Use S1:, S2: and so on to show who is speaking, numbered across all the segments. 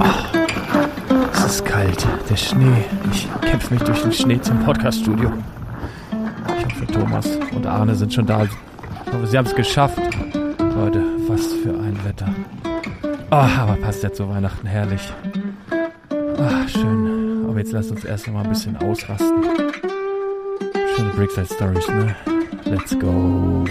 S1: Ach, es ist kalt. Der Schnee. Ich kämpfe mich durch den Schnee zum Podcaststudio. Ich hoffe, Thomas und Arne sind schon da. Ich hoffe, sie haben es geschafft. Leute, was für ein Wetter. Ah, aber passt ja zu Weihnachten herrlich. Ah, schön. Aber jetzt lasst uns erst noch mal ein bisschen ausrasten. Schöne Brickside Stories, ne? Let's go.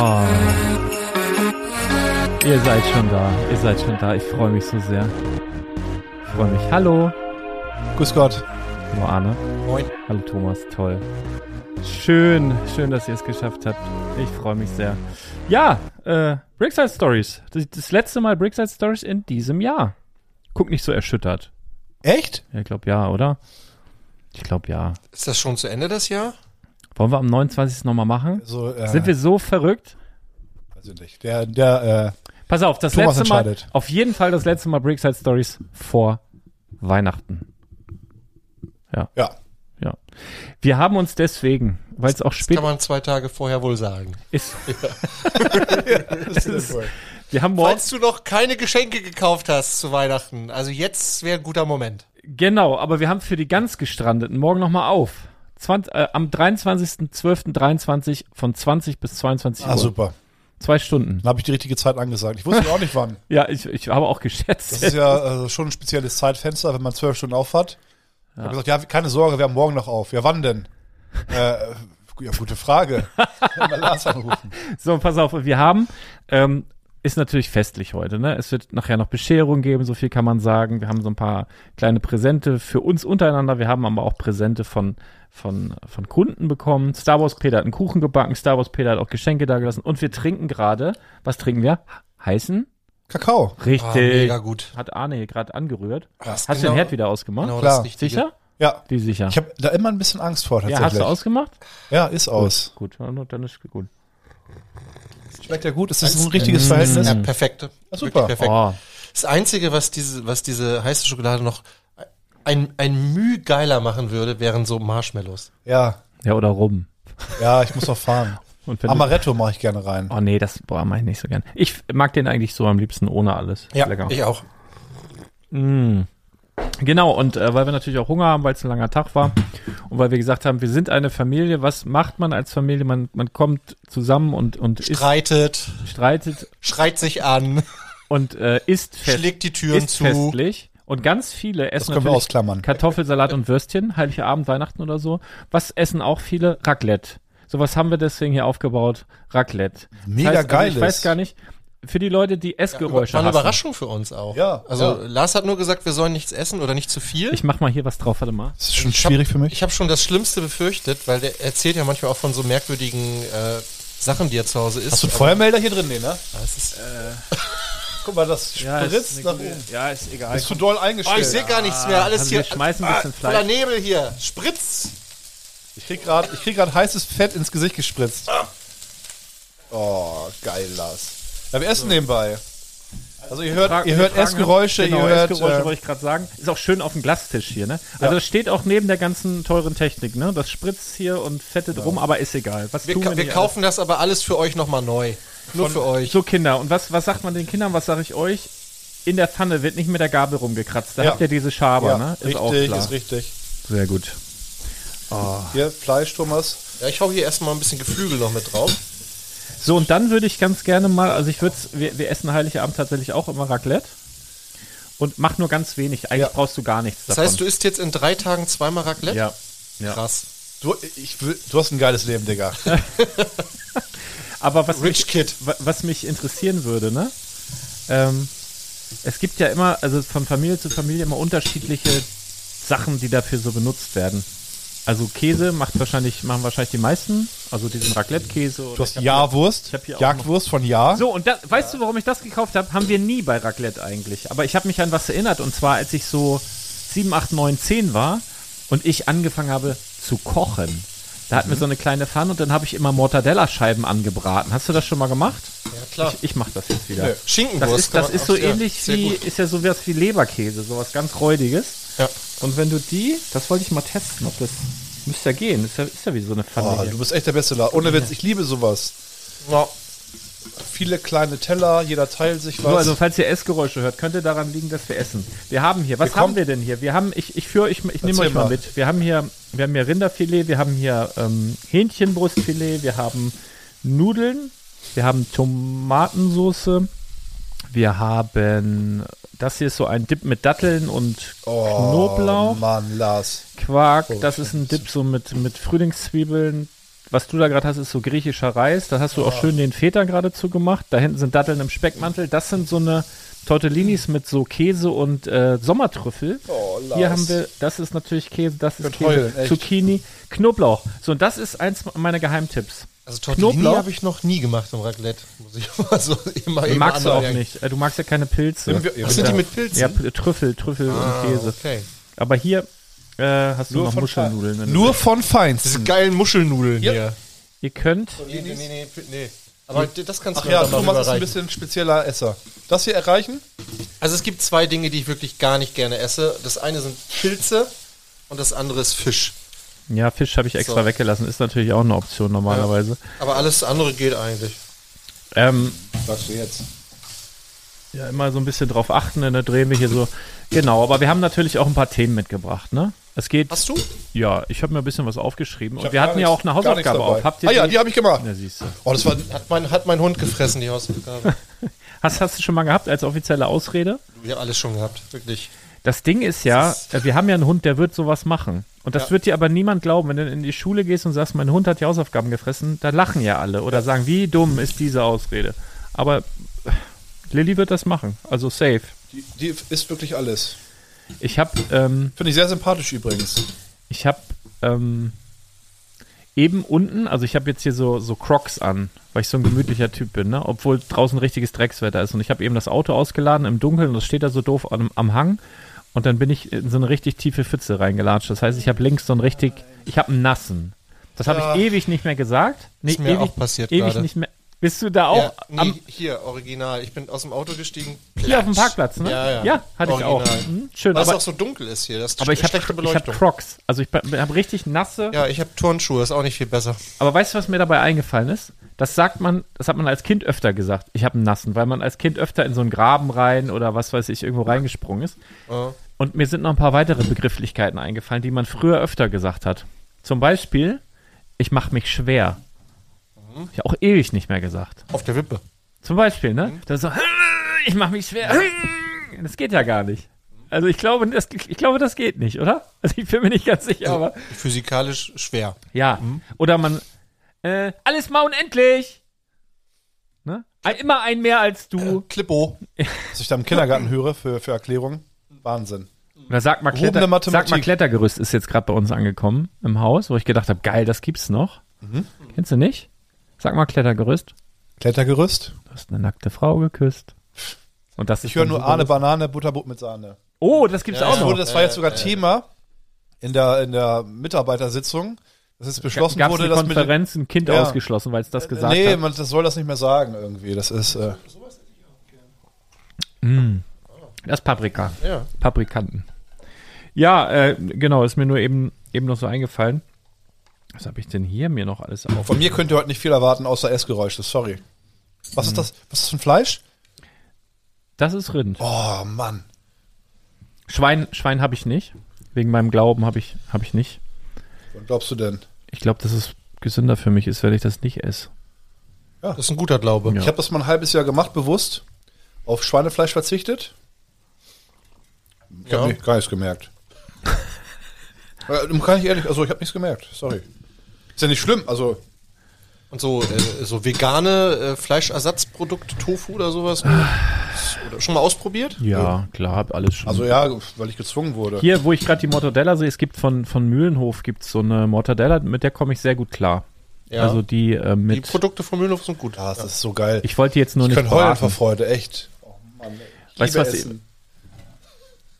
S1: Oh. Ihr seid schon da. Ihr seid schon da. Ich freue mich so sehr. Ich freue mich. Hallo.
S2: Grüß Gott.
S1: Hallo Arne.
S2: Moin.
S1: Hallo Thomas. Toll. Schön. Schön, dass ihr es geschafft habt. Ich freue mich sehr. Ja, äh, Brickside Stories. Das, das letzte Mal Brickside Stories in diesem Jahr. Guck nicht so erschüttert.
S2: Echt?
S1: Ja, ich glaube ja, oder? Ich glaube ja.
S3: Ist das schon zu Ende das Jahr?
S1: Wollen wir am 29. nochmal machen?
S2: So, äh,
S1: Sind wir so verrückt?
S2: weiß ich nicht. Der, der, äh,
S1: Pass auf, das
S2: Thomas
S1: letzte Mal,
S2: entscheidet.
S1: auf jeden Fall das letzte Mal Brickside Stories vor Weihnachten.
S2: äh, ja.
S1: Ja. Wir haben uns deswegen, weil es auch spät
S3: Kann man zwei Tage vorher wohl sagen.
S1: ist,
S2: Das ist wohl.
S1: wir haben morgen,
S3: Falls du noch keine Geschenke gekauft hast zu Weihnachten, also jetzt wäre ein guter Moment.
S1: genau, aber wir haben für die ganz Gestrandeten morgen nochmal auf. 20, äh, am 23.12.23 von 20 bis 22 Uhr.
S2: ah, super.
S1: Zwei Stunden.
S2: Dann habe ich die richtige Zeit angesagt. Ich wusste auch nicht wann.
S1: Ja, ich, ich habe auch geschätzt.
S2: Das ist ja äh, schon ein spezielles Zeitfenster, wenn man zwölf Stunden auf hat. Ich habe gesagt, ja, keine Sorge, wir haben morgen noch auf. Ja, wann denn? äh, ja, gute Frage. Mal Lars anrufen.
S1: So, pass auf, wir haben, ähm, ist natürlich festlich heute, ne? Es wird nachher noch Bescherung geben, so viel kann man sagen. Wir haben so ein paar kleine Präsente für uns untereinander. Wir haben aber auch Präsente von, von, von Kunden bekommen. Star Wars Peter hat einen Kuchen gebacken, Star Wars Peter hat auch Geschenke dagelassen und wir trinken gerade, was trinken wir? Heißen?
S2: Kakao.
S1: Richtig.
S3: Ah, mega gut.
S1: Hat Arne hier gerade angerührt.
S3: Hast
S1: Hast du den Herd wieder ausgemacht?
S3: Genau
S2: Klar.
S3: das Richtige.
S1: Sicher?
S2: Ja.
S1: Die sicher.
S2: Ich habe da immer ein bisschen Angst vor,
S1: ja,
S2: tatsächlich.
S1: hast du ausgemacht?
S2: Ja, ist aus.
S1: Gut, ja, dann ist gut.
S2: Schmeckt ja gut. Es ist ein richtiges Verhältnis.
S3: Ja, perfekt.
S2: Ah, super.
S3: Wirklich Perfekt.
S1: Oh,
S3: Das Einzige, was diese, was diese heiße Schokolade noch ein, ein Müh geiler machen würde, wären so Marshmallows.
S2: Ja.
S1: ja, oder rum.
S2: Ja, ich muss noch fahren.
S1: Und wenn du-
S2: Amaretto mache ich gerne rein.
S1: Oh nee, das boah, mach ich nicht so gern. Ich mag den eigentlich so am liebsten ohne alles.
S3: Ja,
S1: Lecker.
S3: ich auch.
S1: Genau, und äh, weil wir natürlich auch Hunger haben, weil es ein langer Tag war und weil wir gesagt haben, wir sind eine Familie, was macht man als Familie? Man, man kommt zusammen und, und isst,
S3: Streitet,
S1: streitet
S3: schreit sich an,
S1: und äh, isst, fest,
S3: schlägt die Türen
S1: isst
S3: zu.
S1: festlich. Und ganz viele essen
S2: können wir
S1: natürlich
S2: ausklammern.
S1: Kartoffelsalat und Würstchen, Heiliger Abend, Weihnachten oder so. Was essen auch viele? Raclette. Sowas haben wir deswegen hier aufgebaut. Raclette.
S2: Mega
S1: das heißt, Also ich
S2: geiles.
S1: weiß gar nicht, für die Leute, die Essgeräusche
S3: War eine
S1: hassen.
S3: Überraschung für uns auch.
S2: Ja,
S3: Also
S2: ja.
S3: Lars hat nur gesagt, wir sollen nichts essen oder nicht zu viel.
S1: Ich mach mal hier was drauf, warte mal.
S2: Das ist schon
S3: Ich hab-
S2: schwierig für mich.
S3: Ich habe schon das Schlimmste befürchtet, weil der erzählt ja manchmal auch von so merkwürdigen äh, Sachen, die er zu Hause isst.
S2: Hast du einen
S1: also-
S2: Feuermelder hier drin? Nee, ne?
S3: Aber es ist,
S2: Guck mal, das spritzt nach oben.
S1: Ja, ist egal.
S2: Ist zu doll
S3: oh,
S2: eingestellt.
S3: ich sehe gar nichts mehr. Alles
S1: Also wir
S3: hier.
S1: schmeißen ein bisschen
S3: voller
S1: Fleisch.
S3: Nebel hier. Spritz.
S2: ich krieg gerade krieg grad heißes Fett ins Gesicht gespritzt. Oh, geil, Lars. Ja, wir essen nebenbei. Also ihr hört, ihr hört Essgeräusche,
S1: genau,
S2: ihr hört...
S1: Essgeräusche
S2: Äh,
S1: wollte ich gerade sagen. Ist auch schön auf dem Glastisch hier, ne? Also das steht auch neben der ganzen teuren Technik, ne? Das spritzt hier und fettet rum, aber ist egal. Was
S3: Wir,
S1: tun
S3: ka- wir
S1: nicht
S3: kaufen das aber alles für euch nochmal neu. Nur für
S1: alles?
S3: euch.
S1: So Kinder, und was, was sagt man den Kindern, was sage ich euch? In der Pfanne wird nicht mit der Gabel rumgekratzt. Da
S2: Ja.
S1: habt ihr diese Schaber,
S2: ja,
S1: ne? Ist auch
S2: richtig,
S1: klar. Ah.
S2: ist richtig.
S1: Sehr gut.
S2: Hier, Fleisch, Thomas.
S3: Ja, ich hau hier erstmal ein bisschen Geflügel noch mit drauf.
S1: So, und dann würde ich ganz gerne mal, also ich würde, wir, wir essen Heiligabend tatsächlich auch immer Raclette. Und mach nur ganz wenig. Eigentlich
S2: Ja.
S1: brauchst du gar nichts
S3: Das
S1: davon.
S3: heißt, du isst jetzt in drei Tagen zweimal
S2: Äh?
S3: Raclette?
S1: ja. ja.
S3: Krass.
S2: Du, ich, will- du hast ein geiles Leben, Digga.
S1: Aber was
S3: Rich
S1: mich,
S3: Kid.
S1: wa- was mich interessieren würde, ne? Ähm, es gibt ja immer, also von Familie zu Familie immer unterschiedliche Sachen, die dafür so benutzt werden. Also Käse macht wahrscheinlich, machen wahrscheinlich die meisten. Also diesen Raclette-Käse.
S2: Du
S1: oder-
S2: hast Ja-Wurst,
S1: ich hab hier auch
S2: Jagdwurst von Ja.
S1: So, und da, weißt du, warum ich das gekauft habe? Haben wir nie bei Raclette eigentlich. Aber ich habe mich an was erinnert. Und zwar, als ich so 7, 8, 9, 10 war und ich angefangen habe zu kochen. Da hatten wir
S3: Mhm.
S1: so eine kleine Pfanne und dann habe ich immer Mortadella-Scheiben angebraten. Hast du das schon mal gemacht?
S3: Ja, klar.
S1: Ich, ich mache das jetzt wieder.
S2: Nö.
S3: Schinkenwurst.
S1: Das ist,
S3: kann
S1: das
S3: man
S1: ist
S3: auch-
S1: so
S3: ja,
S1: ähnlich
S3: sehr
S1: wie,
S3: gut.
S1: ist ja sowas wie Leberkäse, sowas ganz Räudiges.
S3: Ja.
S1: Und wenn du die, das wollte ich mal testen, ob das, müsste ja gehen, ist ja, ist ja wie so eine Pfanne.
S2: Oh,
S1: hier.
S2: du bist echt der Beste da. Ohne Witz, ich liebe sowas.
S3: Ja.
S2: Viele kleine Teller, jeder teilt sich was.
S1: So, also falls ihr Essgeräusche hört, könnte daran liegen, dass wir essen. Wir haben hier, was
S2: Wir
S1: haben
S2: kommen-
S1: wir denn hier? Wir haben, ich, ich führe, ich, ich nehme
S2: Erzähl
S1: euch mal
S2: mal.
S1: mit. Wir haben hier, wir haben hier Rinderfilet, wir haben hier ähm, Hähnchenbrustfilet, wir haben Nudeln, wir haben Tomatensoße, wir haben, das hier ist so ein Dip mit Datteln und Knoblauch.
S2: Oh, Mann, Lars.
S1: Quark, das ist ein Dip so mit, mit Frühlingszwiebeln. Was du da gerade hast, ist so griechischer Reis. Da hast du auch schön den Feta gerade zugemacht. Da hinten sind Datteln im Speckmantel. Das sind so eine Tortellinis mit so Käse und äh, Sommertrüffel.
S2: Oh, Lars.
S1: Hier haben wir, das ist natürlich Käse, das ist
S2: Könnt
S1: Käse,
S2: heulen, echt.
S1: Zucchini, Knoblauch. So, und das ist eins meiner Geheimtipps.
S3: Also Tortellini
S1: Knoblauch?
S3: habe ich noch nie gemacht im Raclette. Muss ich mal so Also, immer
S1: Die
S3: eben
S1: magst du auch
S3: anmerken.
S1: nicht. Äh, Du magst ja keine Pilze.
S2: Sind wir-
S3: Ach, sind die mit Pilzen?
S1: Ja, P- Trüffel, Trüffel
S3: Ah,
S1: und Käse.
S3: Okay.
S1: Aber hier äh, hast du noch Muschelnudeln. wenn du
S2: Nur
S1: willst.
S2: von Feinsten.
S3: Diese geilen Muschelnudeln
S2: Ja.
S3: hier.
S1: Ihr könnt
S3: Nee, nee, nee, nee, nee. Hm. Aber d- das kannst
S2: Ach
S3: du
S2: ja,
S3: mir dann mal
S2: Thomas ist ein
S3: überreichen.
S2: bisschen spezieller Esser. Das hier erreichen?
S3: Also es gibt zwei Dinge, die ich wirklich gar nicht gerne esse. Das eine sind Pilze und das andere ist Fisch.
S1: Ja, Fisch habe ich extra
S3: So.
S1: weggelassen. Ist natürlich auch eine Option normalerweise.
S3: Aber alles andere geht eigentlich.
S1: Ähm,
S2: Sagst du jetzt.
S1: ja, immer so ein bisschen drauf achten in der Drehme hier so. Genau, aber wir haben natürlich auch ein paar Themen mitgebracht, ne? Es geht.
S3: Hast du?
S1: Ja, ich habe mir ein bisschen was aufgeschrieben. Und
S2: hab
S1: wir
S2: gar
S1: hatten ja auch
S2: nichts-
S1: eine
S2: gar nichts
S1: Hausaufgabe
S2: dabei.
S1: auf. Habt ihr
S2: Ah ja, die habe ich gemacht.
S1: ja, siehst du.
S2: Oh, das war.
S3: Hat mein, hat mein Hund gefressen, die Hausaufgabe.
S1: Hast, hast du schon mal gehabt als offizielle Ausrede?
S3: Wir haben alles schon gehabt, wirklich.
S1: Das Ding ist ja, äh, wir haben ja einen Hund, der wird sowas machen. Und das
S3: Ja.
S1: wird dir aber niemand glauben. Wenn du in die Schule gehst und sagst, mein Hund hat die Hausaufgaben gefressen, da lachen ja alle oder sagen, wie dumm ist diese Ausrede. Aber äh, Lilly wird das machen. Also safe.
S2: Die, die ist wirklich alles.
S1: Ich habe ähm,
S2: Finde ich sehr sympathisch übrigens.
S1: ich habe ähm, eben unten, also ich habe jetzt hier so, so Crocs an, weil ich so ein gemütlicher Typ bin, ne? obwohl draußen richtiges Dreckswetter ist. Und ich habe eben das Auto ausgeladen im Dunkeln und das steht da so doof am, am Hang. Und dann bin ich in so eine richtig tiefe Pfütze reingelatscht. Das heißt, ich habe links so einen richtig, ich habe einen nassen. Das habe
S2: Ja.
S1: ich ewig nicht mehr gesagt. Nee,
S3: mir
S1: ewig,
S3: auch passiert
S1: ewig
S3: gerade.
S1: nicht mehr. Bist du da auch?
S3: ja, nee,
S1: am,
S3: hier, original. Ich bin aus dem Auto gestiegen.
S1: hier auf dem
S3: Platsch.
S1: Parkplatz, ne?
S3: Ja, ja.
S1: hatte ich
S3: Original.
S1: auch. Hm, schön,
S3: Weil es
S1: aber,
S3: auch so dunkel ist hier. Das ist
S1: aber ich habe
S3: schlechte
S1: ich hab
S3: Beleuchtung.
S1: Crocs. Also ich habe richtig nasse,
S3: ja, ich habe Turnschuhe, ist auch nicht viel besser.
S1: Aber weißt du, was mir dabei eingefallen ist? Das sagt man, das hat man als Kind öfter gesagt. Ich habe einen nassen, weil man als Kind öfter in so einen Graben rein oder was weiß ich irgendwo reingesprungen ist.
S3: Ja.
S1: Und mir sind noch ein paar weitere Begrifflichkeiten eingefallen, die man früher öfter gesagt hat. Zum Beispiel, ich mache mich schwer. Ich auch ewig nicht mehr gesagt.
S3: Auf der Wippe.
S1: Zum Beispiel, ne? Da so, ich mache mich schwer. Das geht ja gar nicht. Also ich glaube, das, ich glaube, das geht nicht, oder? Also ich bin mir nicht ganz sicher, aber
S3: Physikalisch schwer.
S1: ja.
S2: Mhm.
S1: Oder man. Äh, alles mal unendlich! Ne? Ein- Immer ein mehr als du.
S3: Klippo.
S2: Was ich da im Kindergarten höre für, für Erklärungen. Wahnsinn.
S1: Oder sag mal,
S2: Äh, Gehobene
S1: Kletter,
S2: Mathematik.
S1: sag mal Klettergerüst ist jetzt gerade bei uns angekommen im Haus, wo ich gedacht habe, geil, das gibt's noch.
S2: Mhm.
S1: Kennst du nicht? Sag mal Klettergerüst.
S2: Klettergerüst.
S1: Du hast eine nackte Frau geküsst. Und das
S2: Ich höre nur Ahne
S1: alles.
S2: Banane, Butterbrot mit Sahne.
S1: Oh, das gibt's
S3: Ja,
S1: auch
S2: Das,
S3: ja.
S1: noch.
S2: Also wurde, das war jetzt sogar
S3: Äh, äh,
S2: Thema in der, in der Mitarbeitersitzung. dass jetzt beschlossen
S1: Gab's
S2: wurde,
S1: eine
S2: dass mit den-
S1: Konferenz, ein Kind
S2: Ja. Äh,
S1: ausgeschlossen, weil es das gesagt
S2: nee,
S1: hat.
S2: man das soll das nicht mehr sagen irgendwie. Das ist äh,
S1: Das ist Paprika.
S3: Ja.
S1: Paprikanten. Ja, äh, genau, ist mir nur eben, eben noch so eingefallen. Was habe ich denn hier mir noch alles auf?
S2: von mir könnt ihr heute nicht viel erwarten außer Essgeräusche. Sorry. Was
S1: Hm.
S2: ist das? Was ist das für ein Fleisch?
S1: Das ist Rind.
S2: Oh Mann.
S1: Schwein, Schwein habe ich nicht. Wegen meinem Glauben habe ich, hab ich nicht.
S2: Was glaubst du denn?
S1: Ich glaube, dass es gesünder für mich ist, wenn ich das nicht esse.
S3: Das ist ein guter Glaube.
S1: Ja.
S2: Ich habe das mal ein halbes Jahr gemacht, bewusst. Auf Schweinefleisch verzichtet. Ich
S3: Ja.
S2: habe gar nichts gemerkt. Äh, Kann ich ehrlich, also ich habe nichts gemerkt. Sorry. Ist ja nicht schlimm. Also Ah.
S3: Und so, äh, so vegane äh, Fleischersatzprodukte, Tofu oder sowas. ist Oder schon mal ausprobiert?
S1: Ja, klar, hab alles schon.
S2: Also ja, weil ich gezwungen wurde.
S1: Hier, wo ich gerade die Mortadella sehe, es gibt von, von Mühlenhof gibt's so eine Mortadella, mit der komme ich sehr gut klar.
S3: Ja.
S1: Also die äh,
S3: die
S1: mit.
S3: Produkte von Mühlenhof sind gut.
S2: Ja, Ah, das ist so geil. Ich,
S1: ich wollte die jetzt nur
S2: ich
S1: nicht.
S2: könnte heulen
S1: braten.
S2: vor Freude, echt. Oh Mann, ey. Ich
S1: Weißt du,
S2: liebe
S1: was-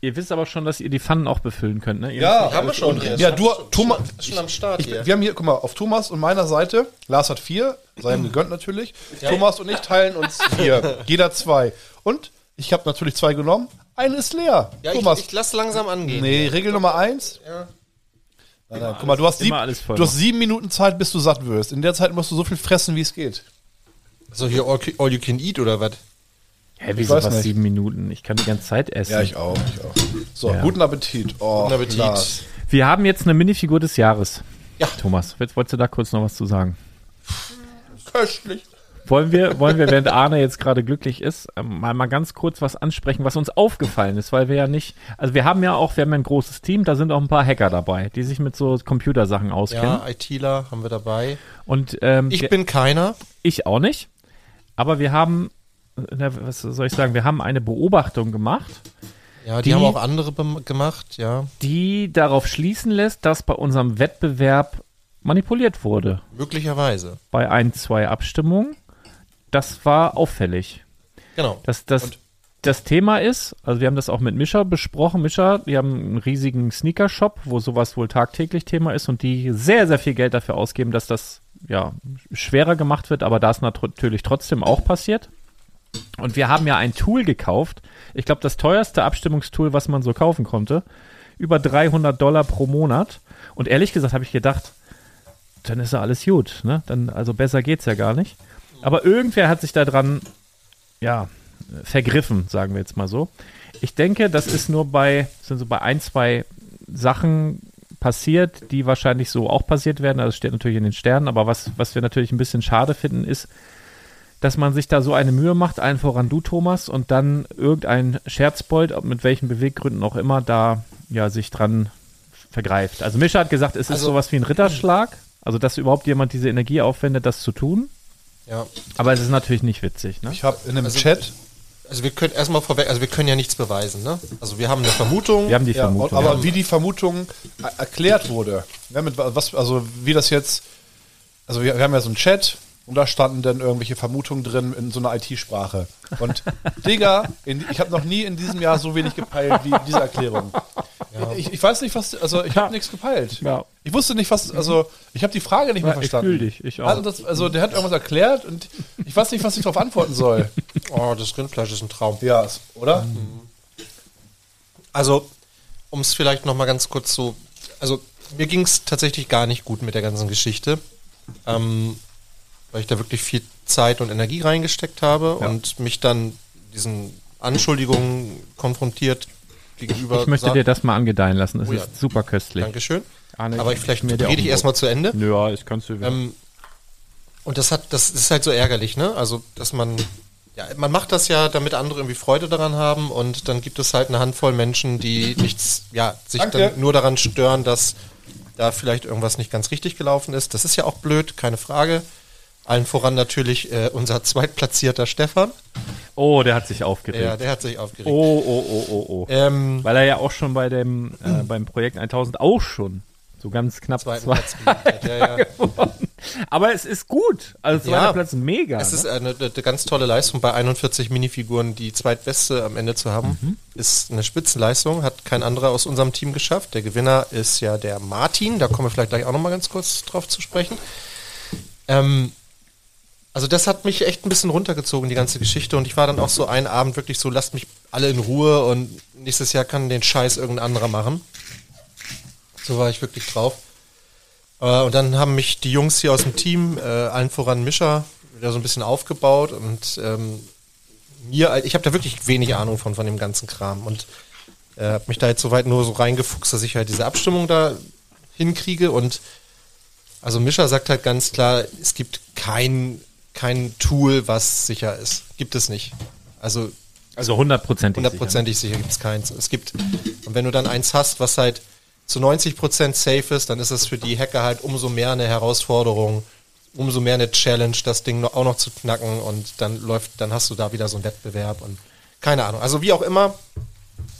S1: Ihr wisst aber schon, dass ihr die Pfannen auch befüllen könnt, ne? Ihr
S2: Ja,
S3: Ja, haben wir schon, Andreas.
S2: Ja, du,
S3: Schon-
S2: Thomas,
S3: schon- schon am Start
S2: Ich,
S3: hier.
S2: wir haben hier, guck mal, auf Thomas und meiner Seite, Lars hat vier, sei
S3: Hm.
S2: ihm gegönnt natürlich. Thomas und ich teilen uns vier, jeder zwei. Und ich habe natürlich zwei genommen, eine ist leer.
S3: Ja, ich,
S2: Thomas,
S3: ich lasse langsam angehen.
S2: nee, Regel Nummer eins.
S3: Ja.
S2: Nein, nein, guck mal, du hast,
S1: immer
S2: sieb,
S1: alles voll
S2: du hast sieben Minuten Zeit, bis du satt wirst. In der Zeit musst du so viel fressen, wie es geht.
S3: So hier all, all you can eat oder was?
S1: Hä, wieso
S2: weiß
S1: was
S2: nicht.
S1: sieben Minuten? Ich kann die ganze Zeit essen.
S2: auch, ich auch. So,
S1: Ja.
S2: guten Appetit. Oh,
S3: Guten Appetit.
S2: Lars.
S1: Wir haben jetzt eine Minifigur des Jahres.
S3: Ja.
S1: Thomas, jetzt wolltest du da kurz noch was zu sagen.
S3: Köstlich.
S1: Wollen wir, wollen wir, während Arne jetzt gerade glücklich ist, ähm, mal, mal ganz kurz was ansprechen, was uns aufgefallen ist, weil wir ja nicht, also wir haben ja auch, wir haben ja ein großes Team, da sind auch ein paar Hacker dabei, die sich mit so Computersachen auskennen.
S3: Ja, ITler haben wir dabei.
S1: Und ähm,
S3: Ich
S1: wir-
S3: bin keiner.
S1: ich auch nicht, aber wir haben, äh, na, was soll ich sagen, wir haben eine Beobachtung gemacht,
S3: Ja, die,
S1: Die-
S3: haben auch andere bem- gemacht, ja.
S1: die darauf schließen lässt, dass bei unserem Wettbewerb manipuliert wurde.
S3: Möglicherweise.
S1: bei ein, zwei Abstimmungen. Das war auffällig.
S3: Genau.
S1: Das, das, das Thema ist, also wir haben das auch mit Mischa besprochen. Mischa, wir haben einen riesigen Sneaker-Shop, wo sowas wohl tagtäglich Thema ist und die sehr, sehr viel Geld dafür ausgeben, dass das ja schwerer gemacht wird, aber da ist nat- natürlich trotzdem auch passiert. Und wir haben ja ein Tool gekauft. Ich glaube, das teuerste Abstimmungstool, was man so kaufen konnte. Über 300 Dollar pro Monat. Und ehrlich gesagt habe ich gedacht, dann ist ja alles gut. Ne? Dann, also besser geht's ja gar nicht. Aber irgendwer hat sich da dran, ja, äh, vergriffen, sagen wir jetzt mal so. Ich denke, das ist nur bei, sind so bei ein, zwei Sachen passiert, die wahrscheinlich so auch passiert werden. Also es steht natürlich in den Sternen, aber was, was wir natürlich ein bisschen schade finden, ist, dass man sich da so eine Mühe macht, allen voran du, Thomas, und dann irgendein Scherzbold, ob mit welchen Beweggründen auch immer, da ja sich dran vergreift. Also Mischa hat gesagt, es ist
S3: Also-
S1: sowas wie ein Ritterschlag, also dass überhaupt jemand diese Energie aufwendet, das zu tun.
S3: Ja.
S1: Aber es ist natürlich nicht witzig, ne?
S2: Ich habe in einem
S3: Also-
S2: Chat,
S3: Also wir können erstmal vorweg, also wir können ja nichts beweisen, ne? Also wir haben eine Vermutung.
S1: Wir haben die
S2: ja, und,
S1: Vermutung.
S2: aber wie die Vermutung er- erklärt wurde. Ja, mit wa- was, also wie das jetzt, also wir, wir haben ja so einen Chat und da standen dann irgendwelche Vermutungen drin in so einer IT-Sprache. Und Digga, in, ich habe noch nie in diesem Jahr so wenig gepeilt wie in dieser Erklärung. Ich, ich weiß nicht, was, also ich habe nichts gepeilt.
S1: Ja.
S2: Ich wusste nicht, was, also ich habe die Frage nicht mehr
S1: Ja, ich
S2: verstanden.
S1: fühl dich, ich auch.
S2: Also, das, also der hat irgendwas erklärt und ich weiß nicht, was ich darauf antworten soll.
S3: Oh, das Rindfleisch ist ein Traum.
S2: Ja, ist- oder?
S1: Mhm.
S3: Also, um es vielleicht nochmal ganz kurz so. Also, mir ging es tatsächlich gar nicht gut mit der ganzen Geschichte. Ähm, weil ich da wirklich viel Zeit und Energie reingesteckt habe und mich dann diesen Anschuldigungen konfrontiert gegenüber.
S1: Ich möchte
S3: sah-
S1: dir das mal angedeihen lassen. Es
S3: Äh, Oh ja.
S1: ist super köstlich.
S3: Dankeschön.
S1: Arne,
S3: Aber ich, vielleicht
S1: mir der
S3: rede
S1: Augenblick.
S3: ich erstmal zu Ende.
S1: Ja, das kannst du. Ähm,
S3: Ähm, und das hat, das ist halt so ärgerlich, ne? Also, dass man, ja, man macht das ja, damit andere irgendwie Freude daran haben und dann gibt es halt eine Handvoll Menschen, die nichts, ja, sich
S2: Danke.
S3: dann nur daran stören, dass da vielleicht irgendwas nicht ganz richtig gelaufen ist. Das ist ja auch blöd, keine Frage. Allen voran natürlich äh, unser zweitplatzierter Stefan.
S1: oh, der hat sich
S3: Ja,
S1: aufgeregt.
S3: der hat sich aufgeregt.
S1: oh, oh, oh, oh, oh.
S3: Ähm,
S1: Weil er ja auch schon bei dem, äh, beim Projekt 1000 auch schon so ganz knapp
S3: zweiten
S1: zwei
S3: Platz belegt hat. Ja, ja.
S1: gewonnen. Aber es ist gut. Also zweiter
S3: Ja.
S1: Platz mega.
S3: Es ist
S1: ne?
S3: eine, eine ganz tolle Leistung, bei 41 Minifiguren die zweitbeste am Ende zu haben.
S1: Mhm.
S3: Ist eine Spitzenleistung, hat kein anderer aus unserem Team geschafft. Der Gewinner ist ja der Martin, da kommen wir vielleicht gleich auch nochmal ganz kurz drauf zu sprechen. Ähm, also das hat mich echt ein bisschen runtergezogen, die ganze Geschichte. Und ich war dann auch so einen Abend wirklich so, lasst mich alle in Ruhe und nächstes Jahr kann den Scheiß irgendein anderer machen. So war ich wirklich drauf. Äh, und dann haben mich die Jungs hier aus dem Team, äh, allen voran Mischa, wieder so ein bisschen aufgebaut und ähm, mir, äh, ich habe da wirklich wenig Ahnung von, von dem ganzen Kram und äh, habe mich da jetzt soweit nur so reingefuchst, dass ich halt diese Abstimmung da hinkriege und also Mischa sagt halt ganz klar, es gibt kein, kein Tool, was sicher ist. Gibt es nicht. Also
S1: also hundertprozentig. sicher.
S3: hundertprozentig sicher gibt es keins. Es gibt, und wenn du dann eins hast, was halt zu 90% safe ist, dann ist es für die Hacker halt umso mehr eine Herausforderung, umso mehr eine Challenge, das Ding noch, auch noch zu knacken und dann läuft, dann hast du da wieder so einen Wettbewerb und Keine Ahnung. Also wie auch immer,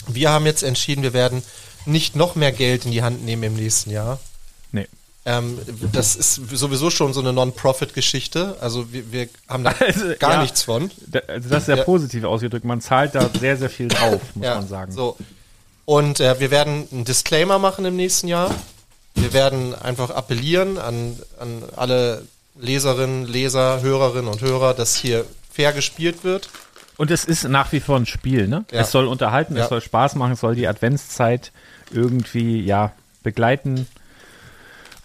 S3: wir haben jetzt entschieden, wir werden nicht noch mehr Geld in die Hand nehmen im nächsten Jahr.
S1: Nee.
S3: Ähm, das ist sowieso schon so eine Non-Profit-Geschichte. Also wir, wir haben da
S1: Also,
S3: gar
S1: ja.
S3: nichts von.
S1: Da- Also das ist sehr
S3: Ja.
S1: positiv ausgedrückt. Man zahlt da sehr, sehr viel drauf, muss
S3: Ja,
S1: man sagen.
S3: So. Und äh, wir werden einen Disclaimer machen im nächsten Jahr. Wir werden einfach appellieren an, an alle Leserinnen, Leser, Hörerinnen und Hörer, dass hier fair gespielt wird.
S1: Und es ist nach wie vor ein Spiel, ne?
S3: Ja.
S1: Es soll unterhalten,
S3: Ja.
S1: es soll Spaß machen, es soll die Adventszeit irgendwie, ja, begleiten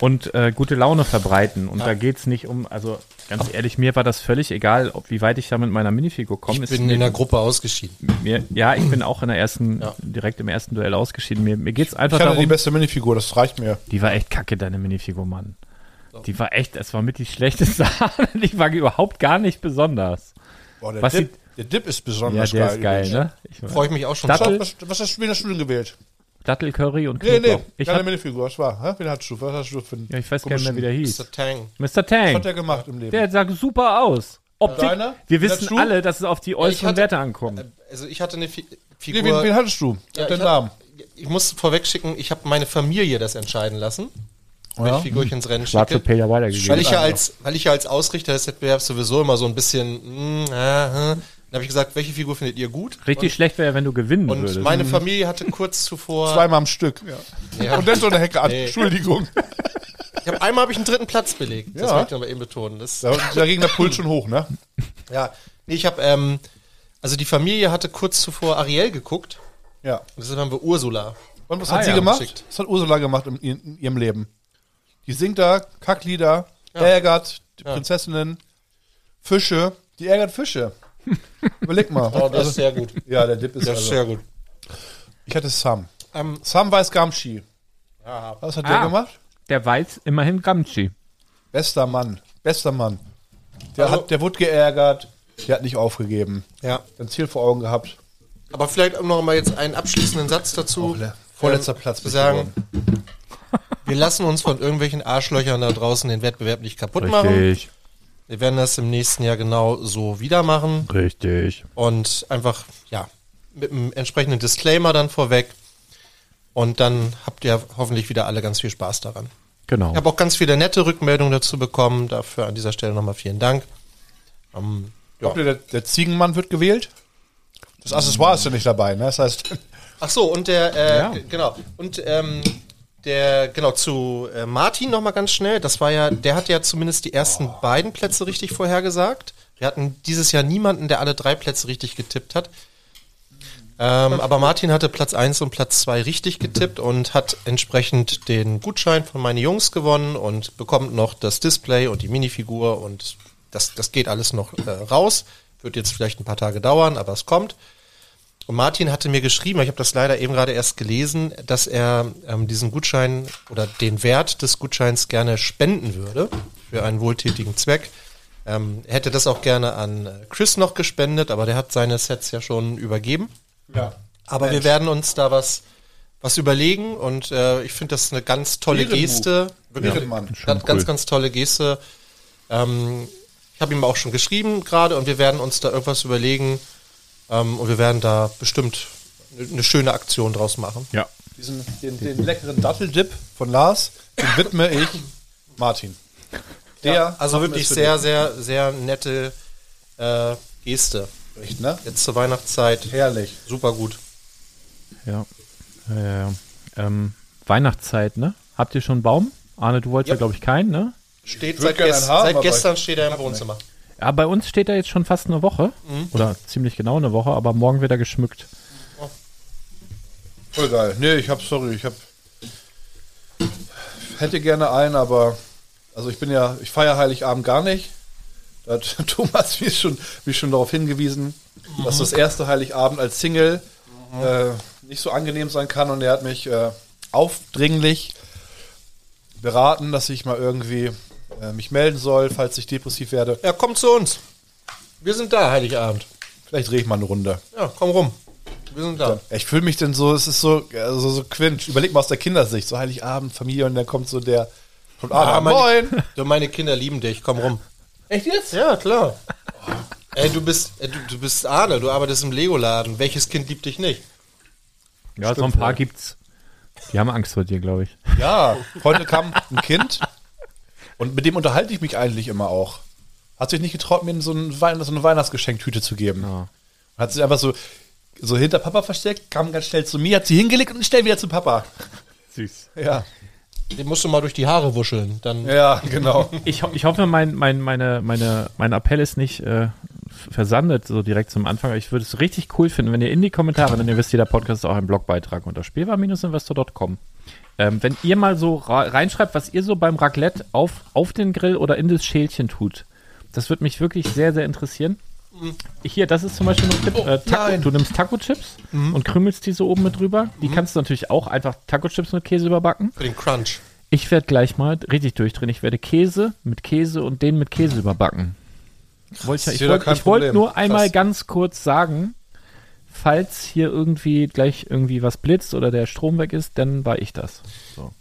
S1: und äh, gute Laune verbreiten. Und da geht's nicht um, also ganz ehrlich, mir war das völlig egal, ob, wie weit ich da mit meiner Minifigur komme.
S3: Ich bin in der Gruppe ausgeschieden.
S1: mir, ja, ich bin auch in der ersten,
S3: Ja.
S1: direkt im ersten Duell ausgeschieden. Mir, mir geht's
S2: Ich
S1: einfach
S2: hatte die
S1: darum,
S2: beste Minifigur, das reicht mir.
S1: die war echt kacke, deine Minifigur, Mann. Die war echt, es war mit die schlechteste Sahne. Die war überhaupt gar nicht besonders.
S2: Boah, der,
S1: Was
S2: Dip,
S1: sie-
S2: der Dip ist
S1: Ja,
S2: besonders
S1: der ist
S2: geil.
S1: geil, ne? Ich mein-
S3: Freue ich mich auch schon.
S1: Dattel-
S3: drauf.
S2: Was, was hast du wieder Stuhl gewählt?
S1: Dattel, Curry und
S2: Nee,
S1: Knoblauch.
S2: nee,
S1: ich
S2: keine
S1: hab,
S2: Minifigur, das war. Hä? Wen hattest du? Was hast du für einen
S1: ja, ich weiß gar nicht mehr, wie der hieß.
S3: Mr. Tang.
S1: Mr.
S2: Was hat der
S1: Tank.
S2: gemacht im Leben?
S1: Der sah super aus. Optik.
S2: Deiner?
S1: Wir
S2: Wen
S1: wissen
S2: hattest du?
S1: alle, dass es auf die äußeren
S3: hatte-
S1: Werte ankommt.
S3: Also ich hatte eine Fi Figur.
S2: nee, wen, wen hattest du? Ja,
S3: Ja, ich
S2: den
S3: hab-
S2: Namen.
S3: ich muss vorweg schicken, ich habe meine Familie das entscheiden lassen, welche Figur ich ins Rennen
S1: Schwarze
S3: schicke.
S1: Peter
S3: Weil
S1: weitergegeben.
S3: ich, ja als, weil ich ja als Ausrichter des Wettbewerbs sowieso immer so ein bisschen. Mm, äh, äh. Dann habe ich gesagt, welche Figur findet ihr gut?
S1: Richtig schlecht wäre, wenn du gewinnen
S3: Und
S1: würdest.
S3: meine Familie hatte kurz zuvor.
S2: Zweimal am Stück.
S3: Ja.
S2: Und dann so eine Hecke an.
S3: Nee.
S2: Entschuldigung.
S3: Ich hab, einmal habe ich einen dritten Platz belegt. Das
S2: Ja.
S3: möchte ich aber eben betonen. Das,
S2: Da, da ging der Puls schon hoch, ne?
S3: ja. Nee, ich habe. Ähm, also die Familie hatte kurz zuvor Ariel geguckt.
S2: Ja.
S3: Und deshalb haben wir Ursula.
S2: Und was
S1: Ah,
S2: hat sie
S1: ja,
S2: gemacht?
S3: geschickt.
S2: Das hat Ursula gemacht in, in ihrem Leben. Die singt da Kacklieder, ärgert die Prinzessinnen, Fische. Die ärgert Fische. Überleg mal. Also-
S3: sehr gut.
S2: ja, der Dip ist
S3: Das Oh, ist
S2: also.
S3: sehr gut.
S2: Ich hatte Sam.
S3: Ähm,
S2: Sam weiß Gamschi.
S3: ja.
S2: Was hat
S1: Ah.
S2: der gemacht?
S1: Der weiß immerhin Gamchi.
S2: Bester Mann. Bester Mann. Der,
S3: Also-
S2: hat, der wurde geärgert. Der hat nicht aufgegeben.
S3: ja.
S2: Ein Ziel vor Augen gehabt.
S3: Aber vielleicht auch noch mal jetzt einen abschließenden Satz dazu. Ähm,
S2: Auch le- vorletzter Platz
S3: Zu
S2: bin ich
S3: sagen, wir lassen uns von irgendwelchen Arschlöchern da draußen den Wettbewerb nicht kaputt machen.
S1: Richtig.
S3: Wir werden das im nächsten Jahr genau so wieder machen
S1: Richtig.
S3: und einfach, ja, mit einem entsprechenden Disclaimer dann vorweg. Und dann habt ihr hoffentlich wieder alle ganz viel Spaß daran.
S1: Genau.
S3: Ich habe auch ganz viele nette Rückmeldungen dazu bekommen. Dafür an dieser Stelle nochmal vielen Dank. Ähm, ja.
S2: Glaubt ihr, der, der Ziegenmann wird gewählt? Das Accessoire ist ja nicht dabei, ne? Das heißt,
S3: Ach so, und der, äh,
S1: Ja.
S3: g- genau, und ähm, der, genau, zu äh, Martin nochmal ganz schnell, das war ja, der hat ja zumindest die ersten beiden Plätze richtig vorhergesagt. Wir hatten dieses Jahr niemanden, der alle drei Plätze richtig getippt hat. Ähm, aber Martin hatte Platz 1 und Platz 2 richtig getippt und hat entsprechend den Gutschein von meine Jungs gewonnen und bekommt noch das Display und die Minifigur und das, das geht alles noch äh, raus. Wird jetzt vielleicht ein paar Tage dauern, aber es kommt. Und Martin hatte mir geschrieben, ich habe das leider eben gerade erst gelesen, dass er ähm, diesen Gutschein oder den Wert des Gutscheins gerne spenden würde für einen wohltätigen Zweck. Ähm, er hätte das auch gerne an äh, Chris noch gespendet, aber der hat seine Sets ja schon übergeben.
S2: ja.
S3: Aber wir werden uns da was, was überlegen und äh, ich finde das eine ganz tolle
S2: Ehrenbuch.
S3: Geste. Wirklich eine
S2: Ehrenmann.
S3: ganz,
S1: Schon
S3: ganz,
S1: cool.
S3: ganz tolle Geste. Ähm, ich habe ihm auch schon geschrieben gerade und wir werden uns da irgendwas überlegen ähm, und wir werden da bestimmt eine schöne Aktion draus machen.
S1: Ja.
S2: Diesen, den, den leckeren Datteldip von Lars, den widme ich Martin. Der,
S3: Also wirklich sehr, sehr, sehr nette äh, Geste.
S2: Echt, ne?
S3: Jetzt zur Weihnachtszeit.
S2: Herrlich.
S3: Super gut.
S1: Ja. Ja, ja, ja. Ähm, Weihnachtszeit, ne? Habt ihr schon einen Baum? Arne, du wolltest ja,
S3: Ja.
S1: glaube ich, keinen, ne?
S3: Steht
S2: würd
S3: seit,
S2: gerne
S3: gest
S2: einen haben,
S3: seit
S2: aber
S3: gestern steht er im Wohnzimmer.
S1: Ja, bei uns steht er jetzt schon fast eine Woche. Oder ziemlich genau eine Woche, aber morgen wird er geschmückt.
S2: Voll geil. Nee, ich hab, sorry, ich hab. Hätte gerne einen, aber. Also ich bin ja, ich feiere Heiligabend gar nicht. Da hat Thomas mich schon, mich schon darauf hingewiesen, dass das erste Heiligabend als Single äh, nicht so angenehm sein kann. Und er hat mich äh, aufdringlich beraten, dass ich mal irgendwie äh, mich melden soll, falls ich depressiv werde.
S3: Ja, komm zu uns. Wir sind da, Heiligabend.
S2: Vielleicht drehe ich mal eine Runde.
S3: Ja, komm rum. Wir sind da.
S2: Ich fühle mich denn so, es ist so, also so quinsch. Überleg mal aus der Kindersicht, so Heiligabend, Familie und dann kommt so der von Adam.
S3: Ah, meine,
S2: Ah, Moin!
S3: Du, meine Kinder lieben dich, komm rum. Echt jetzt? Ja, klar. Ey, du bist, ey, du, du bist Arne, du arbeitest im Lego-Laden. Welches Kind liebt dich nicht?
S1: Ja, so ein paar gibt's. Die haben Angst vor dir, glaube ich.
S2: Ja, heute kam ein Kind und mit dem unterhalte ich mich eigentlich immer auch. Hat sich nicht getraut, mir so, ein Wein, so eine Weihnachtsgeschenktüte zu geben.
S1: Ja.
S2: Hat sich einfach so, so hinter Papa versteckt, kam ganz schnell zu mir, hat sie hingelegt und schnell wieder zu Papa.
S1: Süß.
S2: Ja,
S3: Den musst du mal durch die Haare wuscheln. Dann
S2: ja, genau.
S1: Ich, ho ich hoffe, mein, mein, meine, meine, mein Appell ist nicht äh, versandet, so direkt zum Anfang. Aber ich würde es richtig cool finden, wenn ihr in die Kommentare, denn ihr wisst, jeder Podcast ist auch ein Blogbeitrag unter spielwaren-investor.com. Ähm, wenn ihr mal so ra- reinschreibt, was ihr so beim Raclette auf, auf den Grill oder in das Schälchen tut, das würde mich wirklich sehr, sehr interessieren. Hier, das ist zum Beispiel ein Tipp. äh, Taco,
S2: nein.
S1: du nimmst Taco-Chips und krümelst die so oben mit drüber. Die kannst du natürlich auch einfach Taco-Chips mit Käse überbacken.
S3: für den Crunch.
S1: Ich werde gleich mal richtig durchdrehen. Ich werde Käse mit Käse und den mit Käse überbacken. Wollte ich
S2: ist ja
S1: wollte-
S2: kein
S1: ich wollte
S2: Problem.
S1: nur einmal
S2: Krass.
S1: ganz kurz sagen, falls hier irgendwie gleich irgendwie was blitzt oder der Strom weg ist, dann war ich das.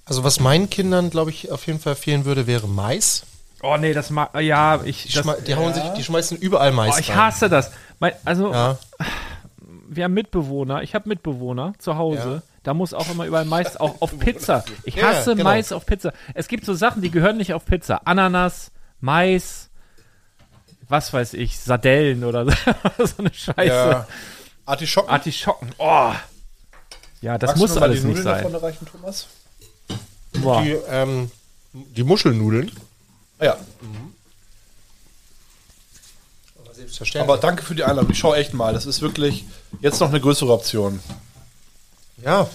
S3: Also was meinen Kindern, glaube ich, auf jeden Fall fehlen würde, wäre Mais.
S1: Oh nee, das mag. Ja, ich. oh,
S3: Die, schma- die, hauen sich, die schmeißen überall Mais
S1: ich
S3: rein.
S1: hasse das. Mein, also,
S3: Ja.
S1: wir haben Mitbewohner. Ich habe Mitbewohner zu Hause. Da muss auch immer überall Mais, auch auf Pizza. Ich
S3: Ja,
S1: hasse
S3: genau.
S1: Mais auf Pizza. Es gibt so Sachen, die gehören nicht auf Pizza. Ananas, Mais, was weiß ich, Sardellen oder so so eine Scheiße.
S2: Ja. Artischocken.
S1: Artischocken. Oh. Ja, das
S2: Magst du
S1: muss
S2: noch mal die
S1: alles nicht
S2: Nudeln davon
S1: sein.
S2: erreichen, Thomas?
S1: Boah.
S3: Die, ähm, die Muschelnudeln.
S2: Ah, Ja, aber
S3: Aber
S2: danke für die Einladung. Ich schaue echt mal. Das ist wirklich jetzt noch eine größere Option.
S3: ja,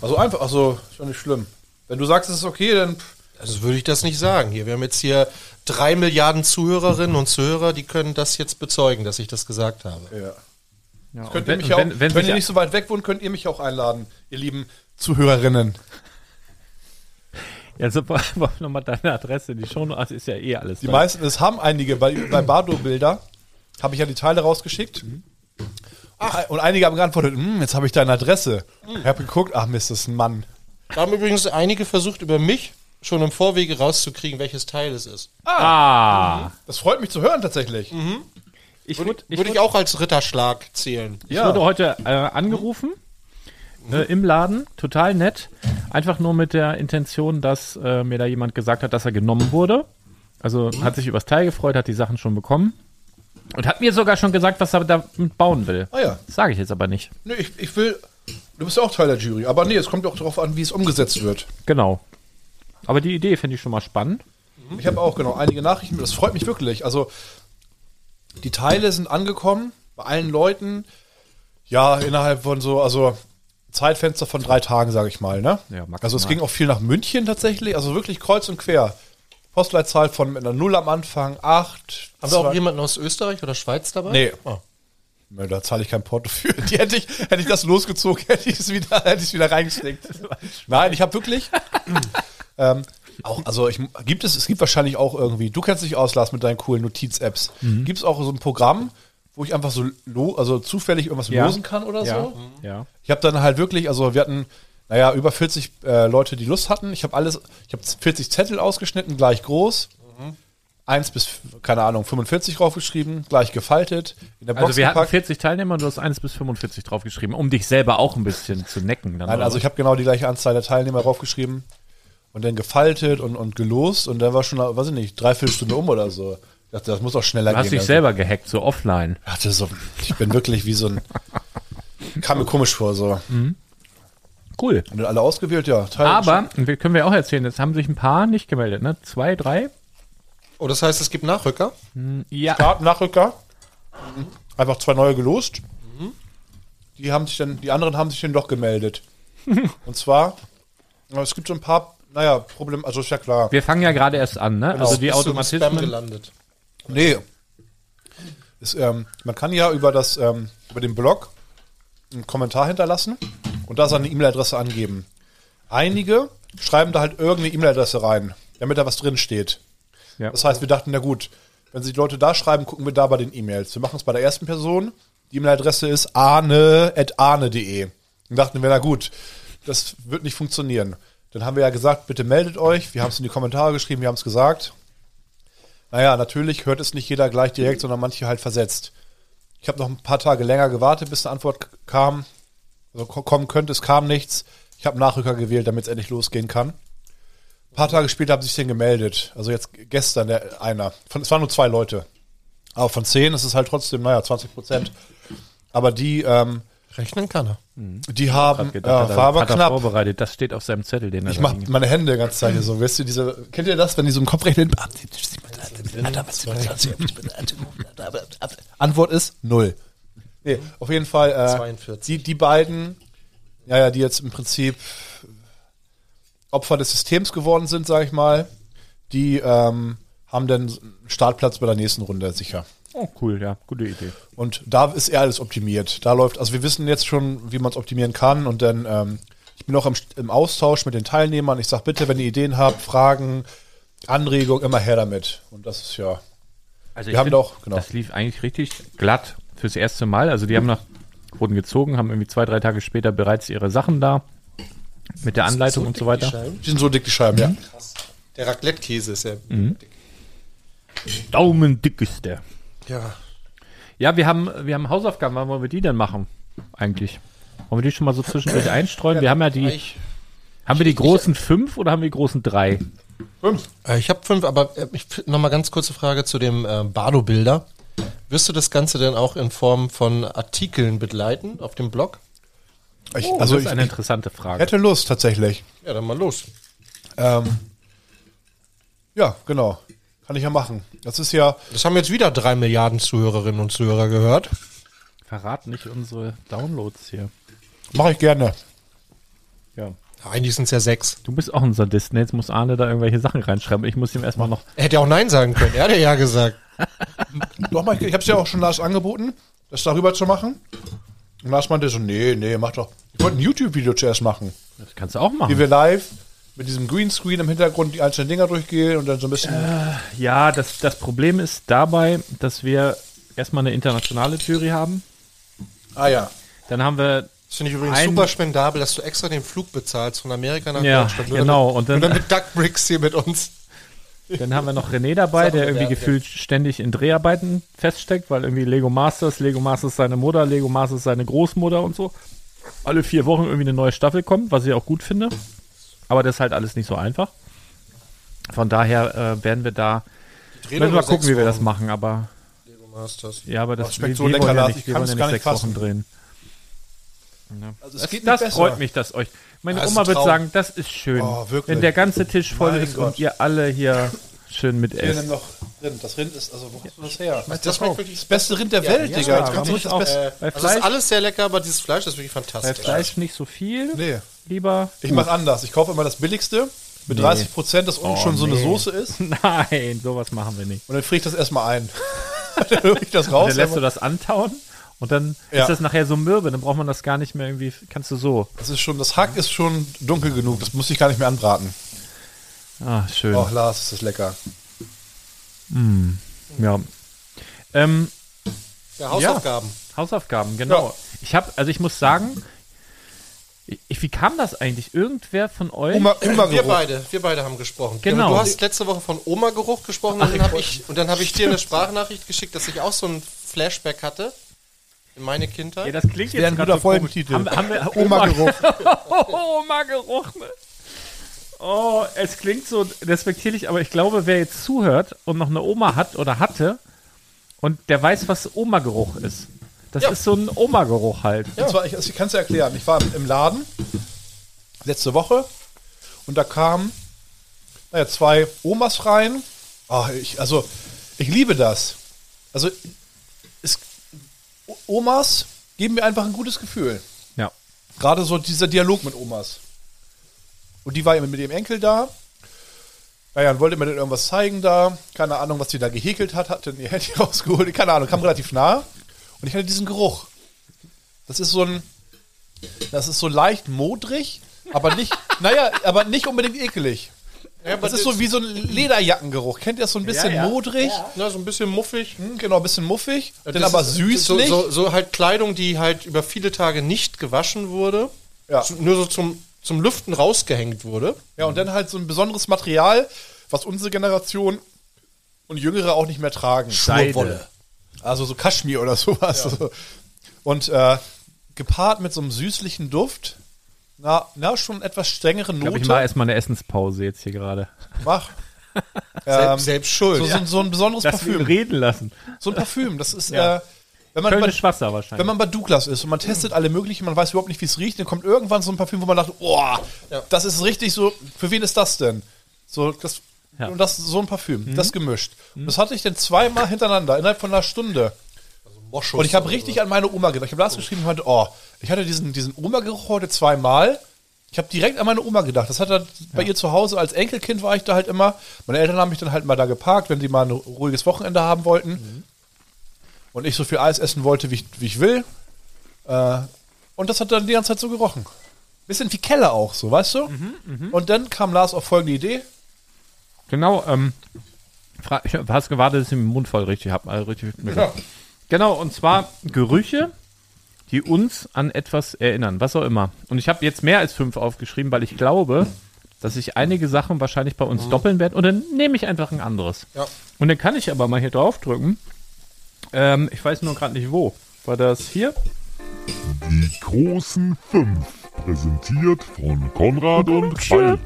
S2: Also einfach, also ist ja nicht schlimm. Wenn du sagst, es ist okay, dann pff,
S3: also würde ich das nicht sagen. Hier, wir haben jetzt hier drei Milliarden Zuhörerinnen und Zuhörer, die können das jetzt bezeugen, dass ich das gesagt habe.
S2: ja.
S1: Ja, und
S2: könnt ihr
S1: wenn,
S2: mich ja auch,
S1: wenn,
S2: wenn,
S1: wenn,
S2: ihr
S1: sich-
S2: nicht so weit weg wohnt, könnt ihr mich auch einladen, ihr lieben Zuhörerinnen.
S1: ja, super. nochmal deine Adresse. Die Show also ist ja eh alles.
S2: Die
S1: da.
S2: meisten, es haben einige bei, bei Bardo-Bilder, habe ich ja die Teile rausgeschickt. Ach, und einige haben geantwortet, "Hm, jetzt habe ich deine Adresse. Ich habe geguckt, ach Mist, das ist ein Mann.
S3: Da haben übrigens einige versucht, über mich schon im Vorwege rauszukriegen, welches Teil es ist.
S1: ah.
S2: Das freut mich zu hören tatsächlich.
S1: Ich
S3: Würde
S1: würde
S3: ich, würd ich auch als Ritterschlag zählen.
S1: Ich wurde heute äh, angerufen äh, im Laden, total nett. Einfach nur mit der Intention, dass äh, mir da jemand gesagt hat, dass er genommen wurde. Also hat sich übers Teil gefreut, hat die Sachen schon bekommen. Und hat mir sogar schon gesagt, was er damit bauen will.
S2: Ah ja.
S1: Das sage ich jetzt aber nicht.
S2: Nee, ich, ich will, du bist ja auch Teil der Jury, aber nee, es kommt ja auch darauf an, wie es umgesetzt wird.
S1: Genau. Aber die Idee finde ich schon mal spannend.
S2: Ich habe auch genau einige Nachrichten. Das freut mich wirklich. Also die Teile sind angekommen bei allen Leuten. Ja, innerhalb von so, also Zeitfenster von drei Tagen, sage ich mal. Ne?
S1: Ja, maximal.
S2: also es ging auch viel nach München tatsächlich. Also wirklich kreuz und quer. Postleitzahl von einer Null am Anfang, acht.
S3: Haben wir auch
S2: zwei-
S3: jemanden aus Österreich oder Schweiz dabei?
S2: Nee.
S3: Oh.
S2: Nö, da zahle ich kein Porto für. Die hätte ich, hätte ich das losgezogen, hätte ich es wieder, hätte ich es wieder reingesteckt. Nein, ich habe wirklich. ähm, auch, also ich, gibt es, es gibt wahrscheinlich auch irgendwie, du kennst dich aus, Lars, mit deinen coolen Notiz-Apps. Gibt es auch so ein Programm, wo ich einfach so lo, also zufällig irgendwas
S1: Ja.
S2: losen kann oder so?
S1: Ja.
S2: Ich habe dann halt wirklich, also wir hatten, naja, über 40 äh, Leute, die Lust hatten. Ich habe alles, ich habe 40 Zettel ausgeschnitten, gleich groß. Eins bis, keine Ahnung, 45 draufgeschrieben, gleich gefaltet, in der Box
S1: Also wir hatten
S2: gepackt.
S1: 40 Teilnehmer und du hast 1 bis 45 draufgeschrieben, um dich selber auch ein bisschen zu necken. Dann
S2: Nein, also ich habe genau die gleiche Anzahl der Teilnehmer draufgeschrieben und dann gefaltet und, und gelost und dann war schon, weiß ich nicht, dreiviertel Stunde um oder so. Ich dachte, das muss auch schneller
S1: du hast
S2: gehen. Also
S1: dich selber gehackt, so offline.
S2: Ich dachte so, ich bin wirklich wie so ein, kam mir komisch vor so.
S1: Cool.
S2: Und dann alle ausgewählt, ja. Teil
S1: Hm. Aber, und wir können wir auch erzählen, jetzt haben sich ein paar nicht gemeldet, ne? Zwei, drei?
S3: Oh, das heißt, es gibt Nachrücker?
S1: Ja.
S2: Start, Nachrücker. Einfach zwei neue gelost. Die haben sich dann, die anderen haben sich dann doch gemeldet. und zwar, es gibt so ein paar, naja, Probleme, also ist ja klar.
S1: Wir fangen ja gerade erst an, ne? Also die
S3: Genau. Bist du im Spam
S1: Automatismen.
S3: gelandet.
S2: Nee. Ist, ähm, man kann ja über, das, ähm, über den Blog einen Kommentar hinterlassen und da seine E-Mail-Adresse angeben. Einige schreiben da halt irgendeine E-Mail-Adresse rein, damit da was drin steht.
S1: Ja.
S2: Das heißt, wir dachten, na gut, wenn sich die Leute da schreiben, gucken wir da bei den E-Mails. Wir machen es bei der ersten Person. Die E-Mail-Adresse ist arne.arne.de. Und dachten wir, na gut, das wird nicht funktionieren. Dann haben wir ja gesagt, bitte meldet euch. Wir haben es in die Kommentare geschrieben, wir haben es gesagt. Naja, natürlich hört es nicht jeder gleich direkt, sondern manche halt versetzt. Ich habe noch ein paar Tage länger gewartet, bis eine Antwort k- kam. Also ko- kommen könnte, es kam nichts. Ich habe Nachrücker gewählt, damit es endlich losgehen kann. Ein paar Tage später haben sie sich denn gemeldet. Also jetzt g- gestern der, einer. Von, es waren nur zwei Leute. Aber von zehn ist es halt trotzdem, naja, 20 Prozent. Aber die, ähm,
S3: Rechnen kann er.
S2: die haben, äh,
S1: Gedacht, hat er-
S2: war aber
S1: hat er
S2: knapp.
S1: vorbereitet. Das steht auf seinem Zettel, den er
S2: Ich
S1: da
S2: mach
S1: hinge-
S2: meine Hände die ganze Zeit hier so. Weißt du, diese, kennt ihr das, wenn die so im Kopf rechnen? Antwort ist null. Nee, auf jeden Fall. Äh,
S3: 42.
S2: Die, die beiden, ja, ja, die jetzt im Prinzip Opfer des Systems geworden sind, sage ich mal, die ähm, haben dann einen Startplatz bei der nächsten Runde sicher.
S1: Oh, cool, ja, gute Idee.
S2: Und da ist eher alles optimiert. Da läuft, also wir wissen jetzt schon, wie man es optimieren kann. Und dann, ähm, ich bin auch im, im Austausch mit den Teilnehmern. Ich sage bitte, wenn ihr Ideen habt, Fragen, Anregungen, immer her damit. Und das ist ja.
S1: Also
S2: Wir
S1: ich
S2: haben
S1: find,
S2: doch- genau.
S1: Das lief eigentlich richtig glatt fürs erste Mal. Also die haben nach, wurden gezogen, haben irgendwie zwei, drei Tage später bereits ihre Sachen da mit der Anleitung und so weiter.
S2: Die sind so dick, die Scheiben,
S1: Mhm.
S2: ja.
S3: Der Raclette-Käse ist ja.
S1: Daumen dick ist der.
S3: Ja.
S1: Ja, wir haben, wir haben Hausaufgaben. Wann wollen wir die denn machen? Eigentlich. Wollen wir die schon mal so zwischendurch einstreuen? Wir haben ja die,
S3: Ich,
S1: haben wir die großen fünf oder haben wir die großen drei?
S2: Fünf.
S3: äh, ich habe fünf, aber äh, ich, f- noch mal ganz kurze Frage zu dem äh, Bardo-Bilder. Wirst du das Ganze denn auch in Form von Artikeln begleiten auf dem Blog?
S2: Ich,
S1: Oh,
S2: also
S1: das
S2: ich,
S1: ist eine
S2: ich
S1: interessante Frage.
S2: hätte Lust tatsächlich.
S3: Ja, dann mal los.
S2: Ähm, ja, genau. Kann ich ja machen. Das ist ja.
S3: Das haben jetzt wieder drei Milliarden Zuhörerinnen und Zuhörer gehört.
S1: Verrat nicht unsere Downloads hier.
S2: Mache ich gerne.
S1: Ja.
S3: Ja, eigentlich sind es ja sechs.
S1: Du bist auch ein Sadist. Ne? Jetzt muss Arne da irgendwelche Sachen reinschreiben. Ich muss ihm erstmal noch.
S3: Er hätte ja auch Nein sagen können. Er hätte ja gesagt.
S2: Doch, mach ich ich habe es ja auch schon Lars angeboten, das darüber zu machen. Und Lars meinte so: Nee, nee, mach doch. Ich wollte ein YouTube-Video zuerst machen.
S1: Das kannst du auch machen.
S2: wie wir live mit diesem Greenscreen im Hintergrund die einzelnen Dinger durchgehen und dann so ein bisschen.
S1: Ja, das, das Problem ist dabei, dass wir erstmal eine internationale Jury haben.
S2: ah ja.
S1: Dann haben wir.
S3: Das finde ich übrigens
S1: Ein-
S3: super spendabel, dass du extra den Flug bezahlst von Amerika nach
S1: Ja,
S3: Deutschland.
S1: genau.
S3: Damit,
S1: Und
S3: und
S1: dann-
S3: dann, nur damit Duck Bricks hier mit uns.
S1: Dann haben wir noch René dabei, der irgendwie gefühlt ständig in Dreharbeiten feststeckt, weil irgendwie Lego Masters, Lego Masters seine Mutter, Lego Masters seine Großmutter und so. Alle vier Wochen irgendwie eine neue Staffel kommt, was ich auch gut finde. Aber das ist halt alles nicht so einfach. Von daher äh, werden wir da. Müssen wir mal gucken, wie wir das machen, aber.
S3: machen.
S1: Ja, aber das
S2: Oh, schmeckt
S1: wir-
S2: so
S1: wir
S2: lecker,
S1: wollen ja
S2: Lars,
S1: nicht,
S2: ich
S1: wir
S2: kann
S1: wollen
S2: es
S1: ja
S2: gar
S1: nicht
S2: nicht
S1: sechs Wochen
S2: fassen.
S1: drehen.
S2: Also
S1: Das, das freut mich, dass euch. Meine
S3: Das ist
S1: Oma
S3: ein
S1: wird
S3: Traum.
S1: sagen, das ist schön.
S2: Oh, wirklich.
S1: wenn der ganze Tisch voll
S2: Mein
S1: ist und
S2: Gott.
S1: ihr alle hier schön
S2: Wir nehmen
S1: mitessen.
S2: noch Rind. Das Rind ist, also wo hast du das her? Das,
S3: Das schmeckt wirklich
S2: das beste Rind der Welt,
S3: ja,
S2: Digga.
S3: ja,
S2: das
S3: man
S2: kannst du
S1: muss
S2: nicht äh, das
S1: auch-
S2: Beste.
S1: Bei
S3: Also es ist
S1: Fleisch-
S3: alles sehr lecker, aber dieses Fleisch ist wirklich
S1: Bei
S3: fantastisch.
S1: Fleisch nicht so viel.
S2: Nee.
S1: Lieber.
S2: Ich mache anders. Ich kaufe immer das billigste mit 30 Prozent, das unten schon so eine
S1: Oh, nee.
S2: Soße ist.
S1: Nein, sowas machen wir nicht.
S2: Und dann friere ich das erstmal ein. dann hole ich das raus.
S1: Dann lässt du
S2: aber
S1: das antauen und dann
S2: Ja.
S1: ist das nachher so mürbe. Dann braucht man das gar nicht mehr irgendwie. Kannst du so.
S2: Das, ist schon, das Hack ist schon dunkel genug. Das muss ich gar nicht mehr anbraten.
S1: Ah, schön.
S2: Oh, Lars, ist das lecker.
S1: Ja. Ähm,
S3: Ja, Hausaufgaben.
S1: Hausaufgaben, genau.
S2: Ja.
S1: Ich habe, also ich muss sagen, ich, ich, wie kam das eigentlich? Irgendwer von euch?
S2: Oma, Oma
S3: Wir
S2: Geruch.
S3: beide, wir beide haben gesprochen.
S1: Genau.
S3: Du hast letzte Woche von Oma-Geruch gesprochen und dann habe ich, und dann hab ich dir eine Sprachnachricht geschickt, dass ich auch so ein Flashback hatte in meine
S1: Ja,
S3: Kindheit.
S1: das klingt
S2: Wäre
S1: jetzt
S2: ein
S1: gerade
S2: guter
S1: so komisch.
S2: Folgentitel.
S1: Haben, wir- haben wir Oma
S2: Oma
S1: Geruch.
S2: Geruch.
S1: Oma Geruch. Ne? Oh, es klingt so respektierlich, aber ich glaube, wer jetzt zuhört und noch eine Oma hat oder hatte und der weiß, was Oma Geruch ist. Das
S3: Ja.
S1: ist so ein Oma Geruch halt.
S2: Und zwar, ich, also ich kann es ja erklären. Ich war im Laden letzte Woche und da kamen naja, zwei Omas rein. Ah, ich, also, ich liebe das. Also, es, O- Omas geben mir einfach ein gutes Gefühl.
S1: Ja.
S2: Gerade so dieser Dialog mit Omas. Und die war ja mit ihrem Enkel da. Naja, und wollte mir dann irgendwas zeigen da. Keine Ahnung, was die da gehäkelt hat, hat dann ihr Handy rausgeholt. Keine Ahnung, kam relativ nah. Und ich hatte diesen Geruch. Das ist so ein. Das ist so leicht modrig, aber nicht. naja, aber nicht unbedingt ekelig. Das ist so wie so ein Lederjackengeruch. Kennt ihr das so ein bisschen
S1: ja.
S2: modrig?
S3: ja, so ein bisschen muffig.
S2: Hm, genau, ein bisschen muffig. dann
S3: Das
S2: aber
S3: ist
S2: süßlich.
S3: So, so, so halt Kleidung, die halt über viele Tage nicht gewaschen wurde,
S2: Ja.
S3: zu- nur so zum, zum Lüften rausgehängt wurde.
S2: Ja, und dann halt so ein besonderes Material, was unsere Generation und Jüngere auch nicht mehr tragen.
S1: Seide.
S3: Wolle.
S2: Also so Kaschmir oder sowas. Also, Und äh, gepaart mit so einem süßlichen Duft, na, na schon etwas strengere
S1: Ich glaube,
S2: Note.
S1: ich mache erstmal eine Essenspause jetzt hier gerade.
S2: Mach.
S3: Selb-
S2: Ähm,
S3: selbst schuld.
S2: so, so, ein- so ein besonderes
S1: Lass ihn
S2: Parfüm.
S1: reden lassen.
S2: So ein Parfüm, das ist,
S1: Ja.
S2: äh, wenn man,
S1: Kölnisch
S2: wenn,
S1: Wasser wahrscheinlich.
S2: wenn man bei Douglas ist und man testet alle möglichen, man weiß überhaupt nicht, wie es riecht, dann kommt irgendwann so ein Parfüm, wo man dachte, oh,
S3: Ja.
S2: das ist richtig so, für wen ist das denn? So, das,
S1: Ja. Mhm.
S2: und das, so ein Parfüm, das gemischt. Und das hatte ich dann zweimal hintereinander, innerhalb von einer Stunde.
S3: Moschus
S2: Und ich habe
S3: oder
S2: richtig an meine Oma gedacht. Ich habe Lars geschrieben und meinte, oh, ich hatte diesen, diesen Oma-Geruch heute zweimal. Ich habe direkt an meine Oma gedacht. Das hat er bei ihr zu Hause als Enkelkind war ich da halt immer. Meine Eltern haben mich dann halt mal da geparkt, wenn die mal ein ruhiges Wochenende haben wollten. Und ich so viel Eis essen wollte, wie ich, wie ich will. Äh, und das hat dann die ganze Zeit so gerochen. Bisschen wie Keller auch, so, weißt du? und dann kam Lars auf folgende Idee.
S1: Genau, ähm, fra- ich hab- hast gewartet, dass ich den Mund voll richtig habe. Also richtig Genau, und zwar Gerüche, die uns an etwas erinnern, was auch immer. Und ich habe jetzt mehr als fünf aufgeschrieben, weil ich glaube, dass ich einige Sachen wahrscheinlich bei uns doppeln werde und dann nehme ich einfach ein anderes.
S3: Ja.
S1: Und dann kann ich aber mal hier drauf drücken. Ähm, ich weiß nur gerade nicht wo. War das hier?
S4: Die großen fünf, präsentiert von Konrad und Ball.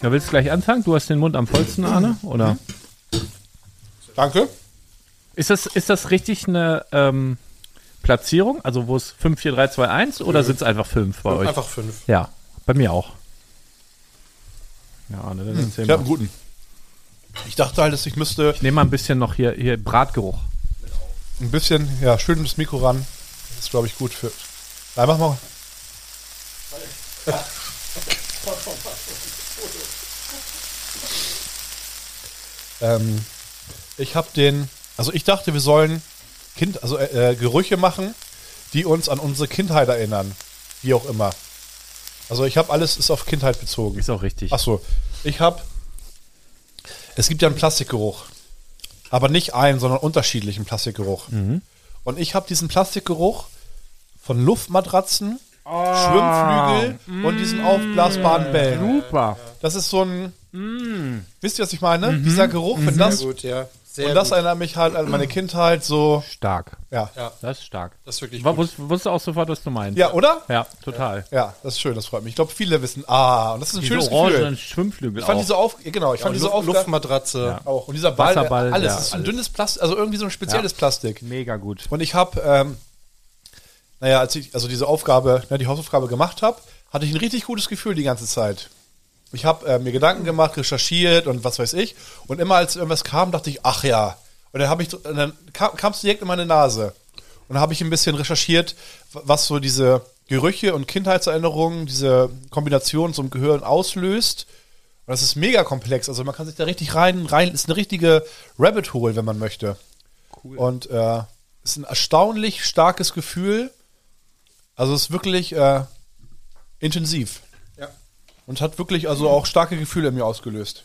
S1: Da willst du gleich anfangen? Du hast den Mund am vollsten, Arne? Oder?
S2: Danke.
S1: Ist das, ist das richtig eine ähm, Platzierung? Also wo es 5, 4, 3, 2, 1 oder sind es einfach 5 bei euch?
S3: äh, Einfach fünf.
S1: Ja, bei mir auch. Ja, ne, dann erzähl
S2: Ich
S1: mal.
S2: habe einen guten. Ich dachte halt, dass ich müsste
S1: Nehmen wir ein bisschen noch hier, hier Bratgeruch.
S2: Ein bisschen, ja, schön ins Mikro ran. Das ist, glaube ich, gut für. Nein, mach mal. ähm, ich habe den. Also, ich dachte, wir sollen kind, also, äh, äh, Gerüche machen, die uns an unsere Kindheit erinnern. Wie auch immer. Also, ich habe alles ist auf Kindheit bezogen.
S1: Ist auch richtig.
S2: Achso, ich habe. Es gibt ja einen Plastikgeruch. Aber nicht einen, sondern unterschiedlichen Plastikgeruch.
S1: Mhm.
S2: Und ich habe diesen Plastikgeruch von Luftmatratzen,
S1: Ah.
S2: Schwimmflügel und diesen
S1: Mm.
S2: aufblasbaren Bällen.
S1: Super.
S2: Das ist so ein.
S1: Mm.
S2: Wisst ihr, was ich meine?
S1: Mhm.
S2: Dieser Geruch, wenn das.
S3: gut, ja. Sehr
S2: Und das
S3: gut.
S2: erinnert mich halt an meine Kindheit so.
S1: Stark.
S2: Ja.
S3: Ja.
S1: Das ist stark.
S3: Das ist wirklich
S1: War,
S3: gut.
S1: wus, wusste auch sofort, was du meinst.
S2: Ja, oder?
S1: Ja, total.
S2: Ja, das ist schön, das freut mich. Ich glaube, viele wissen, ah, und das ist ein
S1: Diese
S2: schönes
S1: orangenen
S2: Gefühl.
S1: Schwimmflügel
S2: Ich fand
S1: auch.
S2: diese auf, genau, ich fand diese
S3: Luft,
S2: Aufgabe.
S3: Luftmatratze.
S2: Auch. Und dieser Ball, äh,
S1: Wasserball,
S2: alles,
S1: ja,
S2: das ist ein
S1: alles.
S2: dünnes Plastik, also irgendwie so ein spezielles Plastik.
S1: Mega gut.
S2: Und ich habe, ähm, naja, als ich also diese Aufgabe, ne, die Hausaufgabe gemacht habe, hatte ich ein richtig gutes Gefühl die ganze Zeit. Ich habe äh, mir Gedanken gemacht, recherchiert und was weiß ich. Und immer als irgendwas kam, dachte ich, ach ja. Und dann habe ich, und dann kam es direkt in meine Nase. Und dann habe ich ein bisschen recherchiert, w- was so diese Gerüche und Kindheitserinnerungen, diese Kombination zum Gehirn auslöst. Und das ist mega komplex. Also man kann sich da richtig rein, rein, ist eine richtige Rabbit Hole, wenn man möchte. Cool. Und äh, ist ein erstaunlich starkes Gefühl. Also ist wirklich äh, intensiv.
S3: Ja.
S2: Und hat wirklich also auch starke Gefühle in mir ausgelöst.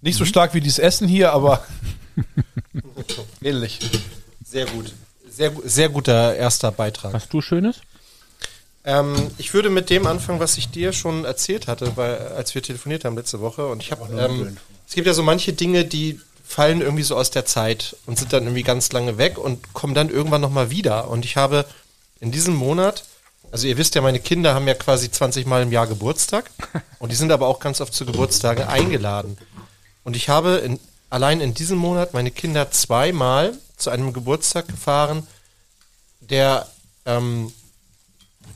S2: Nicht so stark wie dieses Essen hier, aber ähnlich.
S3: Sehr gut. Sehr, gu- sehr guter erster Beitrag.
S1: Hast du Schönes?
S3: Ähm, ich würde mit dem anfangen, was ich dir schon erzählt hatte, weil, als wir telefoniert haben letzte Woche. Und ich habe, ähm, es gibt ja so manche Dinge, die fallen irgendwie so aus der Zeit und sind dann irgendwie ganz lange weg und kommen dann irgendwann nochmal wieder. Und ich habe in diesem Monat, also ihr wisst ja, meine Kinder haben ja quasi 20 Mal im Jahr Geburtstag und die sind aber auch ganz oft zu Geburtstagen eingeladen. Und ich habe in, allein in diesem Monat meine Kinder zweimal zu einem Geburtstag gefahren, der ähm,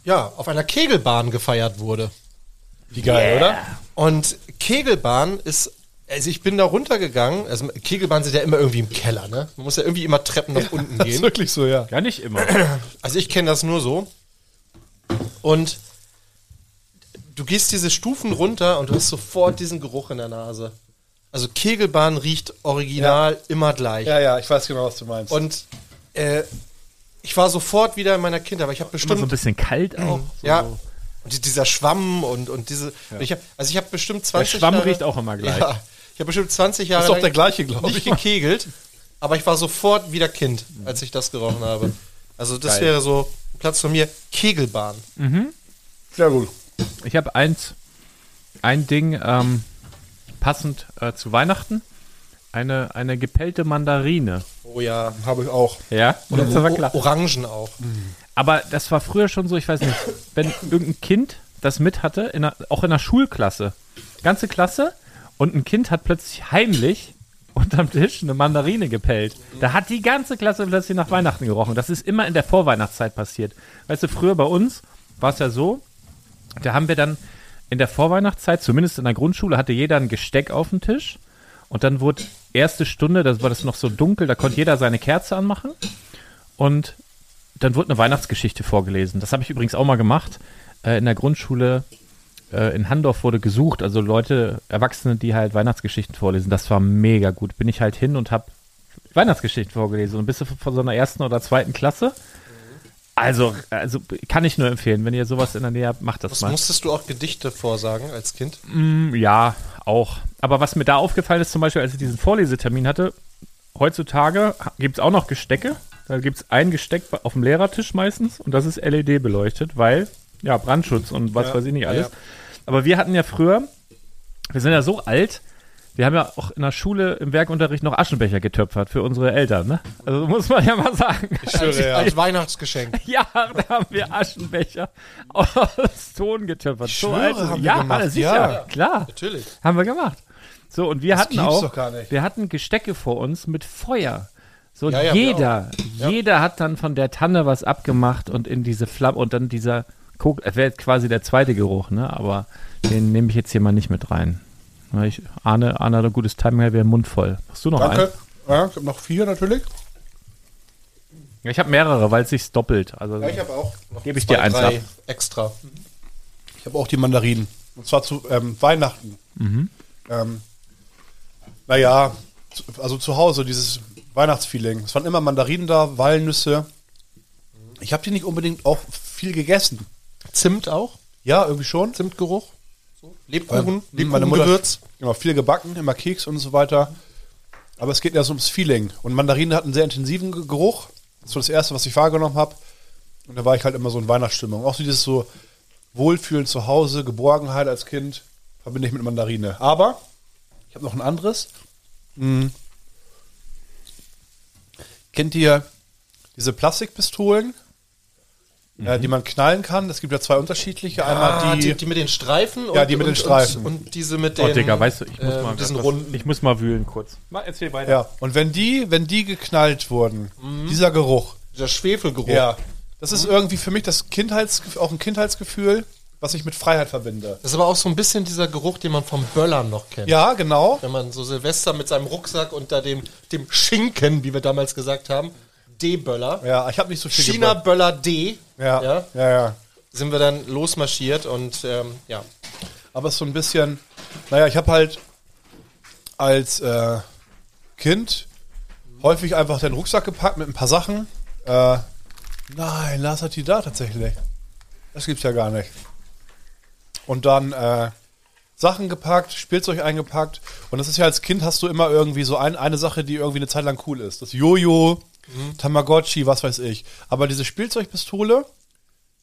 S3: ja, auf einer Kegelbahn gefeiert wurde.
S2: Wie geil, oder?
S3: Und Kegelbahn ist, also ich bin da runtergegangen, also Kegelbahn sind ja immer irgendwie im Keller, ne? Man muss ja irgendwie immer Treppen nach unten
S2: Das ist
S3: gehen.
S2: wirklich so, ja.
S1: Ja, nicht immer.
S3: Also ich kenne das nur so. Und du gehst diese Stufen runter und du hast sofort diesen Geruch in der Nase. Also Kegelbahn riecht original immer gleich.
S2: Ja, ja, ich weiß genau, was du meinst.
S3: Und äh, ich war sofort wieder in meiner Kindheit, aber ich habe
S1: Immer so ein
S3: bestimmt
S1: bisschen kalt auch. So.
S3: ja. Und die- dieser Schwamm und, und diese. Und ich hab, also ich habe bestimmt 20
S1: Schwamm
S3: Jahre,
S1: riecht auch immer gleich.
S3: Ja, ich habe bestimmt 20 Jahre
S2: Ist doch der gleiche, glaub
S3: nicht
S2: ich.
S3: gekegelt, aber ich war sofort wieder Kind, als ich das gerochen habe. Also das
S2: Geil.
S3: wäre so ein Platz von mir, Kegelbahn.
S2: sehr gut.
S1: Ich habe eins, ein Ding, ähm, passend äh, zu Weihnachten, eine, eine gepellte Mandarine.
S3: Oh ja. Oh,
S2: Habe ich auch.
S1: Ja,
S3: Oder
S1: das war
S3: O-
S1: klar.
S3: Orangen auch.
S1: Aber das war früher schon so, ich weiß nicht, wenn irgendein Kind das mit hatte, in der, auch in der Schulklasse, ganze Klasse, und ein Kind hat plötzlich heimlich unterm Tisch eine Mandarine gepellt. Da hat die ganze Klasse plötzlich nach Weihnachten gerochen. Das ist immer in der Vorweihnachtszeit passiert. Weißt du, früher bei uns war es ja so, da haben wir dann in der Vorweihnachtszeit, zumindest in der Grundschule, hatte jeder ein Gesteck auf dem Tisch. Und dann wurde erste Stunde, das war das noch so dunkel, da konnte jeder seine Kerze anmachen. Und dann wurde eine Weihnachtsgeschichte vorgelesen. Das habe ich übrigens auch mal gemacht. Äh, in der Grundschule äh, in Handorf wurde gesucht. Also Leute, Erwachsene, die halt Weihnachtsgeschichten vorlesen. Das war mega gut. Bin ich halt hin und habe Weihnachtsgeschichten vorgelesen. Und bist du von so einer ersten oder zweiten Klasse? Also, also kann ich nur empfehlen. Wenn ihr sowas in der Nähe habt, macht das
S3: Das
S1: mal.
S3: musstest du auch Gedichte vorsagen als Kind.
S1: Hm, Ja, auch. Aber was mir da aufgefallen ist, zum Beispiel, als ich diesen Vorlesetermin hatte, heutzutage gibt es auch noch Gestecke. Da gibt es ein Gesteck bei- auf dem Lehrertisch meistens und das ist LED beleuchtet, weil, ja, Brandschutz und was weiß ich nicht alles.
S3: ja.
S1: Aber wir hatten ja früher, wir sind ja so alt, wir haben ja auch in der Schule im Werkunterricht noch Aschenbecher getöpfert für unsere Eltern, ne? Also muss man ja mal sagen.
S3: Als,
S2: ja.
S3: als Weihnachtsgeschenk.
S1: Ja, da haben wir Aschenbecher aus Ton getöpfert. Ich
S2: schwöre, haben wir
S1: ja,
S2: gemacht,
S1: sicher,
S2: ja.
S1: klar.
S3: Natürlich.
S1: Haben wir gemacht. So, und wir hatten
S2: gibt's
S1: auch,
S2: doch gar nicht.
S1: wir hatten Gestecke vor uns mit Feuer. So,
S3: Ja, ja, wir
S1: jeder, jeder hat dann von der Tanne was abgemacht und in diese Flamme und dann dieser Kok, das wäre jetzt quasi der zweite Geruch, ne, aber den nehme ich jetzt hier mal nicht mit rein. Weil Ich ahne, ahne hat ein gutes Timing, wäre Mund voll. Hast du noch einen?
S2: Danke. Ja, ich hab noch vier natürlich.
S1: Ja, Ich habe mehrere, weil es sich doppelt. Also
S2: habe auch.
S1: gebe ich dir eins ab.
S3: extra.
S2: Ich habe auch die Mandarinen. Und zwar zu ähm, Weihnachten. Ähm, naja, zu- also zu Hause, dieses Weihnachtsfeeling. Es waren immer Mandarinen da, Walnüsse. Ich habe die nicht unbedingt auch viel gegessen.
S3: Zimt auch.
S2: Ja, irgendwie schon.
S3: Zimtgeruch. So.
S2: Weil-
S3: Lebkuchen.
S2: Äh, meine Mutter
S3: Lebkuchengewürz.
S2: Genau, viel gebacken, immer Keks und so weiter. Aber es geht ja so ums Feeling. Und Mandarinen hatten einen sehr intensiven Ge- Geruch. Das war das Erste, was ich wahrgenommen habe. Und da war ich halt immer so in Weihnachtsstimmung. Auch so dieses so Wohlfühlen zu Hause, Geborgenheit als Kind verbinde ich mit Mandarine. Aber ich habe noch ein anderes. Hm. Kennt ihr diese Plastikpistolen, äh, die man knallen kann? Es gibt ja zwei unterschiedliche.
S3: Mhm. Ah,
S2: Einmal
S3: die, die mit den Streifen.
S2: Ja, die mit den
S3: und,
S2: Streifen.
S3: Und, und diese mit
S1: Oh,
S3: den.
S1: Digga, weißt du, ich muss
S3: äh,
S1: mal
S3: mit diesen
S1: was-
S3: runden.
S1: Ich muss mal wühlen kurz. Mal erzähl weiter.
S2: Ja, und wenn die, wenn die geknallt wurden, dieser Mhm. Geruch. Mhm.
S3: Dieser Schwefelgeruch.
S2: Ja. Das ist irgendwie für mich das Kindheitsgef- auch ein Kindheitsgefühl, was ich mit Freiheit verbinde.
S3: Das ist aber auch so ein bisschen dieser Geruch, den man vom Böllern noch kennt.
S2: Ja, genau.
S3: Wenn man so Silvester mit seinem Rucksack und da dem, dem Schinken, wie wir damals gesagt haben, D-Böller,
S2: Ja, ich habe nicht so viel gebrannt.
S3: China-Böller D,
S2: Ja, ja, ja,
S3: sind wir dann losmarschiert und ähm, ja.
S2: Aber es ist so ein bisschen, naja, ich habe halt als äh, Kind häufig einfach den Rucksack gepackt mit ein paar Sachen. Äh, nein, Lars hat die da tatsächlich. Das gibt's ja gar nicht. Und dann äh, Sachen gepackt, Spielzeug eingepackt. Und das ist ja als Kind hast du immer irgendwie so ein, eine Sache, die irgendwie eine Zeit lang cool ist. Das Jojo,
S1: Mhm.
S2: Tamagotchi, was weiß ich. Aber diese Spielzeugpistole,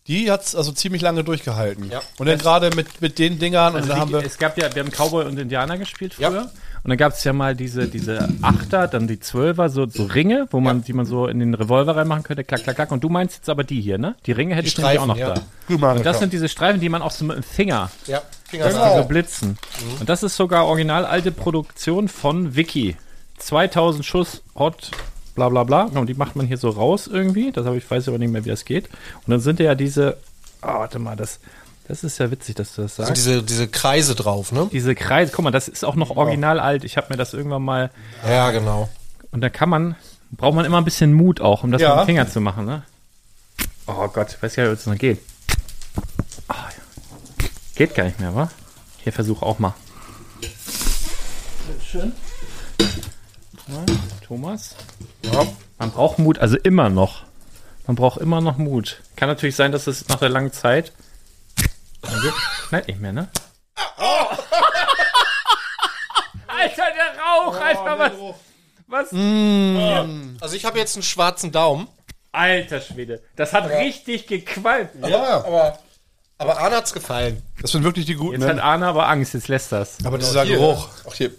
S2: die hat's also ziemlich lange durchgehalten.
S3: Ja.
S2: Und dann gerade mit, mit den Dingern und
S1: Also
S2: dann
S1: die,
S2: haben wir.
S1: es gab ja, wir haben Cowboy und Indianer gespielt früher.
S3: Ja.
S1: Und dann gab es ja mal diese, diese Achter, dann die Zwölfer, so, so Ringe, wo man, die man so in den Revolver reinmachen könnte, klack, klack, klack. Und du meinst jetzt aber die hier, ne? Die Ringe hätte ich nämlich auch noch
S3: Streifen, ja.
S1: da.
S2: Glühmagiker.
S1: Und das sind diese Streifen, die man auch so mit dem Finger
S3: Ja,
S1: so
S3: Finger
S1: blitzen. Und das ist sogar original alte Produktion von Vicky. 2000 Schuss Hot, bla bla bla. Und die macht man hier so raus irgendwie. Das habe ich weiß aber nicht mehr, wie das geht. Und dann sind ja diese. ah, warte mal, das, das ist ja witzig, dass du das sagst.
S3: diese, diese Kreise drauf, ne?
S1: Diese Kreise, guck mal, das ist auch noch original alt. Ich habe mir das irgendwann mal.
S3: Ja, genau.
S1: Und da kann man, braucht man immer ein bisschen Mut auch, um das
S2: Ja.
S1: mit dem Finger zu machen, ne? Oh Gott, ich weiß ja, wie es noch geht. Ah, ja. Geht gar nicht mehr, wa? Hier versuch auch mal. Schön. Thomas. Man braucht Mut, also immer noch. Man braucht immer noch Mut. Kann natürlich sein, dass es nach der langen Zeit. Danke. Knallt nicht mehr, ne? Alter, Oh, der Rauch! Alter, was? Was?
S3: Also ich habe jetzt einen schwarzen Daumen.
S1: Alter Schwede. Das hat richtig gequalmt.
S2: Ja,
S3: Aber Aber Arne hat's gefallen.
S2: Das sind wirklich die guten. ne?
S1: Jetzt hat Arne aber Angst, jetzt lässt das.
S2: Aber dieser
S3: Hier,
S2: Geruch.
S3: Auch hier,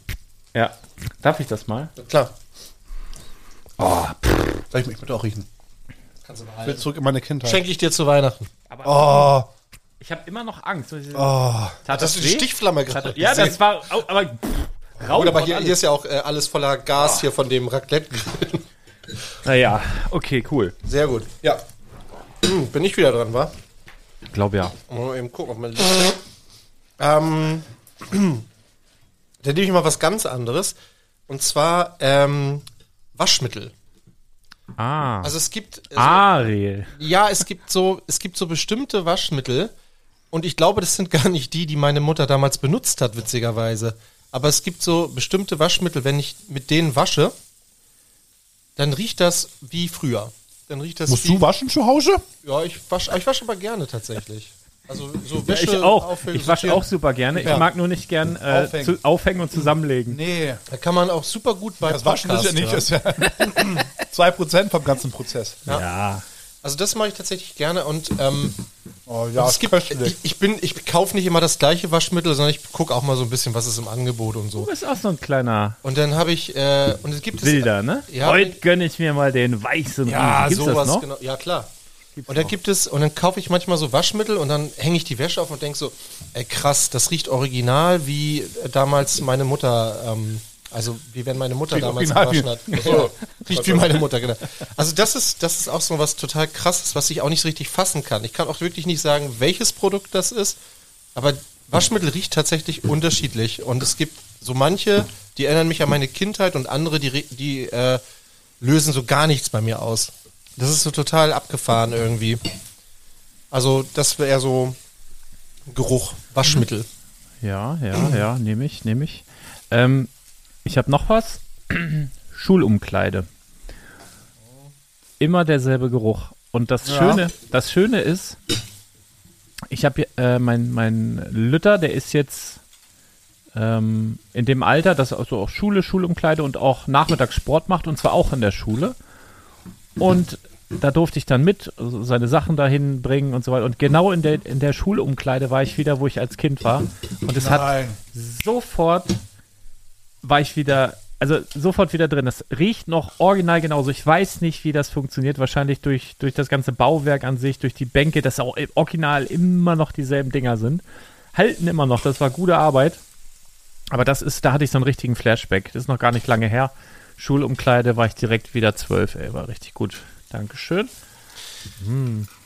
S1: Ja. Darf ich das mal?
S3: klar.
S2: Soll ich mich bitte auch riechen?
S3: Kannst du
S2: Ich
S3: behalten.
S2: will zurück in meine Kindheit.
S3: Schenke ich dir zu Weihnachten.
S2: Oh,
S1: Ich habe immer noch Angst.
S2: oh.
S1: Tat
S3: Das ist eine
S1: weh?
S3: Stichflamme
S1: Tat-
S3: gerade.
S1: Ja, das war. au, Aber. pff, Rauch
S3: Gut, aber
S1: und
S3: hier,
S1: alles.
S3: hier ist ja auch äh, alles Ah. voller Gas hier von dem Raclette.
S1: Naja, okay, cool.
S3: Sehr gut.
S2: Ja.
S3: Hm, Bin ich wieder dran, wa?
S1: Glaub ja.
S3: Mal eben gucken, ob man. ähm, dann nehme ich mal was ganz anderes. Und zwar ähm, Waschmittel.
S1: Ah.
S3: Also es gibt. Also,
S1: Ariel.
S3: Ja, es gibt so, es gibt so bestimmte Waschmittel und ich glaube, das sind gar nicht die, die meine Mutter damals benutzt hat, witzigerweise. Aber es gibt so bestimmte Waschmittel, wenn ich mit denen wasche, dann riecht das wie früher. Dann riecht das
S2: Musst
S3: wie
S2: du waschen zu Hause?
S3: Ja, ich wasche ich wasche aber gerne tatsächlich. Also so
S1: Ja,
S3: Wäsche
S1: ich auch.
S3: aufhängen,
S1: Ich wasche
S3: sortieren.
S1: auch super gerne. Ich
S3: Ja.
S1: mag nur nicht gern äh,
S2: Aufhängen.
S1: Zu, aufhängen und zusammenlegen.
S2: Nee.
S3: Da kann man auch super gut bei
S2: Das Waschen ist ja nicht.
S3: hören.
S2: Ist ja 2% vom ganzen Prozess.
S1: Ja.
S3: Also das mache ich tatsächlich gerne und ähm,
S2: Oh ja,
S3: es gibt, ich, ich bin, ich kaufe nicht immer das gleiche Waschmittel, sondern ich gucke auch mal so ein bisschen, was ist im Angebot und so.
S1: Du bist auch so ein kleiner
S3: Und dann habe ich, äh, und es gibt
S1: Wilder, ne?
S3: Ja.
S1: Heute gönne ich mir mal den weißen
S3: es, ja,
S1: Riesen. Gibt's das
S3: sowas,
S1: noch?
S3: genau, ja klar.
S1: Gibt's
S3: und dann
S1: noch.
S3: gibt es, und dann kaufe ich manchmal so Waschmittel und dann hänge ich die Wäsche auf und denke so, ey krass, das riecht original wie damals meine Mutter, ähm, also wie wenn meine Mutter
S2: Riecht
S3: damals
S2: original wie-
S3: gewaschen
S2: Ach
S3: hat.
S2: so.
S3: Riecht wie meine Mutter, genau. Also das ist, das ist auch so was total krasses, was ich auch nicht richtig fassen kann. Ich kann auch wirklich nicht sagen, welches Produkt das ist, aber Waschmittel riecht tatsächlich unterschiedlich. Und es gibt so manche, die erinnern mich an meine Kindheit und andere, die, re- die äh, lösen so gar nichts bei mir aus. Das ist so total abgefahren irgendwie. Also das wäre so Geruch, Waschmittel.
S1: Ja, ja, ja, nehme ich, nehme ich. Ähm, ich habe noch was. Schulumkleide. Immer derselbe Geruch. Und das Schöne, das Schöne ist, ich habe äh, mein, mein Lütter, der ist jetzt ähm, in dem Alter, dass er also auch Schule, Schulumkleide und auch Nachmittagssport macht und zwar auch in der Schule. Und da durfte ich dann mit also seine Sachen dahin bringen und so weiter. Und genau in der, in der Schulumkleide war ich wieder, wo ich als Kind war. Und es hat
S2: Nein.
S1: sofort war ich wieder, also sofort wieder drin. Das riecht noch original genauso. Ich weiß nicht, wie das funktioniert. Wahrscheinlich durch, durch das ganze Bauwerk an sich, durch die Bänke, dass auch im original immer noch dieselben Dinger sind. Halten immer noch. Das war gute Arbeit. Aber das ist, da hatte ich so einen richtigen Flashback. Das ist noch gar nicht lange her. Schulumkleide war ich direkt wieder zwölf, ey, war richtig gut. Dankeschön.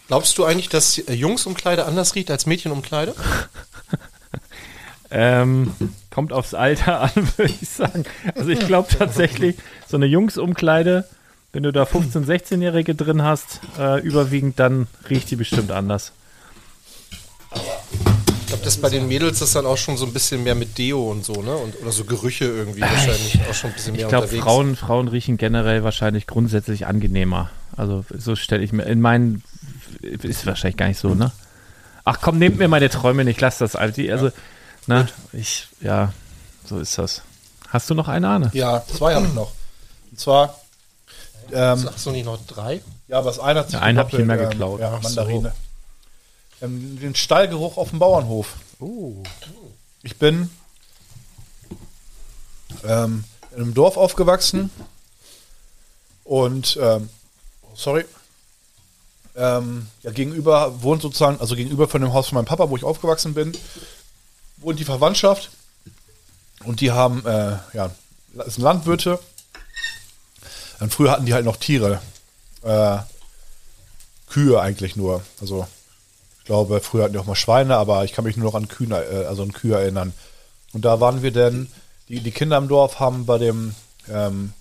S3: Glaubst du eigentlich, dass äh, Jungsumkleide anders riecht als um Mädchenumkleide?
S1: Ähm, kommt aufs Alter an, würde ich sagen. Also ich glaube tatsächlich, so eine Jungsumkleide, wenn du da 15-, 16-Jährige drin hast, äh, überwiegend, dann riecht die bestimmt anders.
S3: Ich glaube, dass bei den Mädels das dann auch schon so ein bisschen mehr mit Deo und so, ne? Und, oder so Gerüche irgendwie wahrscheinlich auch schon ein bisschen mehr
S1: Ich glaube,
S3: unterwegs.
S1: Frauen, Frauen riechen generell wahrscheinlich grundsätzlich angenehmer. Also so stelle ich mir, in meinen, ist wahrscheinlich gar nicht so, ne? Ach komm, nehmt mir meine Träume nicht, lasst das. Also, die- also ne, ich, ja, so ist das. Hast du noch eine Ahne?
S2: Ja, zwei habe ich noch. Und zwar, ähm,
S3: Ach so, nicht noch drei?
S2: ja, aber das eine hat sich
S1: Ja, einen hab ich
S2: gedoppelt,
S1: mir
S2: ähm,
S1: geklaut.
S2: Ja,
S1: Ach so.
S2: Mandarine. Ähm, den Stallgeruch auf dem Bauernhof.
S1: Oh.
S2: Ich bin ähm, in einem Dorf aufgewachsen und ähm, oh, sorry. Ähm, ja, gegenüber wohnt sozusagen, also gegenüber von dem Haus von meinem Papa, wo ich aufgewachsen bin, wohnt die Verwandtschaft und die haben, äh, ja, das sind Landwirte. Und früher hatten die halt noch Tiere. Äh, Kühe eigentlich nur. Also ich glaube, früher hatten die auch mal Schweine, aber ich kann mich nur noch an Kühe, äh, also an Kühe erinnern. Und da waren wir denn, die, die Kinder im Dorf haben bei dem, ähm,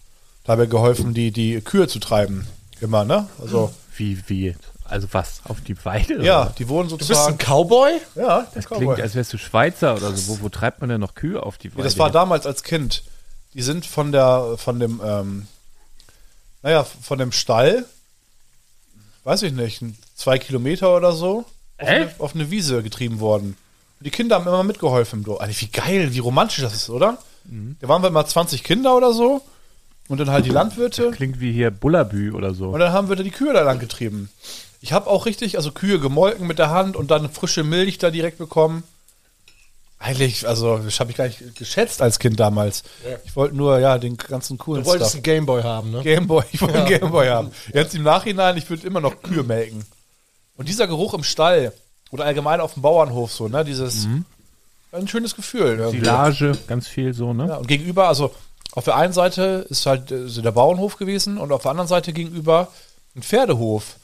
S2: dabei geholfen, die, die Kühe zu treiben. Immer, ne? Also,
S1: Wie, wie? Also was? Auf die Weide?
S2: ja, die wurden
S3: Du bist
S2: sozusagen.
S3: ein Cowboy?
S2: ja, das,
S1: Klingt, als wärst du Schweizer oder so. Wo, wo treibt man denn noch Kühe auf die Weide?
S2: das war damals als Kind. Die sind von der, von dem, ähm, naja, von dem Stall, weiß ich nicht, zwei Kilometer oder so,
S1: Hä?
S2: auf, eine, auf eine Wiese getrieben worden. Und die Kinder haben immer mitgeholfen. im Dorf. Alter, wie geil, wie romantisch das ist, oder? Da waren wir immer 20 Kinder oder so. Und und dann halt die Landwirte.
S1: Klingt wie hier Bullabü oder so.
S2: Und dann haben wir da die Kühe da lang getrieben. Ich habe auch richtig, also Kühe gemolken mit der Hand und dann frische Milch da direkt bekommen. Eigentlich, also das habe ich gar nicht geschätzt als Kind damals. Ich wollte nur, ja, den ganzen coolen
S3: Du wolltest
S2: Stuff.
S3: einen Gameboy haben, ne?
S2: Gameboy, ich wollte einen Gameboy haben. Jetzt im Nachhinein, ich würde immer noch Kühe melken. Und dieser Geruch im Stall oder allgemein auf dem Bauernhof so, ne, dieses, ein schönes Gefühl. irgendwie.
S1: Silage, ganz viel so, ne?
S2: Ja, und gegenüber, also auf der einen Seite ist halt äh, so der Bauernhof gewesen und auf der anderen Seite gegenüber ein Pferdehof.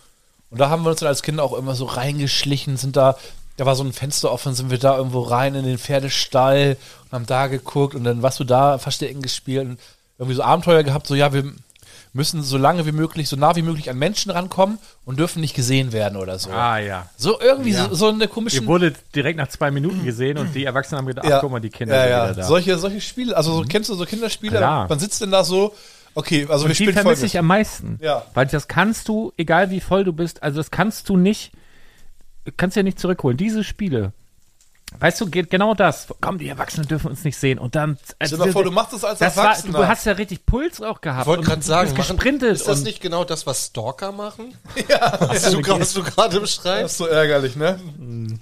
S2: Und da haben wir uns dann als Kinder auch immer so reingeschlichen, sind da, da war so ein Fenster offen, sind wir da irgendwo rein in den Pferdestall und haben da geguckt und dann warst du da Verstecken gespielt und irgendwie so Abenteuer gehabt, so ja, wir müssen so lange wie möglich, so nah wie möglich an Menschen rankommen und dürfen nicht gesehen werden oder so.
S1: Ah ja.
S2: So irgendwie so, so eine
S1: Ihr
S2: komische
S1: wurdet direkt nach zwei Minuten gesehen und die Erwachsenen haben gedacht, ach guck mal, die Kinder
S2: ja,
S1: sind
S2: ja.
S1: wieder da. Mhm.
S2: Solche, solche Spiele, also so, kennst du so Kinderspiele?
S1: Klar.
S2: Man sitzt denn da so, okay, also wir
S1: die
S2: spielen
S1: vermisse
S2: Folgendes.
S1: ich am meisten.
S2: Ja.
S1: Weil das kannst du, egal wie voll du bist, also das kannst du nicht, kannst du ja nicht zurückholen. Diese Spiele, weißt du, geht genau das. Komm, die Erwachsenen dürfen uns nicht sehen. Und dann. also
S2: Stell dir mal vor, du machst das als
S1: das war,
S2: Erwachsener.
S1: Du hast ja richtig Puls auch gehabt.
S3: Ich wollte
S1: und
S3: gerade
S1: du
S3: sagen,
S1: bist
S3: machen-
S1: gesprintet.
S3: ist das
S1: und
S3: nicht genau das, was Stalker machen? Ja. Hast du, was du gerade
S2: das
S3: beschreibst?
S2: ist so ärgerlich, ne?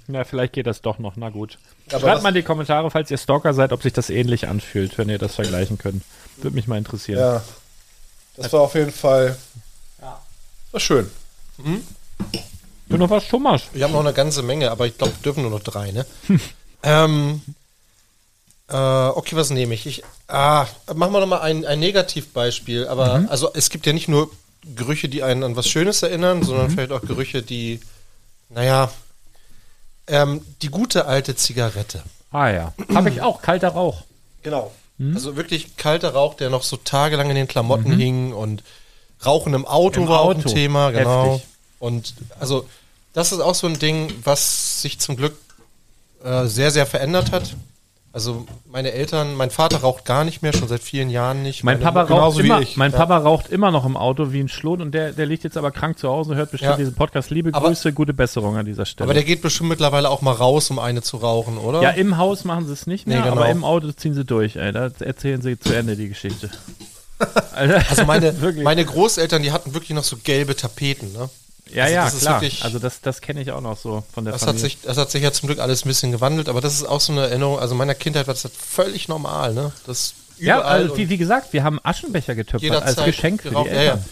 S1: Na, vielleicht geht das doch noch. Na gut.
S2: Aber
S1: Schreibt
S2: das-
S1: mal in die Kommentare, falls ihr Stalker seid, ob sich das ähnlich anfühlt, wenn ihr das vergleichen könnt. Würde mich mal interessieren.
S2: Ja. Das war auf jeden Fall. War schön.
S1: Du noch was, Thomas?
S3: Wir haben noch eine ganze Menge, aber ich glaube, dürfen nur noch drei, ne? ähm, äh, okay, was nehme ich? ich ah, machen wir nochmal ein, ein Negativbeispiel. Aber also es gibt ja nicht nur Gerüche, die einen an was Schönes erinnern, sondern vielleicht auch Gerüche, die, naja, ähm, die gute alte Zigarette.
S1: Ah ja. Habe ich auch. Kalter Rauch.
S3: Genau.
S1: Hm?
S3: Also wirklich kalter Rauch, der noch so tagelang in den Klamotten hing und Rauchen im Auto
S1: Mhm. Im
S3: war auch ein
S1: Auto.
S3: Thema, genau.
S1: Heftig.
S3: Und also das ist auch so ein Ding, was sich zum Glück äh, sehr, sehr verändert hat. Also meine Eltern, mein Vater raucht gar nicht mehr, schon seit vielen Jahren nicht.
S1: Mein
S3: Meine
S1: Papa,
S3: Mutter-
S1: raucht
S2: genauso wie
S1: immer,
S2: ich.
S1: mein Papa raucht immer noch im Auto wie ein Schlot und der, der liegt jetzt aber krank zu Hause, hört bestimmt
S3: Ja.
S1: diesen Podcast. Liebe
S3: Aber-
S1: Grüße, gute Besserung an dieser Stelle.
S3: Aber der geht bestimmt mittlerweile auch mal raus, um eine zu rauchen, oder?
S1: ja, im Haus machen sie es nicht mehr,
S3: Nee, genau.
S1: aber im Auto ziehen sie durch, ey. Da erzählen sie zu Ende die Geschichte. Alter,
S3: also meine,
S1: wirklich.
S3: meine Großeltern, die hatten wirklich noch so gelbe Tapeten, ne?
S1: ja,
S3: also
S1: ja,
S3: das ist
S1: klar.
S3: wirklich-
S1: also das, das kenne ich auch noch so von der
S3: Das hat,
S1: Familie.
S3: sich, das hat sich ja zum Glück alles ein bisschen gewandelt, aber das ist auch so eine Erinnerung. Also meiner Kindheit war das völlig normal, ne? Das
S1: ja,
S3: überall
S1: also
S3: und
S1: wie, wie gesagt, wir haben Aschenbecher getöpfert als
S3: jederzeit
S1: Geschenk für die
S3: geraucht.
S1: Eltern.
S3: Ja, ja.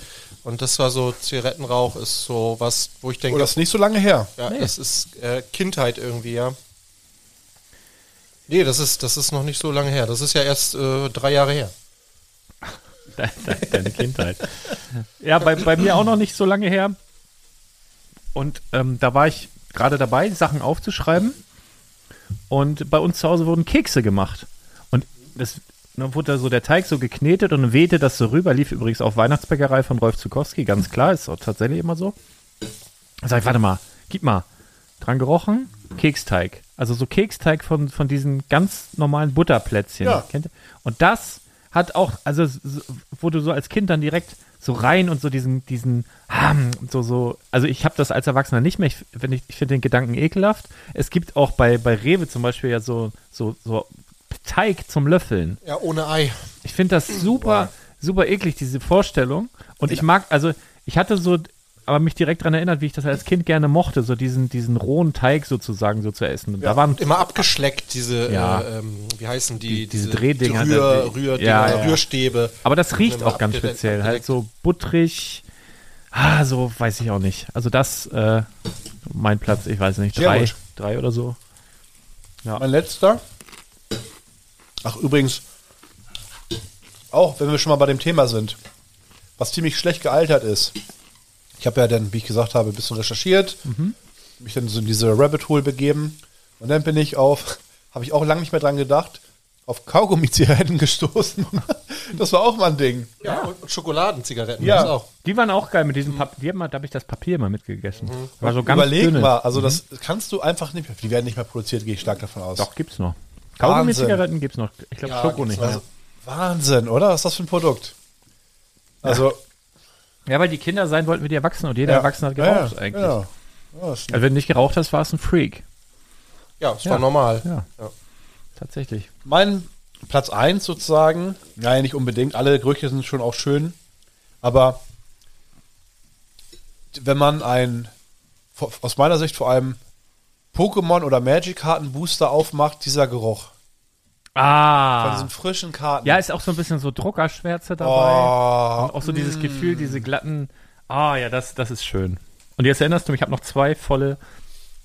S3: Und das war so, Zigarettenrauch ist so was, wo ich denke,
S2: Oder ist nicht so lange her.
S3: ja, das ist äh, Kindheit irgendwie, ja. Nee, das ist, das ist noch nicht so lange her. Das ist ja erst äh, drei Jahre her.
S1: Deine, deine Kindheit. Ja, bei, bei mir auch noch nicht so lange her. Und ähm, da war ich gerade dabei, Sachen aufzuschreiben. Und bei uns zu Hause wurden Kekse gemacht. Und das, dann wurde da so der Teig so geknetet und dann wehte das so rüber. Lief übrigens auf Weihnachtsbäckerei von Rolf Zukowski, ganz klar, ist auch tatsächlich immer so. Da sag ich, warte mal, gib mal. Dran gerochen, Keksteig. Also so Keksteig von, von diesen ganz normalen Butterplätzchen.
S2: Ja.
S1: Kennt ihr? Und das hat auch, also s- s- wo du so als Kind dann direkt so rein und so diesen, diesen, hm, so, so, also ich habe das als Erwachsener nicht mehr, ich, wenn ich, ich finde den Gedanken ekelhaft. Es gibt auch bei, bei Rewe zum Beispiel ja so, so, so Teig zum Löffeln.
S3: Ja, ohne Ei.
S1: Ich finde das super, super eklig, diese Vorstellung. Und ich mag, also ich hatte so, aber mich direkt daran erinnert, wie ich das als Kind gerne mochte, so diesen, diesen rohen Teig sozusagen so zu essen. Und da waren
S3: Immer abgeschleckt, diese,
S1: Ja.
S3: äh, ähm, wie heißen die?
S1: diese Drehdinger,
S3: Rühr,
S1: die-
S3: Rührdinger,
S1: Ja, ja.
S3: Rührstäbe.
S1: Aber das riecht
S3: Immer
S1: auch ganz
S3: abgedeckt,
S1: speziell, halt
S3: abgedeckt.
S1: so butterig. Ah, so weiß ich auch nicht. Also das, äh, mein Platz, ich weiß nicht,
S2: Sehr
S1: drei,
S2: gut.
S1: drei oder so.
S2: Mein letzter. Ach, übrigens, auch wenn wir schon mal bei dem Thema sind, was ziemlich schlecht gealtert ist. Ich habe ja dann, wie ich gesagt habe, ein bisschen recherchiert,
S1: Mhm.
S2: mich dann so in diese Rabbit Hole begeben und dann bin ich auf, habe ich auch lange nicht mehr dran gedacht, auf Kaugummi-Zigaretten gestoßen. das war auch mal ein Ding.
S3: Ja, und Schokoladenzigaretten.
S2: Ja.
S3: das auch.
S1: Die waren auch geil mit diesem Papier. Da habe ich das Papier mal mitgegessen. War so ganz
S2: Mhm. Überleg
S1: dünne. Mhm.
S2: mal, also das kannst du einfach nicht mehr, die werden nicht mehr produziert, gehe ich stark davon aus.
S1: Doch, gibt's noch. Kaugummi-Zigaretten gibt's noch. Ich glaube,
S3: Ja,
S1: Schoko
S3: gibt's
S1: nicht ne?
S3: noch.
S1: mehr.
S2: Wahnsinn, oder? Was ist das für ein Produkt? Also,
S1: Ja, weil die Kinder sein wollten wie die Erwachsenen und jeder
S2: ja.
S1: Erwachsene hat
S2: Ja, ja,
S1: geraucht eigentlich.
S2: genau. Ja, das
S1: Also wenn du nicht geraucht hast, war es ein Freak.
S3: Ja, es
S1: Ja.
S3: war normal.
S1: Ja.
S3: Ja.
S1: Tatsächlich.
S2: Mein Platz 1 sozusagen. Nein, nicht unbedingt. Alle Gerüche sind schon auch schön. Aber wenn man ein, vo- aus meiner Sicht vor allem Pokémon- oder Magic-Karten-Booster aufmacht, dieser Geruch. Von
S1: Ah.
S2: diesen frischen Karten.
S1: Ja, ist auch so ein bisschen so Druckerschwärze dabei.
S2: oh,
S1: auch so dieses Gefühl, diese glatten. Ah ja, das, das ist schön. Und jetzt erinnerst du mich, ich habe noch zwei volle,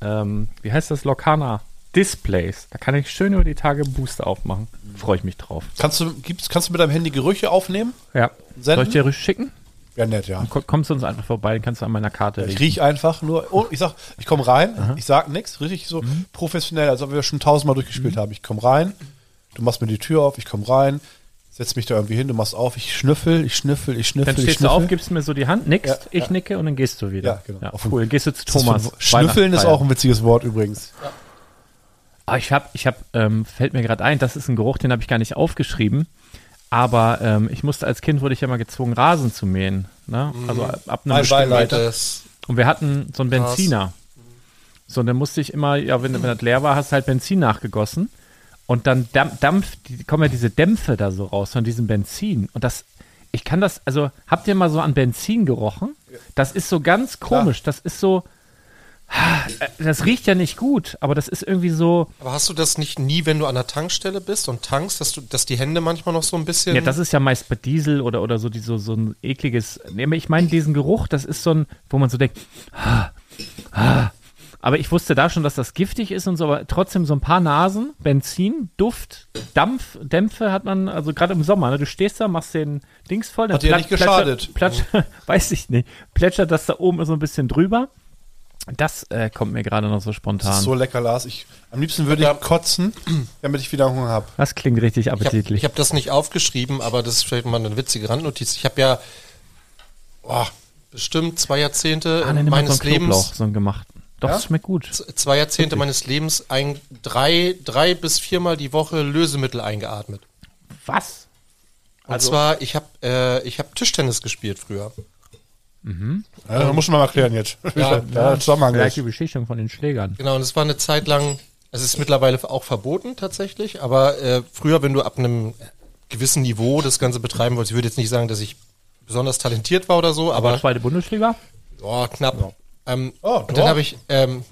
S1: ähm, wie heißt das, Locana Displays. Da kann ich schön über die Tage Booster aufmachen. Freue ich mich drauf.
S2: kannst, du, gibt's, kannst du mit deinem Handy Gerüche aufnehmen?
S1: Ja. Soll ich dir rüber schicken?
S2: Ja, nett, ja.
S1: Ko- Kommst du uns einfach vorbei, dann kannst du an meiner Karte
S2: Ich
S1: riechen.
S2: riech einfach nur. Oh, ich sag, ich komme rein, ich sag nichts, richtig so
S1: Mhm.
S2: professionell, als ob wir schon tausendmal durchgespielt haben. Ich komme rein, du machst mir die Tür auf, ich komme rein, setz mich da irgendwie hin, du machst auf, ich schnüffel, ich schnüffel, ich schnüffel,
S1: Dann
S2: ich
S1: stehst du
S2: schnüffel.
S1: auf, gibst mir so die Hand, nickst,
S2: Ja,
S1: ich nicke und dann gehst du wieder.
S2: Ja, genau.
S1: Ja,
S2: Auf
S1: cool. Gehst du zu
S2: Das ist
S1: Thomas.
S2: so- Schnüffeln ist
S1: Weihnachtsfeier.
S2: auch ein witziges Wort übrigens.
S1: Ah, ich habe, ich hab, ähm, fällt mir gerade ein, das ist ein Geruch, den habe ich gar nicht aufgeschrieben. Aber ähm, ich musste als Kind, wurde ich ja mal gezwungen, Rasen zu mähen. Ne? Also ab, ab einer
S2: Mein
S1: bestimmten-
S2: Beileid.
S3: Das,
S1: Und wir hatten so einen Benziner. So, und dann musste ich immer, ja, wenn, wenn das leer war, hast du halt Benzin nachgegossen. Und dann Dampf, Dampf die, kommen ja diese Dämpfe da so raus von diesem Benzin. Und das, ich kann das, also habt ihr mal so an Benzin gerochen? Das ist so ganz komisch. Das ist so, ah, das riecht ja nicht gut, aber das ist irgendwie so,
S3: aber hast du das nicht nie, wenn du an der Tankstelle bist und tankst, dass du, dass die Hände manchmal noch so ein bisschen.
S1: Ja, das ist ja meist bei Diesel oder, oder so, die, so, so ein ekliges. Nee, aber ich meine, diesen Geruch, das ist so ein, wo man so denkt, ah, ah. aber ich wusste da schon, dass das giftig ist und so, aber trotzdem so ein paar Nasen, Benzin, Duft, Dampf, Dämpfe hat man, also gerade im Sommer, ne, du stehst da, machst den Dings voll. dann
S2: Hat dir
S1: plat-
S2: nicht geschadet.
S1: Plätschert, plätschert, weiß ich nicht. Plätschert das da oben so ein bisschen drüber. Das äh, kommt mir gerade noch so spontan.
S2: Das ist so lecker, Lars. Ich, am liebsten würde ich kotzen, damit ich wieder Hunger habe.
S1: das klingt richtig
S3: Ich habe
S1: appetitlich.
S3: hab das nicht aufgeschrieben, aber das ist vielleicht mal eine witzige Randnotiz. Ich habe ja oh, bestimmt zwei Jahrzehnte
S1: ah, nimm mal
S3: meines
S1: so einen Knoblauch,
S3: Lebens,
S1: so einen gemachten. Doch,
S2: Ja?
S1: das schmeckt gut.
S3: z- zwei Jahrzehnte meines Lebens ein, drei, drei bis viermal die Woche Lösemittel eingeatmet.
S1: Was?
S3: Und
S1: Also
S3: zwar, ich habe äh, ich hab Tischtennis gespielt früher.
S2: Ja, das muss man mal erklären jetzt. Ja, ja, Zusammenhang
S1: Vielleicht
S2: ist.
S1: die Beschichtung von den Schlägern.
S3: Genau, und es war eine Zeit lang, es ist mittlerweile auch verboten tatsächlich, aber äh, früher, wenn du ab einem gewissen Niveau das Ganze betreiben wolltest, ich würde jetzt nicht sagen, dass ich besonders talentiert war oder so, aber
S1: Zweite Bundesliga?
S3: Oh, knapp. Ähm,
S2: Oh,
S3: und dann
S2: doch.
S3: habe ich, ähm,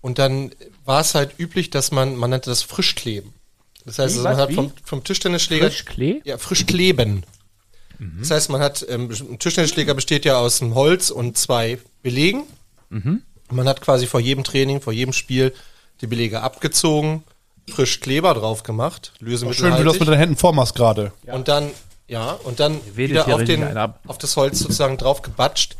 S3: und dann war es halt üblich, dass man, man nannte das Frischkleben. Das heißt,
S1: Wie?
S3: also man
S1: Was?
S3: hat
S1: Wie?
S3: vom, vom Tischtennisschläger.
S1: Frischklee?
S3: Ja, Frischkleben.
S1: Mhm.
S3: Das heißt, man hat, ähm, ein Tischtennisschläger besteht ja aus einem Holz und zwei Belegen.
S1: Mhm.
S3: Und Man hat quasi vor jedem Training, vor jedem Spiel die Belege abgezogen, Frischkleber drauf gemacht, Lösemittel.
S2: Schön, wie du das mit deinen Händen vormachst gerade.
S3: Und dann, ja, und dann
S1: wedelt
S3: wieder
S1: hier
S3: auf,
S1: richtig
S3: den,
S1: einen ab.
S3: auf das Holz sozusagen drauf gebatscht.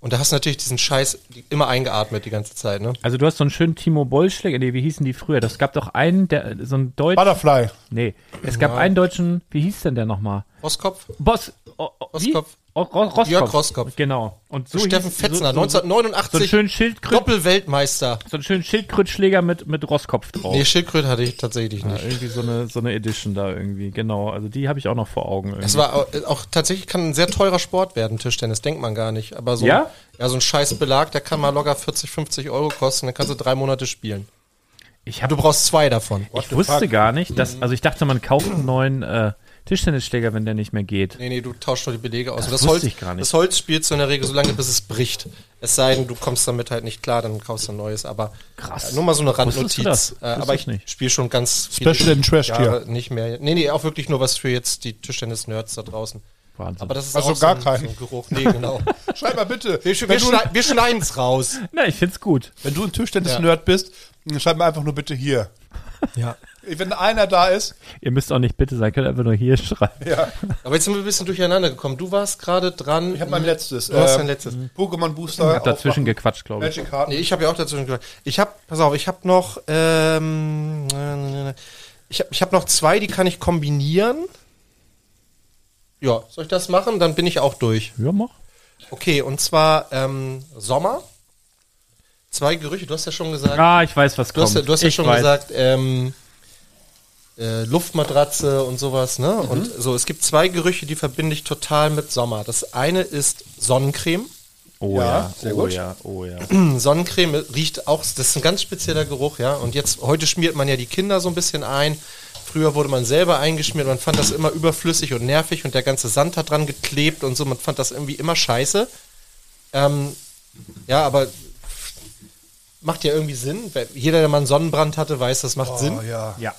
S3: Und da hast du natürlich diesen Scheiß immer eingeatmet die ganze Zeit, ne?
S1: Also du hast so einen schönen Timo Boll-Schläger. Nee, wie hießen die früher? Das gab doch einen, der so einen deutschen.
S2: Butterfly.
S1: Nee, es gab einen deutschen, wie hieß denn der nochmal?
S3: Rosskopf,
S1: Boss. O, o, wie?
S3: Rosskopf.
S1: O, Ro, Rosskopf.
S3: Jörg Rosskopf.
S1: Genau. Und so
S3: Steffen
S1: hieß-
S3: Fetzner,
S1: so, so, so einen
S3: 1989,
S1: schönen Schildkröt,
S3: Doppelweltmeister.
S1: so einen schönen Schildkrötschläger mit, mit Rosskopf drauf.
S3: Nee, Schildkröte hatte ich tatsächlich nicht.
S1: irgendwie so eine, so eine Edition da irgendwie, genau. Also die habe ich auch noch vor Augen. Irgendwie.
S3: Es war au- äh, auch tatsächlich kann ein sehr teurer Sport werden, Tischtennis, denkt man gar nicht. Aber so,
S1: Ja?
S3: ja, so ein scheiß Belag, der kann mal locker 40, 50 Euro kosten, dann kannst du drei Monate spielen.
S1: ich
S3: Du
S1: habe
S3: brauchst Mhm. zwei davon.
S1: Ich wusste gar nicht, dass, also ich dachte, man kauft einen neuen äh, Tischtennisschläger, wenn der nicht mehr geht.
S3: Nee, nee, du tauschst nur die Belege aus. Und Das,
S1: wusste
S3: Holz,
S1: ich gar nicht.
S3: das Holz spielst du in der Regel so lange, bis es bricht. Es sei denn, du kommst damit halt nicht klar, dann kaufst du ein neues. Aber
S1: Krass.
S3: Ja, nur mal so eine
S1: Wusstest du das?
S3: Randnotiz. Äh,
S1: Wusste
S3: aber
S1: ich
S3: ich
S1: nicht.
S3: spiele schon ganz
S2: Special in Trash Tier.
S3: Jahre nicht mehr. Nee, nee, auch wirklich nur was für jetzt die Tischtennis-Nerds da draußen.
S1: Wahnsinn.
S3: Aber das ist
S2: Also
S3: auch
S2: gar
S3: so, ein, so
S2: keinen.
S3: ein Geruch. Nee, genau.
S2: Schreib mal bitte.
S3: Wir,
S2: Wenn
S3: wir,
S2: du-
S3: schneiden, wir schneiden's raus.
S1: Na, ich find's gut.
S2: Wenn du ein Tischtennis-Nerd bist, dann schreib mir einfach nur bitte hier.
S3: Ja.
S2: Wenn einer da ist,
S1: Ihr müsst auch nicht bitte sein, könnt einfach nur hier schreiben.
S2: ja.
S3: Aber jetzt sind wir ein bisschen durcheinander gekommen. Du warst gerade dran.
S2: Ich habe mein letztes.
S3: Du hast
S2: äh,
S3: dein letztes.
S2: Pokémon Booster.
S1: Dazwischen
S2: aufmachen,
S1: gequatscht, glaube ich.
S2: Magic Karten.
S3: Nee, ich habe ja auch dazu gesagt. Ich habe, pass auf, ich habe noch, ähm, äh, ich habe ich hab noch zwei, die kann ich kombinieren. Ja, soll ich das machen? Dann bin ich auch durch.
S1: Ja, mach.
S3: Okay, und zwar ähm, Sommer. Zwei Gerüche. Du hast ja schon gesagt,
S1: Ah, ich weiß, was
S3: du
S1: kommt.
S3: hast, ja- du hast ja
S1: Ich
S3: schon
S1: weiß.
S3: gesagt, ähm, äh, Luftmatratze und sowas. Ne?
S1: Mhm.
S3: Und so, es gibt zwei Gerüche, die verbinde ich total mit Sommer. Das eine ist Sonnencreme. Hm,
S1: Oh ja,
S2: Ja,
S1: oh
S2: sehr gut.
S1: ja, oh ja.
S3: Sonnencreme riecht auch, das ist ein ganz spezieller Geruch, ja. Und jetzt, heute schmiert man ja die Kinder so ein bisschen ein Früher wurde man selber eingeschmiert, man fand das immer überflüssig und nervig und der ganze Sand hat dran geklebt und so, man fand das irgendwie immer scheiße. Ähm, ja, aber macht ja irgendwie Sinn. Wer- Jeder, der mal einen Sonnenbrand hatte, weiß, das macht Sinn.
S2: Oh, ja.
S1: Ja.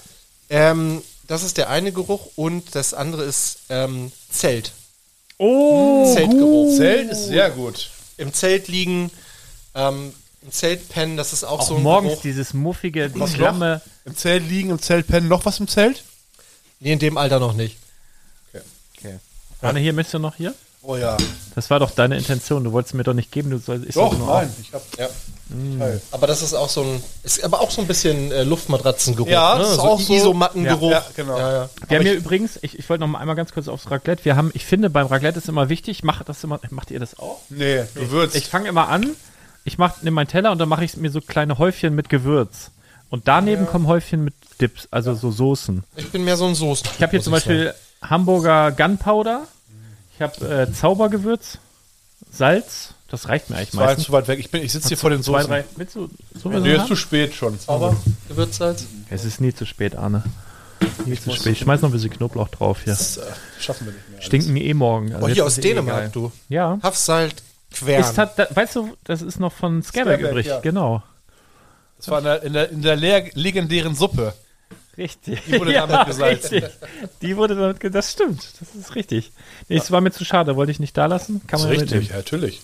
S3: Ähm, das ist der eine Geruch und das andere ist ähm, Zelt.
S1: Oh,
S3: Zeltgeruch.
S2: Zelt ist sehr gut.
S3: Im Zelt liegen, ähm, im Zelt pennen, das ist auch,
S1: auch
S3: so ein
S1: morgens
S3: Geruch.
S1: dieses muffige,
S2: Was noch?
S1: klamme.
S2: Im Zelt liegen, im Zelt pennen. Noch was im Zelt?
S3: Nee, in dem Alter noch nicht.
S1: Anne, hier, möchtest du noch hier?
S2: Oh ja.
S1: Das war doch deine Intention. Du wolltest mir doch nicht geben. Du sollst, ich
S2: Doch,
S1: sollte nur
S2: nein. Ich hab,
S3: Ja.
S2: Teil.
S3: Aber das ist auch so ein, ist aber auch so ein bisschen äh, Luftmatratzengeruch.
S2: Ja,
S3: ne?
S2: das ist auch so-
S3: Isomattengeruch.
S2: Ja, ja, genau.
S3: Ja, ja.
S1: Wir haben hier übrigens, ich, ich wollte noch mal einmal ganz kurz aufs Raclette. Wir haben, ich finde, beim Raclette ist immer wichtig, macht das immer, macht ihr das auch?
S2: Nee, Gewürz.
S1: Ich fange immer an, ich mach, nehme meinen Teller und dann mache ich mir so kleine Häufchen mit Gewürz. Und daneben kommen Häufchen mit Dips, also so Soßen.
S3: Ich bin mehr so ein Soßen.
S1: Ich habe hier zum Beispiel Hamburger Gunpowder, ich habe äh, Zaubergewürz, Salz, das reicht mir eigentlich
S2: Das war jetzt
S1: meistens.
S2: zu weit weg. Ich, bin, ich sitze hier vor den
S1: Zwei,
S2: Soßen.
S1: drei. Willst du sowieso
S2: Nee, ist
S1: haben?
S2: zu spät schon.
S3: Aber Gewürzsalz.
S1: Es ist nie zu spät, Arne. Nie zu spät. Ich schmeiß noch ein bisschen Knoblauch drauf hier.
S2: Das äh, schaffen wir nicht mehr.
S1: Stinken mir eh morgen. Also
S3: Oh,
S1: jetzt
S3: hier aus
S1: ist eh
S3: Dänemark,
S1: egal.
S3: du.
S1: Ja.
S3: Hafsalt, Quern.
S1: Ist hat, da, weißt du, das ist noch von Scareback
S2: Scareback,
S1: übrig,
S2: ja.
S1: genau.
S2: Das war in der, in der, in der leer, legendären Suppe.
S1: Richtig.
S2: Die wurde damit gesalzen.
S1: Richtig. Die wurde damit ge- Das stimmt, das ist richtig. Nee, es war mir zu schade, wollte ich nicht da lassen. Kann man ja mitnehmen.
S2: ja, natürlich.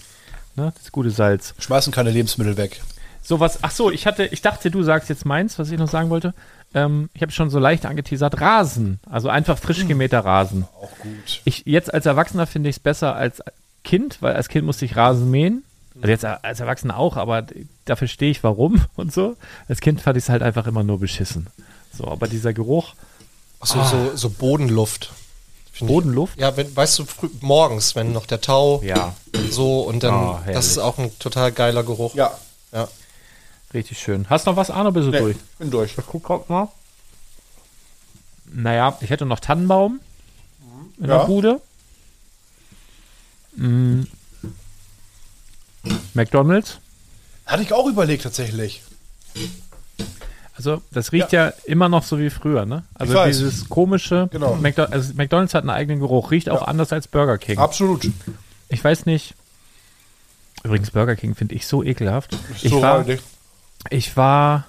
S1: Ne? Das gute Salz.
S2: Schmeißen keine Lebensmittel weg.
S1: Sowas, ach so, ich hatte, ich dachte, du sagst jetzt meins, was ich noch sagen wollte. Ähm, ich habe schon so leicht angeteasert, Rasen. Also einfach frisch gemähter Rasen.
S2: Hm. Auch gut.
S1: Ich, jetzt als Erwachsener finde ich es besser als Kind, weil als Kind musste ich Rasen mähen. Also jetzt als Erwachsener auch, aber da verstehe ich warum und so. Als Kind fand ich es halt einfach immer nur beschissen. So, aber dieser Geruch,
S3: Ach so,
S2: Ah.
S3: so, so Bodenluft.
S1: Bodenluft,
S3: Ja, wenn, weißt du, früh, morgens, wenn noch der Tau.
S1: Ja.
S3: So, und dann,
S1: Ah, herrlich.
S3: das ist auch ein total geiler Geruch.
S2: Ja,
S3: ja.
S1: richtig schön. Hast noch was, Arno, bist du
S2: nee,
S1: durch?
S2: ich bin durch.
S1: Guck, guck mal. Naja, ich hätte noch Tannenbaum in
S2: Mhm. Ja.
S1: der Bude. Mm. McDonalds.
S2: Hatte ich auch überlegt tatsächlich.
S1: Also, das riecht ja, immer noch so wie früher, ne? Also,
S2: weiß.
S1: dieses komische.
S2: Genau.
S1: McDo also McDonalds hat einen eigenen Geruch, riecht auch anders als Burger King.
S2: Absolut.
S1: Ich weiß nicht. Übrigens, Burger King finde ich so ekelhaft. Ich
S2: so
S1: war,
S2: räudig.
S1: ich war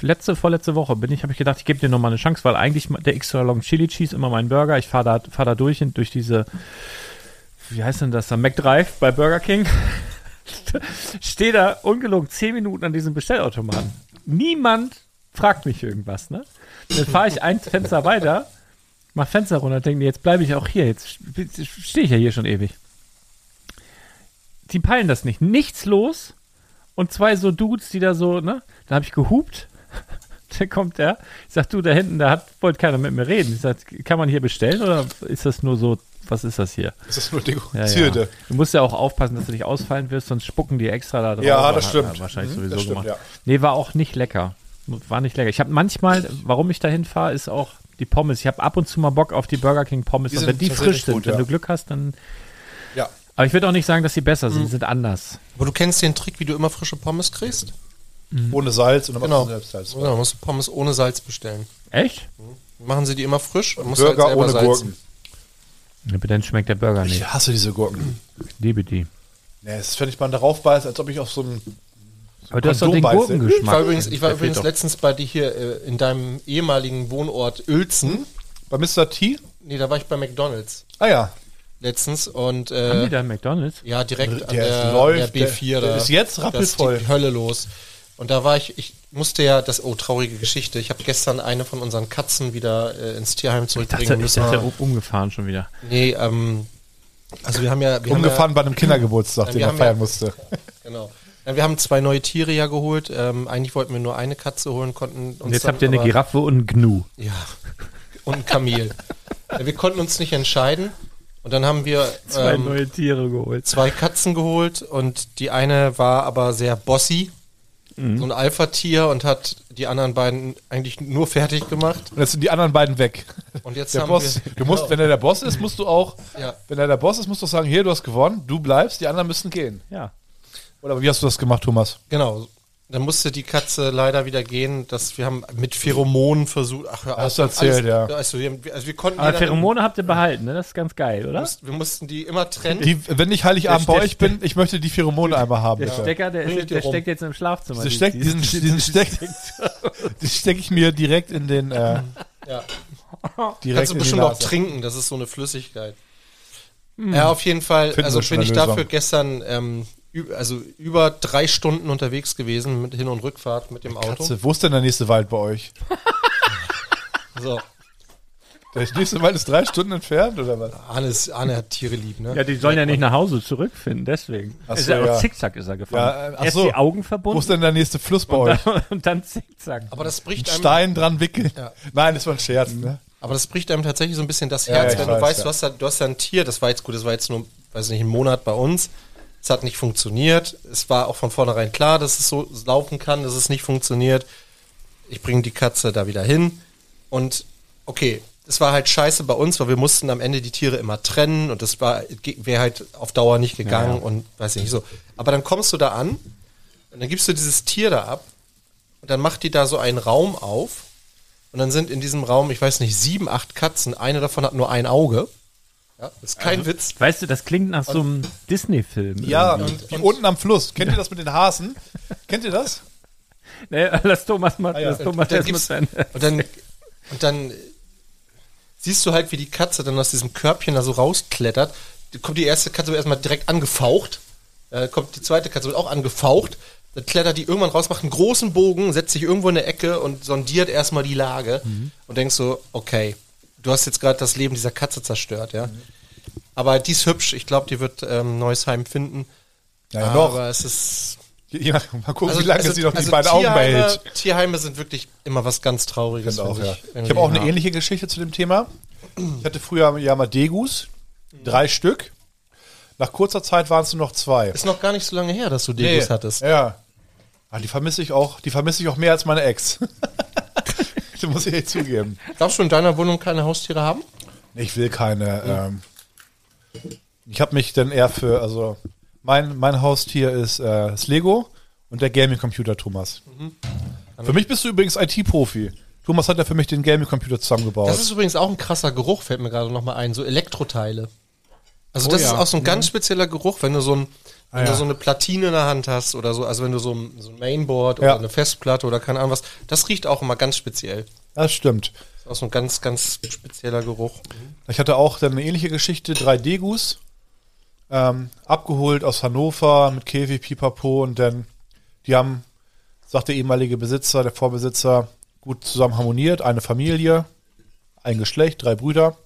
S1: letzte, vorletzte Woche, bin ich, habe ich gedacht, ich gebe dir nochmal eine Chance, weil eigentlich der extra long Chili Cheese immer mein Burger. Ich fahre da, fahr da durch und durch diese, wie heißt denn das da? McDrive bei Burger King. Stehe da ungelogen 10 Minuten an diesem Bestellautomaten. Niemand fragt mich irgendwas, ne? Dann fahre ich ein Fenster weiter, mach Fenster runter, denke mir, jetzt bleibe ich auch hier, jetzt stehe ich ja hier schon ewig. Die peilen das nicht. Nichts los und zwei so Dudes, die da so, ne? Da habe ich gehupt. Da kommt der. Ich sag, du, da hinten, da hat, wollte keiner mit mir reden. Ich sag, kann man hier bestellen oder ist das nur so, was ist das hier?
S2: Das ist nur
S1: Ja,
S2: dekorazierte.
S1: ja. Du musst ja auch aufpassen, dass du nicht ausfallen wirst, sonst spucken die extra da drauf.
S2: Ja,
S1: Aber
S2: das
S1: hat
S2: stimmt.
S1: er Wahrscheinlich
S2: Mhm,
S1: sowieso
S2: das stimmt,
S1: gemacht.
S2: ja.
S1: Nee, war auch nicht lecker. War nicht lecker. Ich habe manchmal, warum ich dahin fahre, ist auch die Pommes. Ich habe ab und zu mal Bock auf die Burger King Pommes.
S2: Die
S1: und
S2: sind
S1: wenn die
S2: tatsächlich
S1: frisch sind,
S2: gut,
S1: wenn
S2: ja.
S1: du Glück hast, dann.
S2: Ja. Mhm.
S1: Aber ich würde auch nicht sagen, dass sie besser sind. Die sind anders.
S3: Aber du kennst den Trick, wie du immer frische Pommes kriegst?
S1: Mhm.
S2: Ohne Salz und dann
S3: Genau.
S2: machst du selbst Salz.
S3: Genau, musst du Pommes ohne Salz bestellen.
S1: Echt?
S2: Mhm.
S3: Machen sie die immer frisch und musst du
S2: Burger ohne
S3: halt salzen.
S2: Gurken.
S1: Ja, aber dann schmeckt der Burger
S2: Ich
S1: nicht.
S2: hasse diese Gurken.
S1: Ich liebe die.
S2: Nee, es ist, wenn ich mal darauf beiße, als ob ich auf so einen.
S1: Aber du hast doch den
S2: Kondom beißen.
S3: Ich war
S1: Gurkengeschmack.
S3: übrigens, ich war
S1: Der fehlt
S3: übrigens
S1: doch.
S3: letztens bei dir hier äh, in deinem ehemaligen Wohnort Uelzen.
S2: Bei Mr. T?
S3: Nee, da war ich bei McDonalds
S2: Ah ja.
S3: letztens und
S1: Haben die
S3: äh,
S1: da McDonalds?
S3: ja, direkt an
S2: Der
S3: der, an
S2: läuft,
S3: der
S2: der-
S3: B4
S2: der
S3: da.
S2: ist jetzt rappelvoll.
S3: Da ist die Hölle los. Und da war ich, ich musste ja, das, oh, traurige Geschichte. Ich habe gestern eine von unseren Katzen wieder äh, ins Tierheim
S1: Das
S3: zurückbringen
S1: ist
S3: müssen.
S1: ja um, umgefahren schon wieder.
S3: Nee, ähm, also wir haben ja. Wir
S2: Umgefahren
S3: Haben
S2: bei einem Kindergeburtstag,
S3: Ja,
S2: den
S3: wir
S2: er
S3: haben ja-
S2: feiern musste.
S3: ja, genau. Ja, wir haben zwei neue Tiere ja geholt. Ähm, eigentlich wollten wir nur eine Katze holen, konnten uns.
S1: Und jetzt
S3: dann
S1: habt ihr eine
S3: aber-
S1: Giraffe und einen
S2: Ähm,
S1: Gnu.
S3: Ja. Und ein Kamel. ja, wir konnten uns nicht entscheiden. Und dann haben wir
S1: Zwei
S3: ähm,
S1: neue Tiere geholt.
S3: zwei Katzen geholt und die eine war aber sehr bossy.
S2: Mhm.
S3: So ein Alpha-Tier und hat die anderen beiden eigentlich nur fertig gemacht.
S2: Und jetzt sind die anderen beiden weg.
S3: Und jetzt
S2: Der
S3: haben
S2: Boss.
S3: wir. genau.
S2: Du musst, wenn er der Boss ist, musst du auch.
S3: Ja.
S2: Wenn er der Boss ist, musst du auch sagen, hier, du hast gewonnen, du bleibst, die anderen müssen gehen.
S1: Ja.
S2: Oder wie hast du das gemacht, Thomas?
S3: Genau. Dann musste die Katze leider wieder gehen, dass wir haben mit Pheromonen versucht. Ach, hör auf.
S2: Hast du erzählt,
S3: alles,
S2: ja.
S3: Also wir, also wir konnten
S1: Aber
S3: die dann-
S1: Pheromone habt ihr behalten, ne? Das ist ganz geil, oder?
S3: mussten- wir mussten die immer trennen.
S2: Die, wenn ich Heiligabend
S1: Der
S2: bei euch bin, ich möchte die Pheromone einmal haben.
S1: Der
S2: bitte.
S1: Stecker, der,
S3: Bring ich
S1: ist,
S3: dir
S1: der
S3: rum.
S1: steckt jetzt im Schlafzimmer.
S2: Diese
S1: Die-
S2: Steck,
S1: die-
S2: diesen diesen Steck, die stecke ich mir direkt in den. Äh,
S3: Mhm. Ja.
S2: direkt
S3: Kannst
S2: in
S3: du
S2: die
S3: bestimmt auch
S2: Nase.
S3: trinken, das ist so eine Flüssigkeit. Ja, auf jeden Fall,
S2: Finden
S3: also
S2: wir schon
S3: bin ich
S2: eine
S3: dafür
S2: Lösung.
S3: gestern ähm, üb- also über drei Stunden unterwegs gewesen mit Hin- und Rückfahrt mit dem Auto.
S2: Katze, wo ist denn der nächste Wald bei euch?
S3: So.
S2: Der nächste Wald ist drei Stunden entfernt oder was?
S3: Arne, ist, Arne hat Tiere lieb, ne?
S1: Ja, die sollen ja nicht nach Hause zurückfinden, deswegen.
S2: Ach
S1: ist
S2: so,
S1: er
S2: ja.
S1: zickzack ist er
S2: Ja,
S1: gefahren.
S2: äh, ach
S1: Erst
S2: so.
S1: die Augen
S2: Wo ist
S1: verbunden
S2: denn der nächste Fluss bei euch?
S1: und dann zickzack.
S3: Aber das bricht einem,
S2: Stein dran wickeln.
S3: Ja.
S2: Nein, das war ein Scherz. Ne?
S3: aber das bricht einem tatsächlich so ein bisschen das Herz,
S2: ja,
S3: wenn
S2: ich
S3: du
S2: weiß,
S3: weißt,
S2: ja.
S3: du, hast da, du hast da ein Tier, das war jetzt gut, das war jetzt nur, weiß nicht, ein Monat bei uns. Es hat nicht funktioniert. Es war auch von vornherein klar, dass es so laufen kann, dass es nicht funktioniert. Ich bringe die Katze da wieder hin. Und okay, es war halt scheiße bei uns, weil wir mussten am Ende die Tiere immer trennen und das war wäre halt auf Dauer nicht gegangen und weiß ich nicht so. Aber dann kommst du da an und dann gibst du dieses Tier da ab und dann macht die da so einen Raum auf und dann sind in diesem Raum, ich weiß nicht, sieben, acht Katzen. Eine davon hat nur ein Auge. Ja, ist kein Witz.
S1: Weißt du, das klingt nach so einem Disney-Film.
S2: Ja,
S1: irgendwie.
S2: wie unten am Fluss. Kennt ihr das mit den Hasen? Kennt ihr das?
S1: Nee, Ne, lass Thomas mal,
S2: Ah, ja.
S1: lass Thomas
S3: dann
S1: erst mal
S3: gibt's-
S1: sein.
S3: Und dann, und dann äh, siehst du halt, wie die Katze dann aus diesem Körbchen da so rausklettert. Da kommt die erste Katze wird erstmal direkt angefaucht. Äh, kommt die zweite Katze wird auch angefaucht. Dann klettert die irgendwann raus, macht einen großen Bogen, setzt sich irgendwo in der Ecke und sondiert erstmal die Lage.
S1: Mhm.
S3: Und denkst so, okay, du hast jetzt gerade das Leben dieser Katze zerstört, ja. Aber die ist hübsch. Ich glaube, die wird ähm, neues Heim finden.
S2: Naja,
S3: Aber es ist
S2: Je- je nach- mal gucken, wie lange sie noch die beiden Augen
S3: Also Tierheime-
S2: behält.
S3: Tierheime sind wirklich immer was ganz Trauriges.
S2: Das auch,
S3: finde
S2: ja.
S3: Wenn
S2: Ich habe auch eine
S3: ja.
S2: ähnliche Geschichte zu dem Thema. Ich hatte früher ja mal Degus, drei Stück. Nach kurzer Zeit waren es nur noch zwei.
S3: Ist noch gar nicht so lange her, dass du Degus hattest.
S2: Ja. Ah, die vermisse ich auch, die vermisse ich auch mehr als meine Ex. das muss ich echt zugeben.
S3: Darfst du in deiner Wohnung keine Haustiere haben?
S2: Ich will keine. Ähm, ich habe mich dann eher für, also mein, mein Haustier ist äh, das Lego und der Gaming-Computer, Thomas.
S3: Mhm.
S2: Für mich bist du übrigens IT-Profi. Thomas hat ja für mich den Gaming-Computer zusammengebaut.
S3: Das ist übrigens auch ein krasser Geruch, fällt mir gerade nochmal ein. So Elektroteile. Also das
S2: Oh ja. Mhm. Ah
S3: ist auch so ein ganz spezieller Geruch, wenn du so ein wenn
S2: ja.
S3: du so eine Platine in der Hand hast oder so, also wenn du so ein, so ein Mainboard
S2: Ja.
S3: oder eine Festplatte oder keine Ahnung was, das riecht auch immer ganz speziell.
S2: das stimmt.
S3: Das ist auch so ein ganz, ganz spezieller Geruch.
S2: Ich hatte auch dann eine ähnliche Geschichte, 3D-Gus, ähm, abgeholt aus Hannover mit Käfig, Pipapo und dann, die haben, sagt der ehemalige Besitzer, der Vorbesitzer, gut zusammen harmoniert, eine Familie, ein Geschlecht, drei Brüder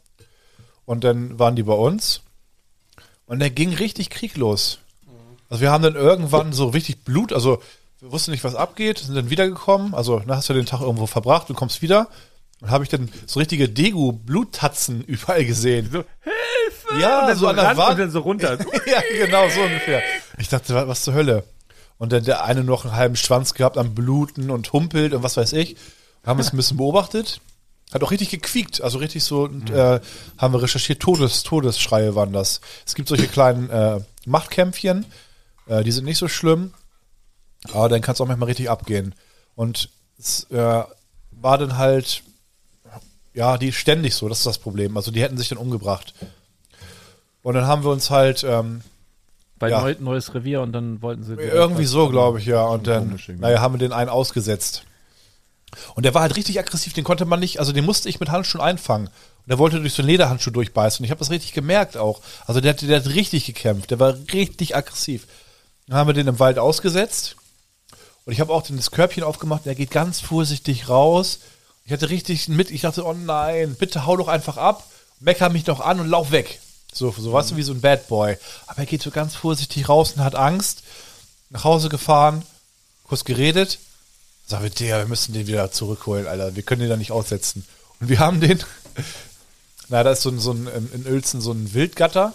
S2: und dann waren die bei uns und dann ging richtig Krieg los. Also wir haben dann irgendwann so richtig Blut, also wir wussten nicht, was abgeht, sind dann wiedergekommen, also na, hast du den Tag irgendwo verbracht und kommst wieder und habe ich dann so richtige Degu-Bluttatzen überall gesehen.
S1: So, Hilfe!
S2: Ja,
S1: und dann
S2: so
S1: so
S2: an der
S1: ran
S2: Wand.
S1: und dann so runter.
S2: ja, genau, so ungefähr. Ich dachte, wa- was zur Hölle? Und dann der eine noch einen halben Schwanz gehabt am Bluten und humpelt und was weiß ich. Haben es ein bisschen beobachtet. Hat auch richtig gequiekt, also richtig so, und, äh, haben wir recherchiert, Todes, Todesschreie waren das. Es gibt solche kleinen äh, Machtkämpfchen, äh, die sind nicht so schlimm, aber dann kann es auch manchmal richtig abgehen. Und es äh, war dann halt, ja, die ständig so, das ist das Problem. Also die hätten sich dann umgebracht. Und dann haben wir uns halt, ähm,
S1: Bei
S2: Ja. Äh,
S1: neu, neues Revier und dann wollten sie.
S2: irgendwie so, glaube ich, ja. Und dann,
S5: komisch irgendwie.
S2: naja, haben wir den einen ausgesetzt. Und der war halt richtig aggressiv, den konnte man nicht, also den musste ich mit Handschuhen einfangen. Und der wollte durch so einen Lederhandschuh durchbeißen. Und ich habe das richtig gemerkt auch. Also der, hat- der hat richtig gekämpft, der war richtig aggressiv. Dann haben wir den im Wald ausgesetzt. Und ich habe auch dann das Körbchen aufgemacht und er geht ganz vorsichtig raus. Ich hatte richtig mit, ich dachte, oh nein, bitte hau doch einfach ab, mecker mich noch an und lauf weg. So, so weißt du, wie so ein Bad Boy. Aber er geht so ganz vorsichtig raus und hat Angst. Nach Hause gefahren, kurz geredet. Sag wir, Digga, wir müssen den wieder zurückholen, Alter. Wir können den da nicht aussetzen. Und wir haben den, na, da ist so ein, so ein in Uelzen so ein Wildgatter,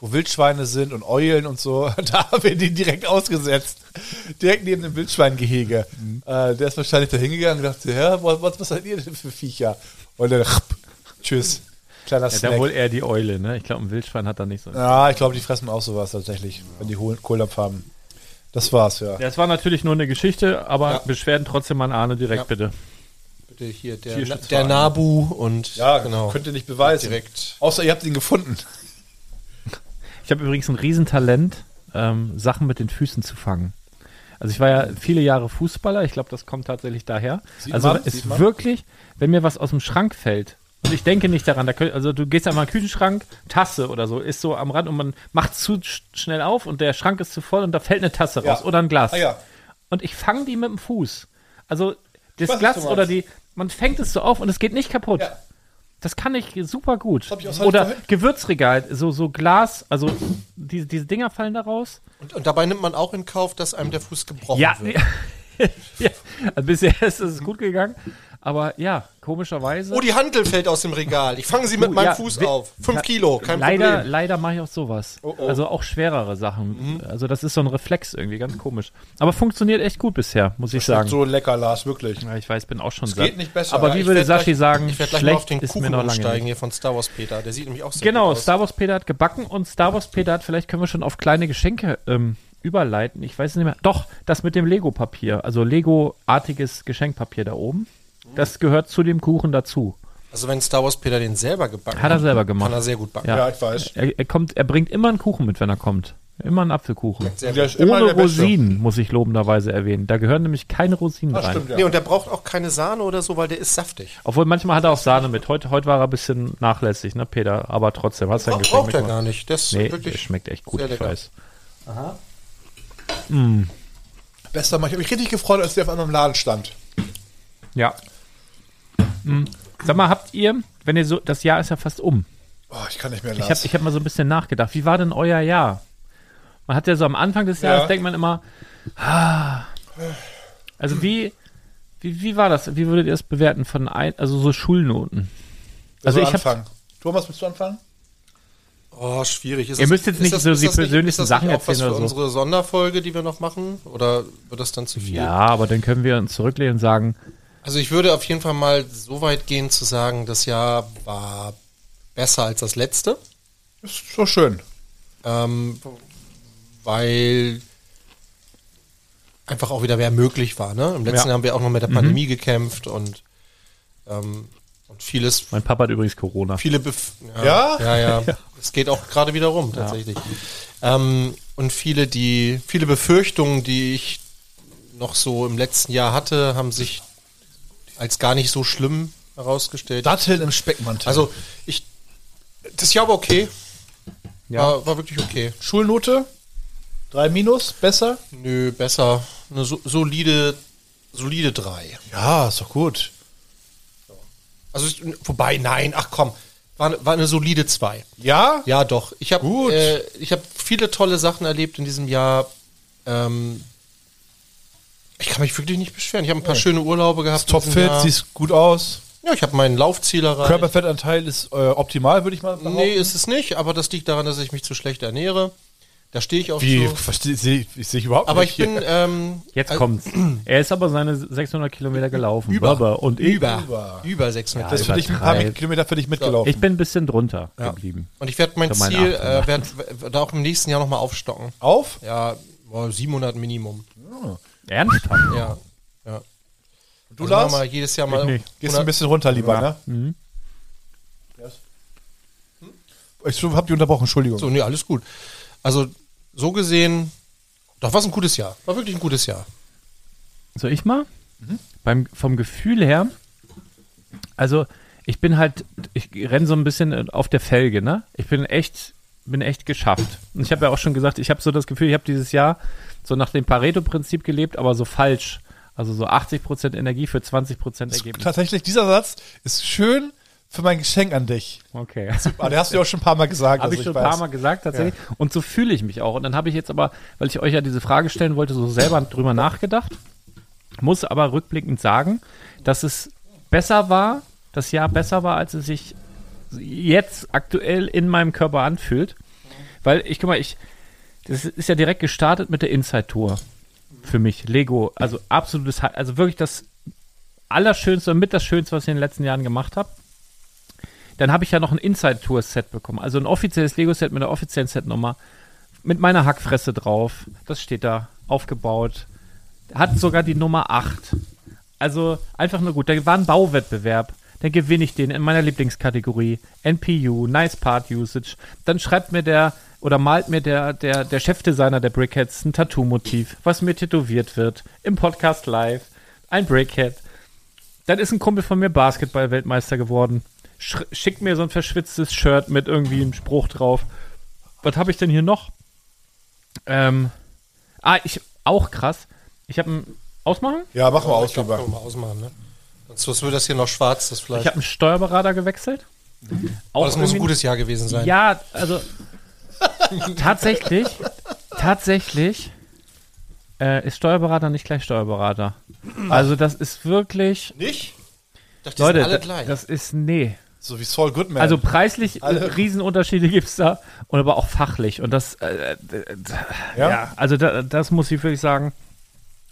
S2: wo Wildschweine sind und Eulen und so. Da haben wir den direkt ausgesetzt. Direkt neben dem Wildschweingehege.
S1: Mhm.
S2: Äh, der ist wahrscheinlich da hingegangen und dachte, ja, was, was, was seid ihr denn für Viecher? Und dann, tschüss. Kleiner
S1: Ja,
S2: Snack.
S1: da wohl eher die Eule, ne? Ich glaube, ein Wildschwein hat da nicht so.
S2: Ja, ich glaube, die fressen auch sowas tatsächlich, wenn die Hohl- Kohldampf haben. Das war's, ja.
S1: Das war natürlich nur eine Geschichte, aber
S3: Ja.
S1: Beschwerden trotzdem an Arne direkt
S3: Ja.
S1: bitte.
S3: Bitte hier der,
S1: Tierschutzverein.
S3: der Nabu und
S2: Ja, könnt ihr nicht beweisen.
S3: Direkt.
S2: Außer ihr habt ihn gefunden.
S1: Ich habe übrigens ein Riesentalent, ähm, Sachen mit den Füßen zu fangen. Also ich war ja viele Jahre Fußballer, ich glaube, das kommt tatsächlich daher.
S2: Sieht
S1: also
S2: man,
S1: es
S2: sieht
S1: ist
S2: man.
S1: wirklich, wenn mir was aus dem Schrank fällt, und ich denke nicht daran, da könnt, also du gehst einmal in den Küchenschrank, Tasse oder so, ist so am Rand und man macht zu sch- schnell auf und der Schrank ist zu voll und da fällt eine Tasse
S2: Ja.
S1: raus oder ein Glas.
S2: Ah ja.
S1: Und ich fange die mit dem Fuß. Also das
S2: was du
S1: Glas
S2: meinst.
S1: oder die, man fängt es so auf und es geht nicht kaputt.
S2: Ja.
S1: Das kann ich super gut.
S2: hab ich auch seit
S1: Oder
S2: vorhin.
S1: Gewürzregal, so, so Glas, also diese, diese Dinger fallen da raus.
S3: Und, und dabei nimmt man auch in Kauf, dass einem der Fuß gebrochen
S1: Ja,
S3: wird.
S1: ja, Also bisher ist es gut gegangen. Aber ja, komischerweise.
S3: Oh, die Hantel fällt aus dem Regal. Ich fange sie mit
S1: Oh,
S3: meinem
S1: ja.
S3: Fuß
S1: Wi-
S3: auf. Fünf Kilo, kein
S1: leider
S3: Problem.
S1: leider mache ich auch sowas.
S2: oh. Mhm.
S1: Also auch schwerere Sachen. Also das ist so ein Reflex irgendwie, ganz komisch. Aber funktioniert echt gut bisher, muss ich sagen.
S2: halt So lecker, Lars, wirklich.
S1: Ja, ich weiß, bin auch schon
S2: Es geht nicht besser.
S1: Aber
S2: Ja,
S1: wie
S2: ich
S1: würde
S3: werd
S1: Sashi
S3: gleich-
S1: sagen,
S3: ich werde gleich mal auf
S1: schlecht
S3: den
S1: ist mir
S3: Kuchen
S1: noch lange
S3: umsteigen
S1: nicht.
S3: hier von Star Wars Peter. Der sieht nämlich auch sehr
S1: Genau,
S3: gut aus.
S1: Star Wars Peter hat gebacken und Star Wars Peter hat, vielleicht können wir schon auf kleine Geschenke ähm, überleiten. Ich weiß nicht mehr. Doch, das mit dem Lego-Papier, also Lego-artiges Geschenkpapier da oben. Das gehört zu dem Kuchen dazu.
S3: Also wenn Star Wars Peter den selber gebacken
S1: Hat er selber
S3: kann er
S1: gemacht.
S3: sehr gut backen.
S1: Ja.
S2: Ja, ich weiß.
S1: Er, er, kommt, er bringt immer einen Kuchen mit, wenn er kommt. Immer einen Apfelkuchen.
S3: Sehr
S2: Der
S3: gut.
S2: ist immer
S1: Ohne
S2: der Beste.
S1: Rosinen, muss ich lobenderweise erwähnen. Da gehören nämlich keine Rosinen
S2: Das
S1: rein.
S2: stimmt, ja.
S3: Nee, und der braucht auch keine Sahne oder so, weil der ist saftig.
S1: Obwohl manchmal hat er auch Sahne mit. Heute, heute war er ein bisschen nachlässig, ne, Peter? Aber trotzdem, hast du ein
S3: Braucht,
S1: Geschenk
S3: braucht er
S1: mitgemacht?
S3: gar nicht. Das ist
S1: Nee,
S3: wirklich
S1: schmeckt echt gut,
S3: sehr
S1: ich
S3: lecker.
S1: weiß.
S2: Bester Mann. Ich habe mich richtig gefreut, als der auf einmal im Laden stand.
S1: Ja. Hm. Sag mal, habt ihr, wenn ihr so, das Jahr ist ja fast um.
S2: Oh, ich kann nicht mehr, Lars.
S1: Ich habe ich hab mal so ein bisschen nachgedacht. Wie war denn euer Jahr? Man hat ja so am Anfang des Jahres,
S2: Ja.
S1: denkt man immer, ah. also wie, wie, wie war das? Wie würdet ihr das bewerten von ein, also so Schulnoten? Also
S2: Soll
S1: ich hab,
S2: anfangen. Thomas, willst du anfangen?
S3: oh, schwierig. Ist
S1: Ihr müsst jetzt
S3: ist
S1: nicht so
S3: ist
S1: die
S3: das nicht-
S1: persönlichsten
S3: ist das
S1: Sachen
S3: nicht auch was
S1: erzählen
S3: für
S1: oder so.
S3: unsere Sonderfolge, die wir noch machen? Oder wird das dann zu viel?
S1: ja, aber dann können wir uns zurücklehnen und sagen,
S3: Also ich würde auf jeden Fall mal so weit gehen zu sagen, das Jahr war besser als das letzte,
S2: Ist so schön.
S3: ähm, weil einfach auch wieder mehr möglich war. Ne? Im letzten
S1: Ja.
S3: Jahr haben wir auch noch mit der Pandemie gekämpft und, ähm, und vieles,
S1: mein Papa hat übrigens Corona.
S3: viele Bef
S2: Ja?
S3: ja, ja. Es geht auch gerade wieder rum tatsächlich. Ähm, und viele die viele Befürchtungen, die ich noch so im letzten Jahr hatte, haben sich als gar nicht so schlimm herausgestellt.
S2: Datteln im Speckmantel. Also,
S3: Also ich. Das Jahr war okay. War, war wirklich okay.
S2: Schulnote? Drei Minus? Besser?
S3: Nö, besser. Eine so, solide, solide 3.
S2: Ja, ist doch gut.
S3: Also, ich- wobei, nein, ach komm. War, war eine solide 2.
S2: Ja?
S3: Ja, doch. Ich habe
S2: Gut.
S3: äh, ich hab viele tolle Sachen erlebt in diesem Jahr. Ähm, ich kann mich wirklich nicht beschweren. Ich habe ein paar schöne Urlaube gehabt. in diesem
S2: Topfit,
S3: Jahr.
S2: siehst gut aus.
S3: Ja, ich habe mein Laufziel erreicht.
S2: Körperfettanteil ist äh, optimal, würde ich mal behaupten.
S3: nee, ist es nicht, aber das liegt daran, dass ich mich zu schlecht ernähre. Da stehe ich auch
S2: Wie?
S3: so.
S2: Verstehe seh, ich- seh ich überhaupt
S3: Aber
S2: nicht.
S3: ich
S2: hier.
S3: bin. Ähm,
S1: Jetzt
S3: also-
S1: kommt's. Er ist aber seine 600 Kilometer gelaufen.
S3: Über.
S1: Baba und ich.
S3: Über. Über 600.
S2: Das ist für dich ein paar
S1: übertreib-
S2: Kilometer für dich mitgelaufen.
S1: Ich bin ein bisschen drunter geblieben.
S3: Und ich werde mein
S1: Ich glaub, mein
S3: Ziel,
S1: 800.
S3: äh, werd, werd auch im nächsten Jahr nochmal aufstocken.
S2: Auf?
S3: Ja, boah, 700 Minimum.
S1: Ernsthaft?
S3: Ja. ja.
S2: Du, Lars?
S3: Also Mal jedes Jahr mal.
S1: nicht.
S2: Gehst du ein bisschen runter lieber, ne? Mhm. Ich hab die unterbrochen, Entschuldigung.
S3: So, nee, alles gut. Also, so gesehen, doch, war ein gutes Jahr. War wirklich ein gutes Jahr.
S1: Soll ich mal? Beim, vom Gefühl her, also ich bin halt, ich renn so ein bisschen äh, auf der Felge, ne? Ich bin echt, bin echt geschafft. Und ich habe ja auch schon gesagt, ich habe so das Gefühl, ich habe dieses Jahr so nach dem Pareto-Prinzip gelebt, aber so falsch. Also so 80% Energie für 20% Ergebnis.
S2: Tatsächlich, dieser Satz ist schön für mein Geschenk an dich.
S1: Okay.
S2: Ah, der hast du ja auch schon ein paar Mal gesagt.
S1: Habe
S2: also
S1: ich schon ein
S2: weiß.
S1: paar Mal gesagt, tatsächlich. Und so fühle ich mich auch. Und dann habe ich jetzt aber, weil ich euch ja diese Frage stellen wollte, so selber drüber nachgedacht. Muss aber rückblickend sagen, dass es besser war, das Jahr besser war, als es sich jetzt aktuell in meinem Körper anfühlt. Weil ich guck mal, ich, das ist ja direkt gestartet mit der Inside-Tour. Für mich. Lego, also absolutes, Hi- also wirklich das Allerschönste und mit das Schönste, was ich in den letzten Jahren gemacht habe dann habe ich ja noch ein Inside-Tour-Set bekommen. Also ein offizielles Lego-Set mit einer offiziellen Setnummer. Mit meiner Hackfresse drauf. Das steht da. aufgebaut. Hat sogar die Nummer 8. Also einfach nur gut. Da war ein Bauwettbewerb. Dann gewinne ich den in meiner Lieblingskategorie. NPU, Nice Part Usage. Dann schreibt mir der oder malt mir der, der, der Chefdesigner der Brickheads ein Tattoo-Motiv, was mir tätowiert wird. Im Podcast live. Ein Brickhead. Dann ist ein Kumpel von mir Basketball-Weltmeister geworden. Sch schickt mir so ein verschwitztes Shirt mit irgendwie einem Spruch drauf. Was habe ich denn hier noch? Ähm, ah, ich, auch krass. Ich habe ein Ausmachen?
S2: Ja, machen wir
S3: Aber
S2: aus
S3: ich glaub,
S2: drüber.
S3: können wir mal ausmachen, ne? Sonst sonst wird das hier noch schwarz, das Fleisch.
S1: Ich habe einen Steuerberater gewechselt. Auch
S3: Aber Mhm. das muss ein
S1: irgendwie-
S3: gutes Jahr gewesen sein.
S1: Ja, also tatsächlich, tatsächlich äh, ist Steuerberater nicht gleich Steuerberater. Also das ist wirklich,
S3: Nicht? Ich dachte, die
S1: Leute,
S3: sind alle
S1: da-
S3: gleich.
S1: das ist nee.
S2: So wie Saul Goodman.
S1: Also preislich äh,
S2: Alle-
S1: Riesenunterschiede gibt es da und aber auch fachlich und das, äh, äh,
S2: ja?
S1: ja, also da, das muss ich wirklich sagen.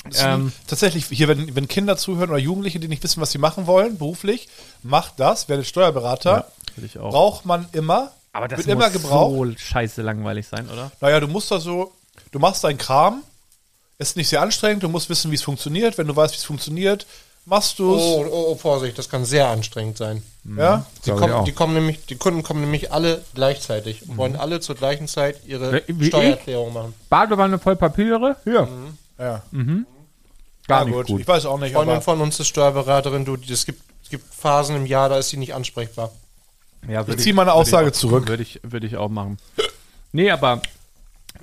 S2: Das sind-
S1: ähm,
S2: tatsächlich, hier, wenn, wenn Kinder zuhören oder Jugendliche, die nicht wissen, was sie machen wollen, beruflich, macht das, werdet Steuerberater.
S1: Würde ich auch.
S2: braucht man immer.
S1: Aber das
S2: wird immer
S1: muss
S2: gebraucht.
S1: so scheiße langweilig sein, oder?
S2: Naja, du musst da so, du machst deinen Kram, ist nicht sehr anstrengend, du musst wissen, wie es funktioniert. Wenn du weißt, wie es funktioniert, machst du es.
S3: Oh, oh, oh, Vorsicht, das kann sehr anstrengend sein.
S2: Ja?
S3: Die,
S5: Glaub ich auch.
S3: kommen, die, kommen nämlich, die Kunden kommen nämlich alle gleichzeitig und
S2: Mhm.
S3: wollen alle zur gleichen Zeit ihre
S1: Wie- wie ich?
S3: Steuererklärung machen.
S1: Badewanne voll Papiere? Mhm. Ja.
S2: Ja,
S1: Gar
S2: Ja,
S1: nicht gut.
S2: Ich weiß auch nicht,
S3: Freundin
S2: aber
S3: von uns ist Steuerberaterin, du, die- es gibt, es gibt Phasen im Jahr, da ist sie nicht ansprechbar.
S1: Ja,
S2: ich
S1: würde
S2: ziehe meine Aussage zurück.
S1: Würde ich, würde ich auch machen. Nee, aber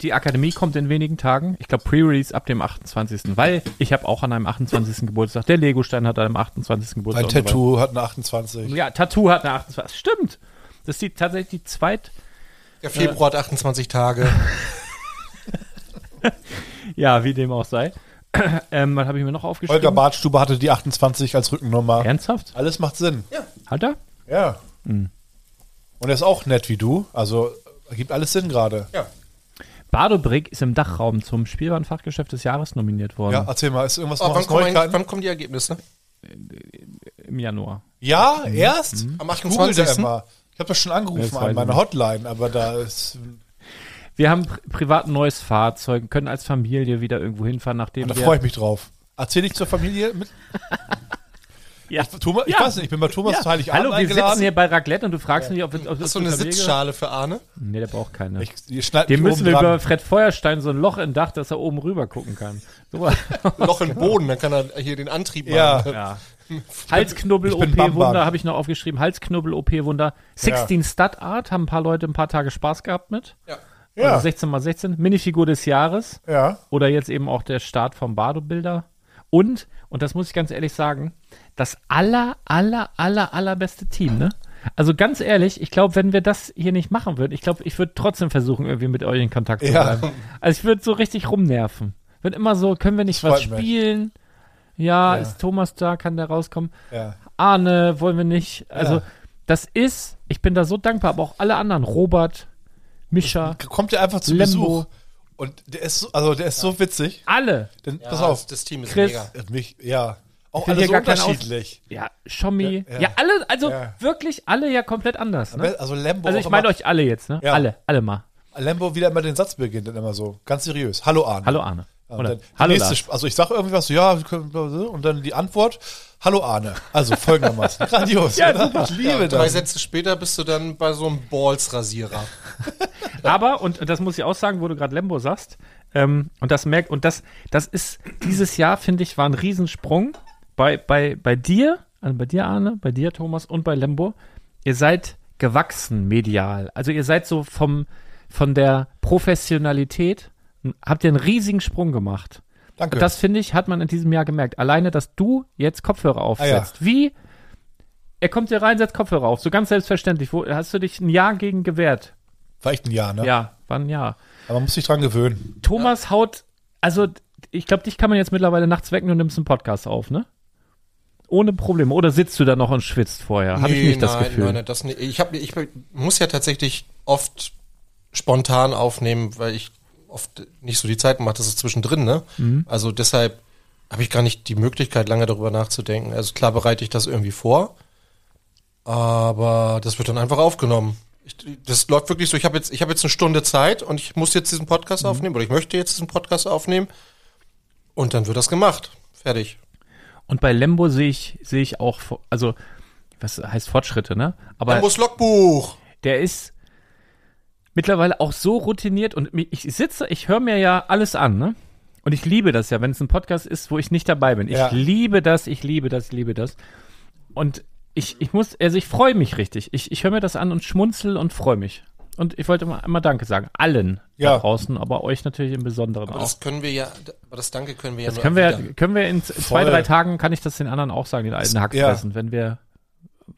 S1: die Akademie kommt in wenigen Tagen. Ich glaube, Pre-Release ab dem 28. Weil ich habe auch an einem 28. Geburtstag. Der Legostein hat an einem 28. Geburtstag.
S2: Mein Tattoo hat eine 28.
S1: Ja, Tattoo hat eine 28. Stimmt. Das ist die, tatsächlich die zweit.
S3: Der Februar hat 28 Tage.
S1: Ja, wie dem auch sei. ähm, was habe ich mir noch aufgeschrieben?
S2: Holger Bartstube hatte die 28 als Rückennummer.
S1: Ernsthaft? Halt
S2: Alles macht Sinn.
S1: Hat er?
S2: Ja.
S1: Mhm.
S2: Und er ist auch nett wie du. Also gibt alles Sinn gerade.
S3: Ja.
S1: Badobrick ist im Dachraum zum Spielwarenfachgeschäft des Jahres nominiert worden.
S2: Ja, erzähl mal, ist irgendwas
S3: Aber
S2: noch
S3: Oh, wann,
S2: was
S3: kommen eigentlich,
S2: Neuigkeiten?
S3: wann kommen die Ergebnisse?
S1: Im Januar.
S2: Ja, erst?
S3: Am
S2: Ich google da
S3: 28.
S2: immer. Ich habe das schon
S1: Mhm. Ja, das
S2: angerufen
S1: weiß
S2: an
S1: ich
S2: meine
S1: nicht.
S2: Hotline, aber da ist.
S1: Wir haben pri privat ein neues Fahrzeug, können als Familie wieder irgendwo hinfahren, nachdem
S2: Da
S1: wir.
S2: freue ich mich drauf. Erzähl ich zur Familie mit
S1: Ja.
S2: Thomas? Ich
S1: Ja.
S2: weiß nicht, ich bin bei Thomas ja. Heiligabend
S1: Hallo, wir sitzen hier bei Raclette und du fragst mich, ob, ob ob-
S3: Hast du
S1: ob-
S3: eine
S1: ob-
S3: Sitzschale für Arne?
S1: Nee, der braucht keine.
S2: Ich, ihr schneidet
S1: Dem
S2: mich
S1: müssen
S2: oben
S1: wir
S2: dran.
S1: über Fred Feuerstein so ein Loch im Dach, dass er oben rüber gucken kann. So,
S3: Loch im Boden, dann kann er hier den Antrieb
S2: Ja.
S3: machen.
S1: ja. Also
S2: Ich bin
S1: Halsknubbel-OP-Wunder
S2: Bambam.
S1: habe ich noch aufgeschrieben. Halsknubbel-OP-Wunder. 16 Stud Art haben ein paar Leute ein paar Tage Spaß gehabt mit.
S3: Ja.
S2: Ja.
S1: Also 16 mal 16. Minifigur des Jahres.
S2: Ja.
S1: Oder jetzt eben auch der Start vom Bardo-Bilder. Und, und das muss ich ganz ehrlich sagen, das aller, aller, aller, allerbeste Team, ne? Also ganz ehrlich, ich glaube, wenn wir das hier nicht machen würden, ich glaube, ich würde trotzdem versuchen, irgendwie mit euch in Kontakt zu
S2: Ja.
S1: bleiben. Also ich würde so richtig rumnerven. Wird immer so, können wir nicht
S2: Das
S1: was
S2: freut mich.
S1: spielen? Ja,
S2: Ja.
S1: ist Thomas da, kann der rauskommen?
S2: Ja.
S1: Arne, wollen wir nicht? Also
S2: Ja.
S1: das ist, ich bin da so dankbar, aber auch alle anderen, Robert, Mischa,
S2: Kommt ihr einfach zu
S1: Lembo.
S2: Besuch. Und der ist so, also der ist so witzig.
S1: alle.
S2: Denn,
S3: Ja,
S2: pass auf, Äh,
S3: Das Team ist
S1: Chris.
S3: mega.
S2: mich, ja. Auch
S1: will
S2: alle
S1: hier
S2: so
S1: gar keinen aus-
S2: unterschiedlich.
S1: Ja, Schommi.
S2: Ja,
S1: Ja,
S2: ja.
S1: alle, also
S2: Ja.
S1: wirklich alle ja komplett anders. Ne?
S2: Also Lembo
S1: Also
S2: auch
S1: ich meine
S2: immer-
S1: euch alle jetzt, ne?
S2: Ja.
S1: Alle, alle mal.
S2: Lembo wieder immer den Satz beginnt, dann immer so, ganz seriös. Hallo Arne.
S1: Hallo Arne.
S2: Ja, und
S1: Oder
S2: dann die
S1: Hallo
S2: nächste,
S1: Lars.
S2: Sp- also ich sage irgendwie was, so, ja, wir können- und dann die Antwort, hallo Arne. Also folgendermaßen. Grandios.
S1: Ja,
S2: oder?
S1: super.
S2: Ich liebe
S3: Drei
S2: das.
S3: Sätze später bist du dann bei so einem Balls-Rasierer.
S1: Aber, und das muss ich auch sagen, wo du gerade Lembo sagst, ähm, und das merkt, und das, das ist, dieses Jahr, finde ich, war ein Riesensprung bei, bei, bei dir, also bei dir, Arne, bei dir, Thomas, und bei Lembo. Ihr seid gewachsen medial. Also ihr seid so vom, von der Professionalität, m, habt ihr einen riesigen Sprung gemacht.
S2: Danke.
S1: Und das, finde ich, hat man in diesem Jahr gemerkt. Alleine, dass du jetzt
S3: Ah,
S1: Kopfhörer aufsetzt. Wie? Er kommt hier rein, setzt Kopfhörer auf. So ganz selbstverständlich. Wo, hast du dich ein Jahr gegen gewehrt?
S2: War echt ein Jahr, ne?
S1: Ja, war ein Jahr.
S2: Aber man muss sich dran gewöhnen.
S1: Thomas haut, also ich glaube, dich kann man jetzt mittlerweile nachts wecken und nimmst einen Podcast auf, ne? Ohne Probleme. Oder sitzt du da noch und schwitzt vorher? Habe ich
S3: Nee,
S1: nicht das
S3: nein,
S1: Gefühl.
S3: Nein, nein, das nicht. Ich, hab, ich muss ja tatsächlich oft spontan aufnehmen, weil ich oft nicht so die Zeit mache, das ist zwischendrin, ne?
S1: Mhm.
S3: Also deshalb habe ich gar nicht die Möglichkeit, lange darüber nachzudenken. Also klar bereite ich das irgendwie vor, aber das wird dann einfach aufgenommen. Ich, das läuft
S1: Mhm.
S3: wirklich so, ich habe jetzt, ich hab jetzt eine Stunde Zeit und ich muss jetzt diesen Podcast aufnehmen oder ich möchte jetzt diesen Podcast aufnehmen Und dann wird das gemacht. Fertig.
S1: Und bei Lembo sehe ich, sehe ich auch, Fo- also, was heißt Fortschritte, ne? Aber
S3: Lambos Logbuch.
S1: der ist mittlerweile auch so routiniert und mi- ich sitze, ich höre mir ja alles an, ne? Und ich liebe das ja, wenn es ein Podcast ist, wo ich nicht dabei bin. Ich
S2: Ja.
S1: liebe das, ich liebe das, ich liebe das. Und ich, ich muss, also ich freue mich richtig. Ich, ich höre mir das an und schmunzel und freue mich. Und ich wollte mal, mal Danke sagen. Allen da
S2: Ja.
S1: draußen, aber euch natürlich im Besonderen
S3: Aber
S1: auch.
S3: das können wir ja, aber das Danke können wir ja
S1: Das
S3: nur
S1: können wir,
S3: erwidern.
S1: können wir in z- zwei,
S2: Also Voll.
S1: drei Tagen, kann ich das den anderen auch sagen, den alten Hackfressen, wenn wir.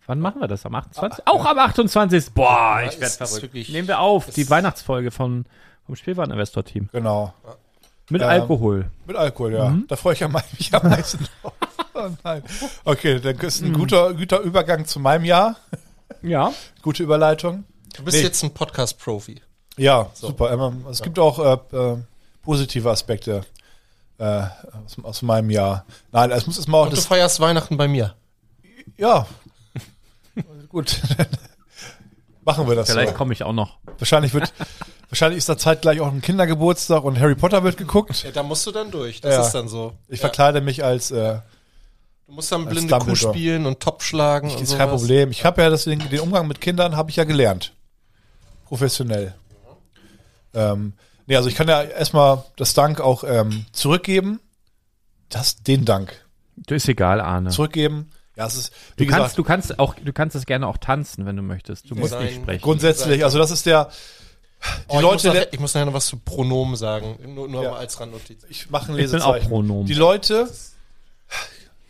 S1: Wann machen wir das? Am 28?
S2: Ah,
S1: auch am 28. Boah, ich
S3: ist-
S1: werde
S3: ist
S1: verrückt.
S3: wirklich-
S1: Nehmen wir auf, die
S3: ist-
S1: Weihnachtsfolge von, vom Spielwareninvestor-Team.
S2: Genau.
S1: Mit
S2: Ähm,
S1: Alkohol.
S2: Mit Alkohol, ja. Da freue ich am- mich am meisten drauf. Oh nein. Okay, dann ist ein guter, guter Übergang zu meinem Jahr.
S1: Ja.
S2: Gute Überleitung.
S3: Du bist
S2: Nee.
S3: jetzt ein Podcast-Profi.
S2: Ja, super. Ähm, Es gibt auch äh, äh, positive Aspekte äh, aus, aus meinem Jahr. Nein, es muss jetzt mal auch
S3: Und du
S2: das.
S3: feierst Weihnachten bei mir.
S2: Ja. Gut. Machen wir das.
S1: Vielleicht
S2: so.
S1: komme ich auch noch.
S2: Wahrscheinlich wird. Wahrscheinlich ist da zeitgleich auch ein Kindergeburtstag und Harry Potter wird geguckt.
S3: Ja, da musst du dann durch. Das
S2: Ja.
S3: ist dann so.
S2: Ich
S3: ja.
S2: verkleide mich als. Äh,
S3: Du musst dann
S2: als
S3: blinde Kuh
S2: Dumbledore.
S3: spielen und Topf schlagen und
S2: ist
S3: sowas. Oh,
S2: kein Problem. Ich habe ja das, den, den Umgang mit Kindern habe ich ja gelernt. Professionell. Ähm, nee, also ich kann ja erstmal das Dank auch ähm, zurückgeben. Das, den Dank.
S1: Du ist egal, Arne.
S2: zurückgeben. Ja, es ist, wie
S1: Du
S2: gesagt,
S1: kannst, du kannst auch, du kannst das gerne auch tanzen, wenn du möchtest. Du musst
S3: Nein.
S1: nicht sprechen.
S2: grundsätzlich, also das ist der, die
S3: Oh, ich, muss
S2: Leute,
S3: nachher,
S2: der-
S3: ich muss nachher noch was zu Pronomen sagen. Nur, nur
S2: Ja.
S3: mal als Randnotiz.
S2: ich mache ein
S1: Ich bin auch
S2: Lesezeichen.
S1: Pronomen.
S2: Die Leute,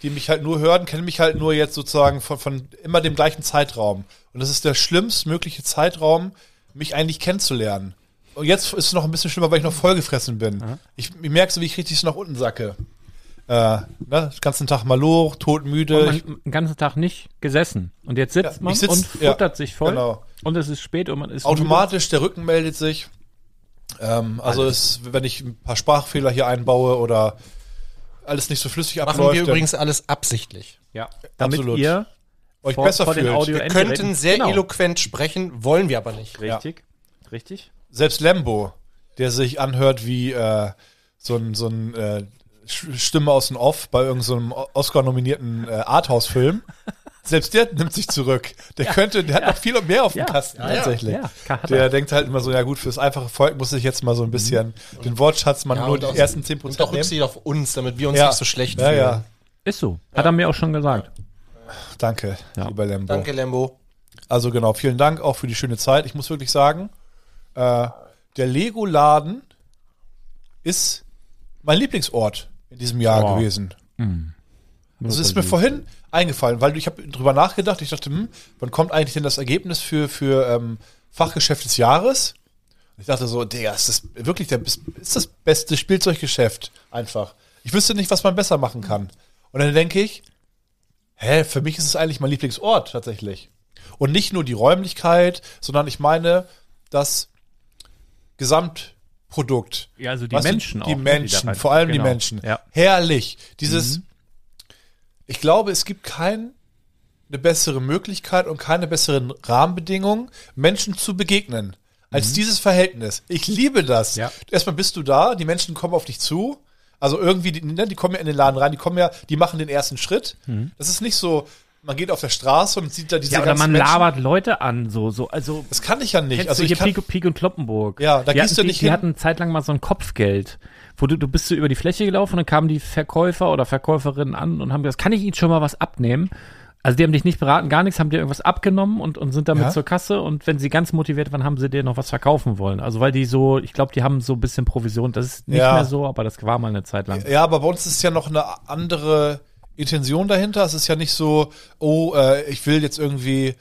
S2: die mich halt nur hören, kennen mich halt nur jetzt sozusagen von, von immer dem gleichen Zeitraum. Und das ist der schlimmstmögliche Zeitraum, mich eigentlich kennenzulernen. Und jetzt ist es noch ein bisschen schlimmer, weil ich noch vollgefressen bin. Ich, ich merke so, wie ich richtig so nach unten sacke. Äh, ne, den ganzen Tag mal hoch, todmüde.
S1: Man
S2: Ich-
S1: hat den ganzen Tag nicht gesessen. Und jetzt sitzt
S2: Ja,
S1: man
S2: ich sitz-
S1: und
S2: ja,
S1: futtert sich voll.
S2: genau.
S1: Und es ist spät und man ist.
S2: automatisch, der Rücken meldet sich. Ähm, also es, wenn ich ein paar Sprachfehler hier einbaue oder alles nicht so flüssig
S3: Machen
S2: abläuft,
S3: wir
S2: dann
S3: übrigens alles absichtlich.
S1: müde. Ja. Damit
S2: Absolut.
S1: ihr
S2: euch
S1: vor-
S2: besser
S1: vor den
S2: fühlt.
S1: Audio-
S3: Wir
S1: Endgeräten.
S3: könnten sehr
S1: Genau.
S3: eloquent sprechen, wollen wir aber nicht.
S1: Richtig. Richtig.
S2: Selbst Lembo, der sich anhört wie äh, so ein, so ein äh, Sch- Stimme aus dem Off bei irgendeinem so Oscar-nominierten äh, Arthouse-Film, selbst der nimmt sich zurück. Der könnte, der hat noch viel mehr auf dem
S1: Ja.
S2: Kasten
S3: ja.
S2: tatsächlich.
S1: Ja, hat er.
S2: Der denkt halt immer so, ja gut, fürs einfache Volk muss ich jetzt mal so ein bisschen den Wortschatz mal nur
S3: Mhm. und
S2: die
S3: auch-
S2: ersten 10%
S3: Und auch
S2: nehmen.
S3: Rücksicht auf uns, damit wir uns nicht so schlecht
S2: ja,
S3: fühlen.
S2: ja.
S1: Ist so. Hat er mir auch schon gesagt.
S2: Danke,
S1: Ja.
S2: lieber Lembo.
S3: Danke, Lembo.
S2: Also genau, vielen Dank auch für die schöne Zeit. Ich muss wirklich sagen, äh, der Lego-Laden ist mein Lieblingsort in diesem Jahr
S1: Wow.
S2: gewesen. Mhm. Das ist mir vorhin eingefallen, weil ich habe drüber nachgedacht. Ich dachte, hm, wann kommt eigentlich denn das Ergebnis für, für ähm, Fachgeschäft des Jahres? Und ich dachte so, Digga, ist das wirklich der, ist das beste Spielzeuggeschäft einfach. Ich wüsste nicht, was man besser machen kann. Und dann denke ich, hä, für mich ist es eigentlich mein Lieblingsort tatsächlich. Und nicht nur die Räumlichkeit, sondern ich meine das Gesamtprodukt.
S1: Ja, also die
S2: Weißt du,
S1: Menschen auch.
S2: Die
S1: ne,
S2: Menschen,
S1: da rein-
S2: vor allem
S1: genau.
S2: die Menschen.
S1: Ja. Mhm.
S2: Herrlich. Dieses, ich glaube, es gibt keine bessere Möglichkeit und keine besseren Rahmenbedingungen, Menschen zu begegnen, als dieses Verhältnis. Ich liebe das.
S1: Mhm. Ja.
S2: Erstmal bist du da, die Menschen kommen auf dich zu. Also irgendwie, die, ne, die kommen ja in den Laden rein, die kommen ja, die machen den ersten Schritt. Das ist nicht so, man geht auf der Straße und sieht da
S1: Mhm.
S2: diese
S1: Ja, oder
S2: ganzen
S1: man
S2: Menschen.
S1: labert Leute an, so, so, also.
S2: Das kann ich ja nicht.
S1: Kennst
S2: Also
S1: du
S2: ich
S1: hier
S2: kann,
S1: Pik, Pik und Kloppenburg?
S2: Ja, da
S1: die
S2: gehst
S1: hatten,
S2: du
S1: die-
S2: nicht
S1: die,
S2: hin.
S1: hatten eine Zeit lang mal so ein Kopfgeld, wo du, du bist so über die Fläche gelaufen und dann kamen die Verkäufer oder Verkäuferinnen an und haben gesagt, kann ich Ihnen schon mal was abnehmen? Also die haben dich nicht beraten, gar nichts, haben dir irgendwas abgenommen und, und sind damit
S2: Ja.
S1: zur Kasse und wenn sie ganz motiviert waren, haben sie dir noch was verkaufen wollen. Also weil die so, ich glaube, die haben so ein bisschen Provision. Das ist nicht
S2: Ja.
S1: mehr so, aber das war mal eine Zeit lang.
S2: Ja, aber bei uns ist ja noch eine andere Intention dahinter. Es ist ja nicht so, oh, äh, ich will jetzt irgendwie,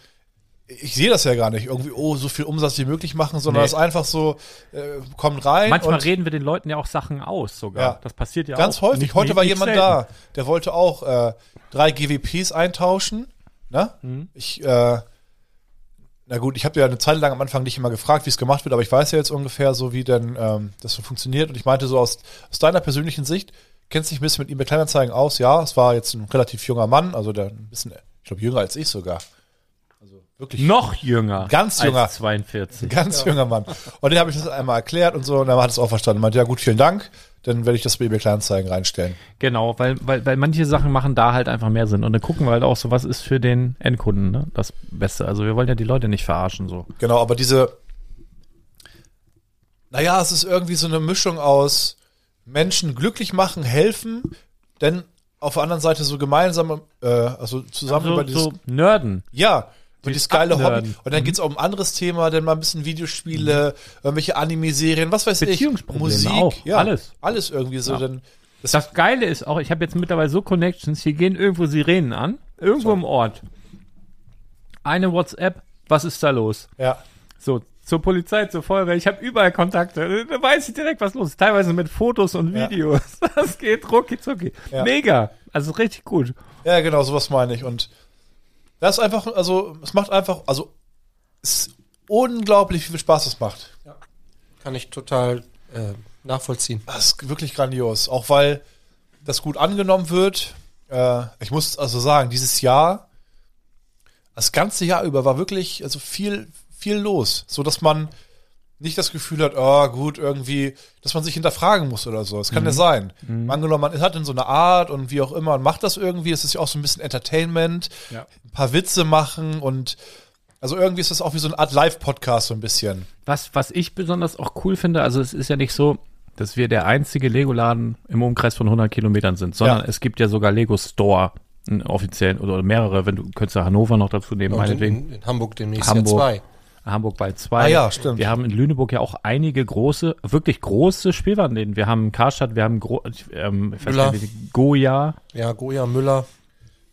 S2: ich sehe das ja gar nicht, irgendwie, oh, so viel Umsatz wie möglich machen, sondern
S1: Nee.
S2: es ist einfach so, äh, kommt rein.
S1: Manchmal
S2: und
S1: reden wir den Leuten ja auch Sachen aus sogar.
S2: Ja.
S1: Das passiert ja
S2: ganz
S1: auch.
S2: häufig.
S1: Genau. Nicht-
S2: Heute
S1: nicht-
S2: war
S1: nicht
S2: jemand
S1: selten.
S2: da, der wollte auch äh, drei GWPs eintauschen. Ne?
S1: Mhm.
S2: Ich, äh, na gut, ich habe ja eine Zeit lang am Anfang nicht immer gefragt, wie es gemacht wird, aber ich weiß ja jetzt ungefähr so, wie denn ähm, das so funktioniert. Und ich meinte so aus, aus deiner persönlichen Sicht, kennst dich ein bisschen mit eBay Kleinanzeigen aus? Ja, es war jetzt ein relativ junger Mann, also der ein bisschen, ich glaube, jünger als ich sogar. Also wirklich
S1: Noch jünger.
S2: Ganz jünger.
S1: Als 42.
S2: Ganz junger Mann. Und den habe ich das einmal erklärt und so, und dann hat es auch verstanden. Und meinte, ja gut, vielen Dank. dann werde ich das bei eBay Kleinanzeigen reinstellen.
S1: Genau, weil, weil, weil manche Sachen machen da halt einfach mehr Sinn. Und dann gucken wir halt auch so, was ist für den Endkunden ne? das Beste. Also wir wollen ja die Leute nicht verarschen so.
S2: Genau, aber diese. Naja, es ist irgendwie so eine Mischung aus Menschen glücklich machen, helfen, denn auf der anderen Seite so gemeinsam, äh, also zusammen
S1: So,
S2: über dieses.
S1: so Nerden.
S2: Ja, über
S1: Dieses
S2: dieses geile
S1: Abnörden.
S2: Hobby. Und dann geht's auch um ein anderes Thema, dann mal ein bisschen Videospiele, irgendwelche Anime-Serien, was weiß ich.
S1: Mhm. Beziehungsprobleme auch,
S2: ja,
S1: alles.
S2: Alles irgendwie so, denn. Das,
S1: Das Geile ist auch, ich habe jetzt mittlerweile so Connections, hier gehen irgendwo Sirenen an, irgendwo im Ort. Eine WhatsApp, was ist da los?
S2: ja.
S1: So, zur Polizei, zur Feuerwehr, ich habe überall Kontakte. Äh, Da weiß ich direkt, was los ist. Teilweise mit Fotos und
S2: Ja.
S1: Videos. Das geht rucki zucki.
S2: Ja.
S1: Mega. Also richtig gut.
S2: Ja, genau, sowas meine ich. Und das ist einfach, also, es macht einfach, also, es ist unglaublich, wie viel Spaß es macht.
S3: Kann ich total äh, nachvollziehen.
S2: Das ist wirklich grandios. Auch weil das gut angenommen wird. Äh, ich muss also sagen, dieses Jahr, das ganze Jahr über war wirklich, also viel, viel los. So dass man nicht das Gefühl hat, oh, gut, irgendwie, dass man sich hinterfragen muss oder so. Das kann ja sein. Angenommen, man hat in so eine Art und wie auch immer und macht das irgendwie. Es ist ja auch so ein bisschen Entertainment. Ein paar Witze machen und also irgendwie ist das auch wie so eine Art Live-Podcast so ein bisschen.
S1: Was, was ich besonders auch cool finde, also es ist ja nicht so, dass wir der einzige Lego-Laden im Umkreis von 100 Kilometern sind, sondern
S2: Ja.
S1: es gibt ja sogar Lego-Store, einen offiziellen oder mehrere, wenn du könntest ja Hannover noch dazu nehmen,
S3: Und in,
S1: meinetwegen.
S3: in Hamburg demnächst
S1: Hamburg.
S3: ja zwei.
S1: Hamburg bei zwei.
S2: Ah ja, stimmt.
S1: Wir haben in Lüneburg ja auch einige große, wirklich große Spielwarenläden. Wir haben Karstadt, wir haben Gro ähm, ich weiß
S3: Müller.
S1: gar nicht, wie- Goya,
S3: Ja, Goya, Müller.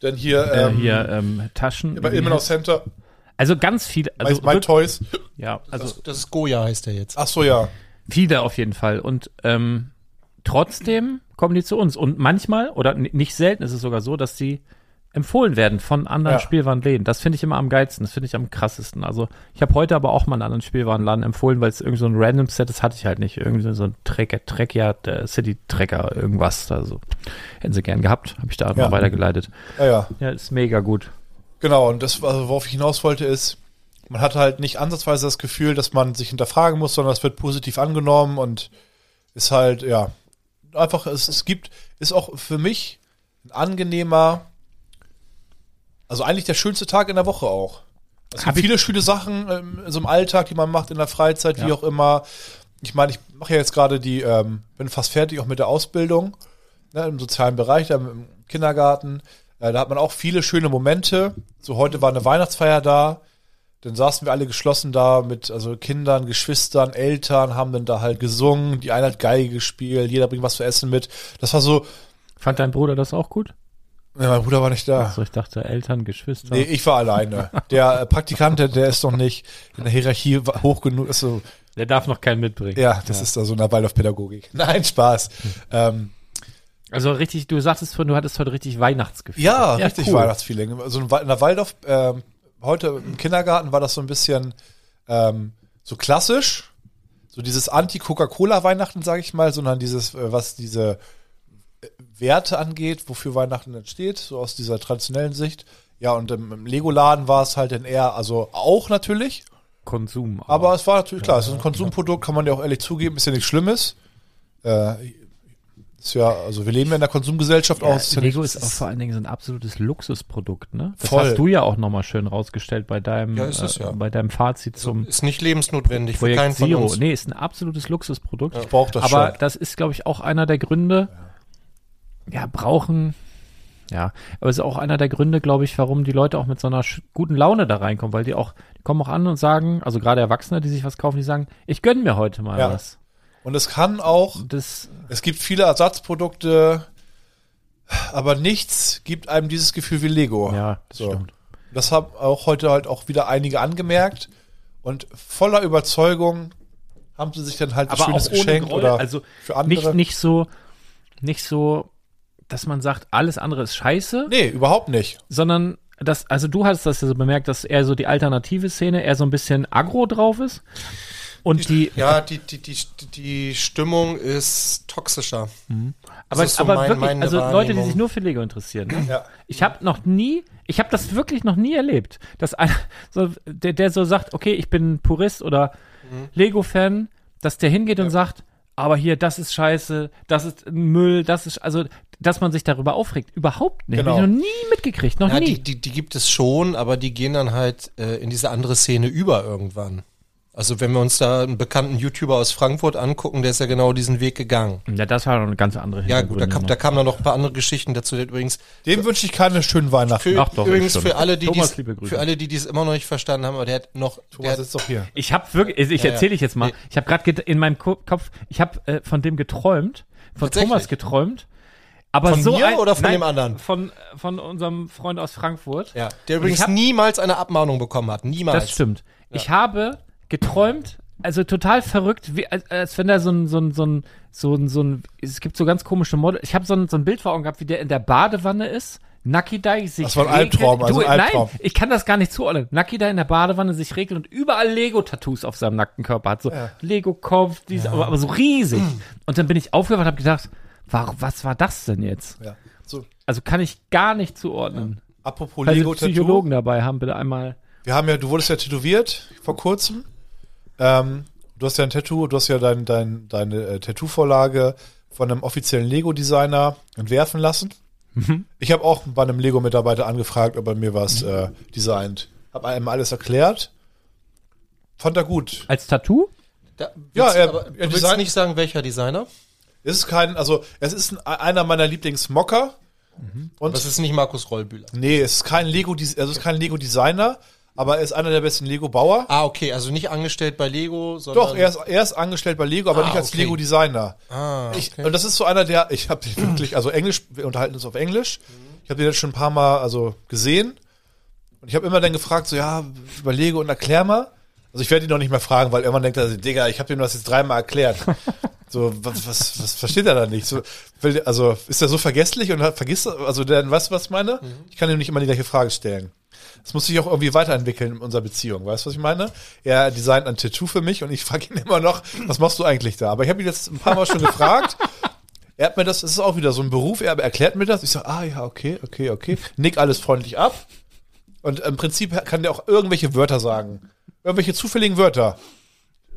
S2: Denn hier,
S1: äh,
S2: ähm,
S1: hier ähm, Taschen.
S2: bei Ilmenau Center,
S1: also ganz viele. Also,
S2: also My
S1: wirklich-
S2: Toys.
S1: ja, also
S3: Das, das ist Goya, heißt der jetzt.
S2: Ach so, ja.
S1: Viele auf jeden Fall. Und ähm, trotzdem kommen die zu uns. Und manchmal, oder n- nicht selten ist es sogar so, dass die empfohlen werden von anderen
S2: Ja.
S1: Spielwarenläden. Das finde ich immer am geilsten, das finde ich am krassesten. Also ich habe heute aber auch mal einen anderen Spielwarenladen empfohlen, weil es irgend so ein random Set, das hatte ich halt nicht. Irgendwie so ein Trecker, Trecker, der City Trecker, irgendwas. Also hätten sie gern gehabt, habe ich da einfach
S2: Ja.
S1: weitergeleitet.
S2: Ja, ja.
S1: Ja, ist mega gut.
S2: Genau, und das, also, worauf ich hinaus wollte, ist, man hat halt nicht ansatzweise das Gefühl, dass man sich hinterfragen muss, sondern es wird positiv angenommen und ist halt, ja, einfach, es, es gibt, ist auch für mich ein angenehmer, also eigentlich der schönste Tag in der Woche auch. Es
S1: Hab
S2: gibt
S1: ich-
S2: viele schöne Sachen ähm, in so im Alltag, die man macht in der Freizeit, wie
S1: Ja.
S2: auch immer. Ich meine, ich mache ja jetzt gerade die, ähm, bin fast fertig auch mit der Ausbildung ne, im sozialen Bereich, da im Kindergarten. Äh, da hat man auch viele schöne Momente. So heute war eine Weihnachtsfeier da. Dann saßen wir alle geschlossen da mit also Kindern, Geschwistern, Eltern, haben dann da halt gesungen. Die eine hat Geige gespielt, jeder bringt was zu essen mit. Das war so,
S1: Fand dein Bruder das auch gut?
S2: ne, mein Bruder war nicht da.
S1: Also ich dachte, Eltern, Geschwister.
S2: Nee, ich war alleine. Der äh, Praktikant, der- der ist noch nicht in der Hierarchie wa- hoch genug. Ist so,
S1: Der darf noch keinen mitbringen.
S2: ja, das ist da so eine Waldorfpädagogik. Nein, Spaß. Ähm,
S1: Also richtig, du sagtest vorhin, du hattest heute richtig Weihnachtsgefühl.
S2: Ja, richtig
S1: cool.
S2: Weihnachtsfeeling. So ein Wa- in der Waldorf, ähm, heute im Kindergarten war das so ein bisschen ähm, so klassisch. So dieses Anti-Coca-Cola-Weihnachten, sage ich mal, sondern dieses, äh, was diese äh, Werte angeht, wofür Weihnachten entsteht, so aus dieser traditionellen Sicht. Ja, und im, im Lego-Laden war es halt dann eher, also auch natürlich,
S1: Konsum.
S2: aber es war natürlich klar, es ist ein Konsumprodukt, kann man ja auch ehrlich zugeben, ist ja nichts Schlimmes. Äh, ist ja, also wir leben ja in der Konsumgesellschaft auch. es
S1: Ja,
S2: ja
S1: Lego
S2: nichts-
S1: ist auch vor allen Dingen so ein absolutes Luxusprodukt, ne? Das
S2: Voll.
S1: hast du ja auch nochmal schön rausgestellt bei deinem, äh,
S3: Ja, ist es ja. Also,
S1: bei deinem Fazit zum
S3: Ist nicht lebensnotwendig für keinen
S1: Projekt
S3: von
S1: Zero.
S3: uns.
S1: Nee, ist ein absolutes Luxusprodukt.
S2: ich brauche das
S1: aber
S2: schon.
S1: das ist, glaube ich, auch einer der Gründe. Ja, brauchen. Ja, aber es ist auch einer der Gründe, glaube ich, warum die Leute auch mit so einer sch- guten Laune da reinkommen, weil die auch, die kommen auch an und sagen, also gerade Erwachsene, die sich was kaufen, die sagen, ich gönne mir heute mal
S2: Ja.
S1: was.
S2: Und es kann auch,
S1: Das
S2: es gibt viele Ersatzprodukte, aber nichts gibt einem dieses Gefühl wie Lego.
S1: Ja, das
S2: Oh, So.
S1: stimmt.
S2: Das haben auch heute halt auch wieder einige angemerkt und voller Überzeugung haben sie sich dann halt
S1: aber
S2: ein schönes
S1: auch ohne
S2: Geschenk
S1: Groll,
S2: oder
S1: also
S2: für andere.
S1: nicht nicht so nicht so dass man sagt alles andere ist scheiße
S2: nee, überhaupt nicht.
S1: sondern das also du hast das ja so bemerkt dass eher so die alternative Szene eher so ein bisschen aggro drauf ist und die
S3: Ja, die, die, die, die Stimmung ist toxischer.
S1: Mhm. aber,
S3: das ist so
S1: aber
S3: mein-
S1: wirklich
S3: meine
S1: also Leute die
S3: Wahrnehmung.
S1: sich nur für Lego interessieren ne?
S2: Ja.
S1: ich habe noch nie ich habe das wirklich noch nie erlebt dass einer so
S3: Mhm.
S1: der, der so sagt okay ich bin Purist oder Lego Fan dass der hingeht und sagt aber hier, das ist scheiße, das ist Müll, das ist, also, dass man sich darüber aufregt, überhaupt nicht.
S2: Genau.
S1: Hab ich noch nie mitgekriegt, noch
S3: Ja,
S1: nie.
S3: die, die, die gibt es schon, aber die gehen dann halt äh, in diese andere Szene über irgendwann. Also wenn wir uns da einen bekannten YouTuber aus Frankfurt angucken, der ist ja genau diesen Weg gegangen.
S1: ja, das war noch eine ganz andere
S3: Ja gut, da, kam, da
S1: Hintergründe
S3: kamen dann noch ein paar andere Geschichten dazu. Der hat übrigens
S2: Dem wünsche ich keine schönen Weihnachten.
S3: für,
S1: Ach doch,
S3: übrigens
S1: stimmt.
S3: für alle, die
S1: Thomas,
S3: dies,
S1: liebe Grüße.
S3: für alle, die dies immer noch nicht verstanden haben, aber der hat noch
S2: Thomas
S3: der hat,
S2: sitzt doch hier.
S1: noch. Ich habe wirklich, also ich
S3: Ja, ja.
S1: erzähle ich jetzt mal,
S3: Nee.
S1: ich habe gerade in meinem Ko- Kopf, ich habe äh, von dem geträumt, von
S3: Tatsächlich?
S1: Thomas geträumt, aber
S3: Von
S1: so
S3: mir
S1: ein,
S3: oder von dem anderen?
S1: Von, äh, von unserem Freund aus Frankfurt.
S3: ja, der
S1: Und ich
S3: übrigens
S1: hab-
S3: niemals eine Abmahnung bekommen hat. Niemals.
S1: Das stimmt. Ich habe geträumt, also total verrückt, wie, als, als wenn da so ein, so ein, so ein, so ein, so ein, es gibt so ganz komische Model. Ich habe so ein, so ein Bild vor Augen gehabt, wie der in der Badewanne ist. Nakidai sich
S2: Das war ein Albtraum,
S1: regelt-
S2: also
S1: du,
S2: ein Albtraum.
S1: Nein, ich kann das gar nicht zuordnen. Nakidai in der Badewanne sich regelt und überall Lego-Tattoos auf seinem nackten Körper hat. So Lego-Kopf, dies, aber, aber so riesig. Und dann bin ich aufgewacht und habe gedacht, war, was war das denn jetzt?
S2: Ja. So,
S1: Also kann ich gar nicht zuordnen.
S2: apropos
S1: Falls wir
S2: Lego-Tattoo.
S1: Also Psychologen dabei haben, bitte einmal.
S2: Wir haben ja, du wurdest ja tätowiert vor kurzem. Ähm, du hast ja ein Tattoo, du hast ja dein, dein, deine äh, Tattoo-Vorlage von einem offiziellen Lego-Designer entwerfen lassen.
S3: Mhm.
S2: Ich habe auch bei einem Lego-Mitarbeiter angefragt, ob er mir was äh, designt. Hab einem alles erklärt. Fand er gut.
S1: Als Tattoo?
S3: Da, willst,
S2: Ja, er-
S3: aber,
S2: er
S3: du willst
S2: designt-
S3: nicht sagen, welcher Designer?
S2: Es ist kein, also es ist ein, einer meiner Lieblingsmocker. Und
S3: Das ist nicht Markus Rollbühler.
S2: nee, es ist kein Lego, also es ist kein Lego-Designer, aber er ist einer der besten Lego-Bauer.
S3: Ah, okay, also nicht angestellt bei Lego, sondern
S2: Doch, er ist, er ist angestellt bei Lego, aber
S3: Ah,
S2: nicht als
S3: okay.
S2: Lego-Designer.
S3: Ah,
S2: Ich,
S3: okay.
S2: und das ist so einer, der, ich habe den wirklich, also Englisch, wir unterhalten uns auf Englisch. Ich habe den jetzt schon ein paar Mal also gesehen. Und ich habe immer dann gefragt, so, ja, überlege und erklär mal. Also ich werde ihn noch nicht mehr fragen, weil irgendwann denkt er, sich, Digga, ich habe dem das jetzt dreimal erklärt. so, was, was, was versteht er da nicht? So, will, der- also ist er so vergesslich und hat, vergisst, er- also dann, weißt du, was ich meine? Ich kann ihm nicht immer die gleiche Frage stellen. Das muss sich auch irgendwie weiterentwickeln in unserer Beziehung. Weißt du, was ich meine? Er designt ein Tattoo für mich und ich frage ihn immer noch, was machst du eigentlich da? Aber ich habe ihn jetzt ein paar Mal schon gefragt. Er hat mir das, das ist auch wieder so ein Beruf, er erklärt mir das. Ich sage, ah ja, okay, okay, okay. Nick alles freundlich ab. Und im Prinzip kann der auch irgendwelche Wörter sagen. Irgendwelche zufälligen Wörter.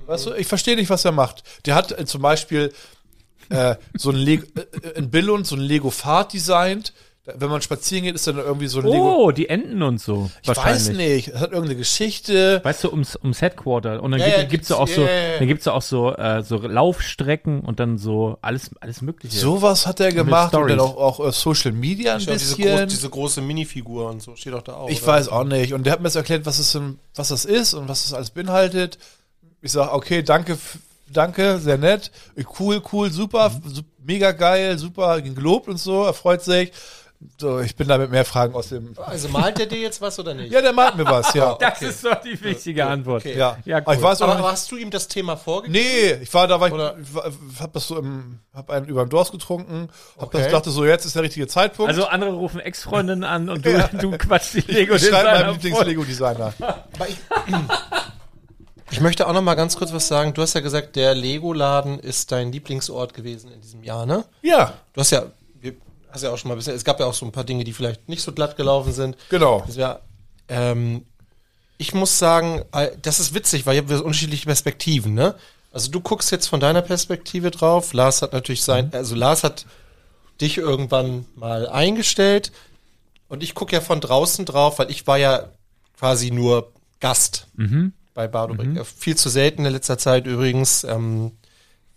S2: Weißt du, ich verstehe nicht, was er macht. Der hat äh, zum Beispiel äh, so ein Lego, äh, in Billund so ein Lego-Fahrt designt. Da- Wenn man spazieren geht, ist dann irgendwie so ein Lego.
S1: Oh, die Enten und so.
S2: Ich weiß nicht, es hat irgendeine Geschichte.
S1: Weißt du, ums, ums Headquarter. Und dann
S3: Ja,
S1: gibt,
S3: ja,
S1: gibt's
S3: gibt's-
S1: ja auch so,
S3: ja, ja, ja.
S1: dann gibt's ja auch so, äh, so Laufstrecken und dann so alles, alles Mögliche.
S2: Sowas hat er gemacht und
S1: Stories.
S2: dann auch, auch äh, Social Media ein
S3: Ja, diese, groß,
S2: bisschen.
S3: diese große Minifigur und so steht doch da auch.
S2: ich
S3: oder?
S2: weiß auch nicht. Und der hat mir jetzt erklärt, was, es denn, was das ist und was das alles beinhaltet. Ich sage, okay, danke, f- danke, sehr nett. Äh, Cool, cool, super,
S1: Mhm.
S2: su- mega geil, super, gelobt und so, er freut sich. So, ich bin da mit mehr Fragen aus dem.
S3: Also malt der dir jetzt was oder nicht?
S2: Ja, der malt mir was, ja.
S1: Das ist doch die wichtige Antwort.
S3: okay.
S2: ja.
S1: Ja,
S2: Aber ich
S1: cool.
S2: weiß auch
S3: aber,
S2: noch
S3: aber hast du ihm das Thema vorgegeben?
S2: Nee, ich war da, war ich,
S3: Oder-
S2: ich war, hab das so im, hab einen über den Dorf getrunken, hab
S3: Okay.
S2: das, dachte so, jetzt ist der richtige Zeitpunkt.
S1: Also andere rufen Ex-Freundinnen an und du, du quatschst die lego
S2: ich schreibe meinem
S1: voll.
S2: Lieblings-Lego-Designer.
S3: Aber ich, ich möchte auch noch mal ganz kurz was sagen. Du hast ja gesagt, der Lego-Laden ist dein Lieblingsort gewesen in diesem Jahr, ne?
S2: Ja,
S3: Du hast ja, wir- hast ja auch schon mal ein bisschen, es gab ja auch so ein paar Dinge, die vielleicht nicht so glatt gelaufen sind.
S2: genau.
S3: Das wär, ähm, ich muss sagen, äh, das ist witzig, weil ihr habt unterschiedliche Perspektiven, ne? Also du guckst jetzt von deiner Perspektive drauf. Lars hat natürlich
S2: Mhm.
S3: sein, also Lars hat dich irgendwann mal eingestellt und ich gucke ja von draußen drauf, weil ich war ja quasi nur Gast
S2: Mhm.
S3: bei Badobrick. Ja, Viel zu selten in letzter Zeit übrigens. Ähm,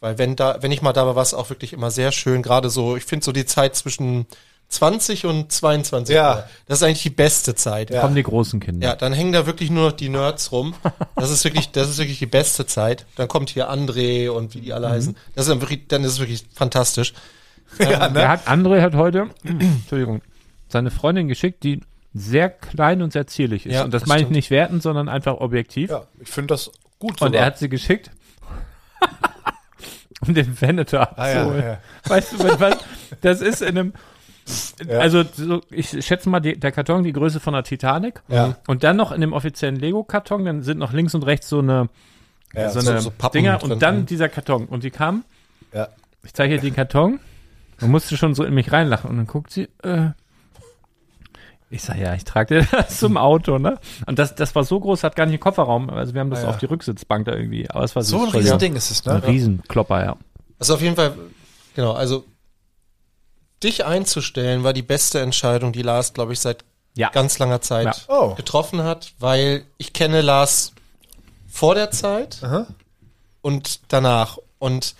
S3: weil wenn da, wenn ich mal da war, war es auch wirklich immer sehr schön. Gerade so, ich finde so die Zeit zwischen 20 und 22
S2: Ja.
S3: Uhr. Das ist eigentlich die beste Zeit.
S1: Kommen die großen Kinder.
S3: Ja, dann hängen da wirklich nur noch die Nerds rum. Das ist wirklich, das ist wirklich die beste Zeit. Dann kommt hier André und wie die alle heißen. Das ist dann wirklich, dann ist es wirklich fantastisch. ne?
S1: Er hat, André hat heute, Entschuldigung, seine Freundin geschickt, die sehr klein und sehr zierlich ist.
S3: Ja,
S1: und das
S3: das
S1: meine ich
S3: stimmt.
S1: nicht wertend, sondern einfach objektiv.
S2: Ja, ich finde das gut.
S1: Und
S2: sogar.
S1: er hat sie geschickt, um den Venetor
S2: Ah, ja,
S1: abzuholen.
S2: ja.
S1: Weißt du, wenn was, das ist in einem, also so, ich schätze mal, die, der Karton die Größe von der Titanic.
S2: Ja.
S1: Und dann noch in dem offiziellen Lego-Karton, dann sind noch links und rechts so eine,
S2: Ja,
S1: so
S3: so-
S1: eine
S3: so Pappen
S1: Dinger
S3: drin.
S1: und dann dieser Karton. Und die kam,
S2: ja.
S1: ich zeige ihr den Karton und musste schon so in mich reinlachen. Und dann guckt sie, äh, ich sage, ja, ich trage dir das zum Auto, ne? Und das, das war so groß, hat gar nicht den Kofferraum. Also wir haben das
S2: Ah, ja.
S1: auf die Rücksitzbank da irgendwie. Aber es war
S2: So ein
S1: süß, voll, ja.
S2: Riesending ist es,
S1: Ein
S2: ne?
S1: Riesenklopper, ja.
S3: Also auf jeden Fall, genau, also dich einzustellen war die beste Entscheidung, die Lars, glaube ich, seit
S1: Ja.
S3: ganz langer Zeit
S1: Ja.
S2: Oh.
S3: getroffen hat, weil ich kenne Lars vor der Zeit
S2: Aha.
S3: und danach. Und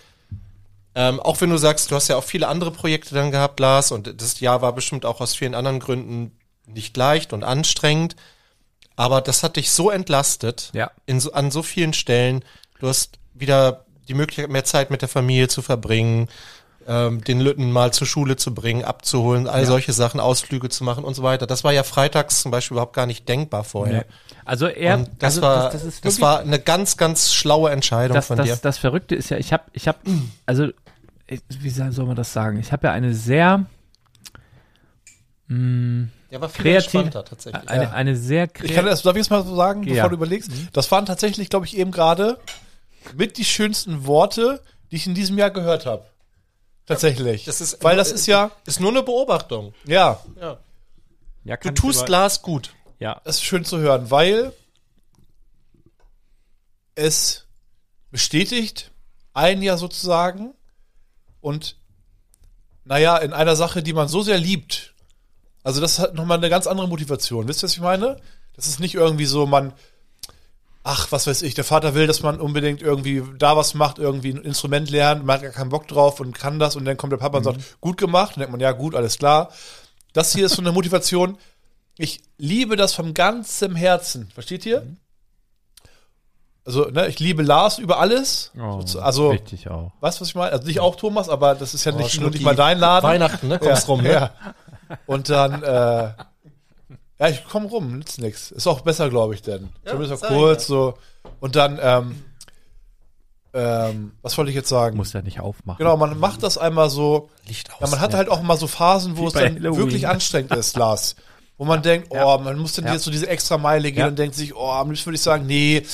S3: ähm, auch wenn du sagst, du hast ja auch viele andere Projekte dann gehabt, Lars, und das Jahr war bestimmt auch aus vielen anderen Gründen nicht leicht und anstrengend, aber das hat dich so entlastet
S1: Ja.
S3: in so, an so vielen Stellen. Du hast wieder die Möglichkeit, mehr Zeit mit der Familie zu verbringen, ähm, den Lütten mal zur Schule zu bringen, abzuholen, all solche Sachen, Ausflüge zu machen und so weiter. Das war ja freitags zum Beispiel überhaupt gar nicht denkbar vorher.
S1: Also er,
S3: Und das,
S1: also
S3: war,
S1: das,
S3: das,
S1: das ist wirklich-
S3: war eine ganz, ganz schlaue Entscheidung
S1: das,
S3: von dir.
S1: das, das Verrückte ist ja, ich habe, ich habe, also, ich- wie soll soll man das sagen? Ich habe ja eine sehr,
S3: ja, war viel
S1: kreativ-
S3: entspannter tatsächlich.
S1: eine,
S3: ja.
S1: eine sehr
S2: Ich kann
S1: kreative,
S2: das, darf ich es mal so sagen, bevor
S1: Ja. Mhm.
S2: du überlegst? Das waren tatsächlich, glaube ich, eben gerade mit die schönsten Worte, die ich in diesem Jahr gehört habe. Tatsächlich.
S3: Das ist-
S2: Weil das ist ja,
S3: Ist nur eine Beobachtung.
S2: ja,
S3: Ja.
S1: ja,
S3: Du
S1: kann ich
S3: tust
S1: über-
S3: Lars gut.
S1: ja,
S2: das ist schön zu hören, weil es bestätigt ein Jahr sozusagen und naja, in einer Sache, die man so sehr liebt. Also das hat nochmal eine ganz andere Motivation. Wisst ihr, was ich meine? Das ist nicht irgendwie so, man, ach, was weiß ich, der Vater will, dass man unbedingt irgendwie da was macht, irgendwie ein Instrument lernt, man hat gar keinen Bock drauf und kann das und dann kommt der Papa
S1: Mhm.
S2: und sagt, gut gemacht, dann denkt man, ja gut, alles klar. Das hier ist so eine Motivation, ich liebe das von ganzem Herzen, versteht ihr?
S1: Mhm.
S2: Also, ne, ich liebe Lars über alles.
S1: Oh,
S2: Sozu- also,
S1: richtig auch.
S2: Weißt du, was ich meine? Also dich auch, Thomas, aber das ist ja nicht, nur
S3: Oh, Schnucki.
S2: nicht mal dein Laden.
S3: Weihnachten, ne?
S2: ja,
S3: Kommst rum, ne?
S2: ja. Und dann, äh, ja, ich komm rum, nützt nix. Ist auch besser, glaube ich, denn.
S3: Ja,
S2: Zumindest mal
S3: sag ich
S2: kurz,
S3: ja.
S2: so. Und dann, ähm, ähm, was wollte ich jetzt sagen?
S1: Muss ja nicht aufmachen.
S2: Genau, man macht das einmal so.
S3: Licht aus.
S2: Ja, man hat halt auch mal so Phasen, wo es
S1: bei
S2: dann
S1: Halloween.
S2: wirklich anstrengend ist, Lars. Wo man denkt, oh,
S1: Ja.
S2: man muss dann
S1: Ja.
S2: jetzt so diese extra Meile gehen
S1: Ja. Mhm.
S2: und denkt sich, oh, am liebsten würde ich sagen, nee,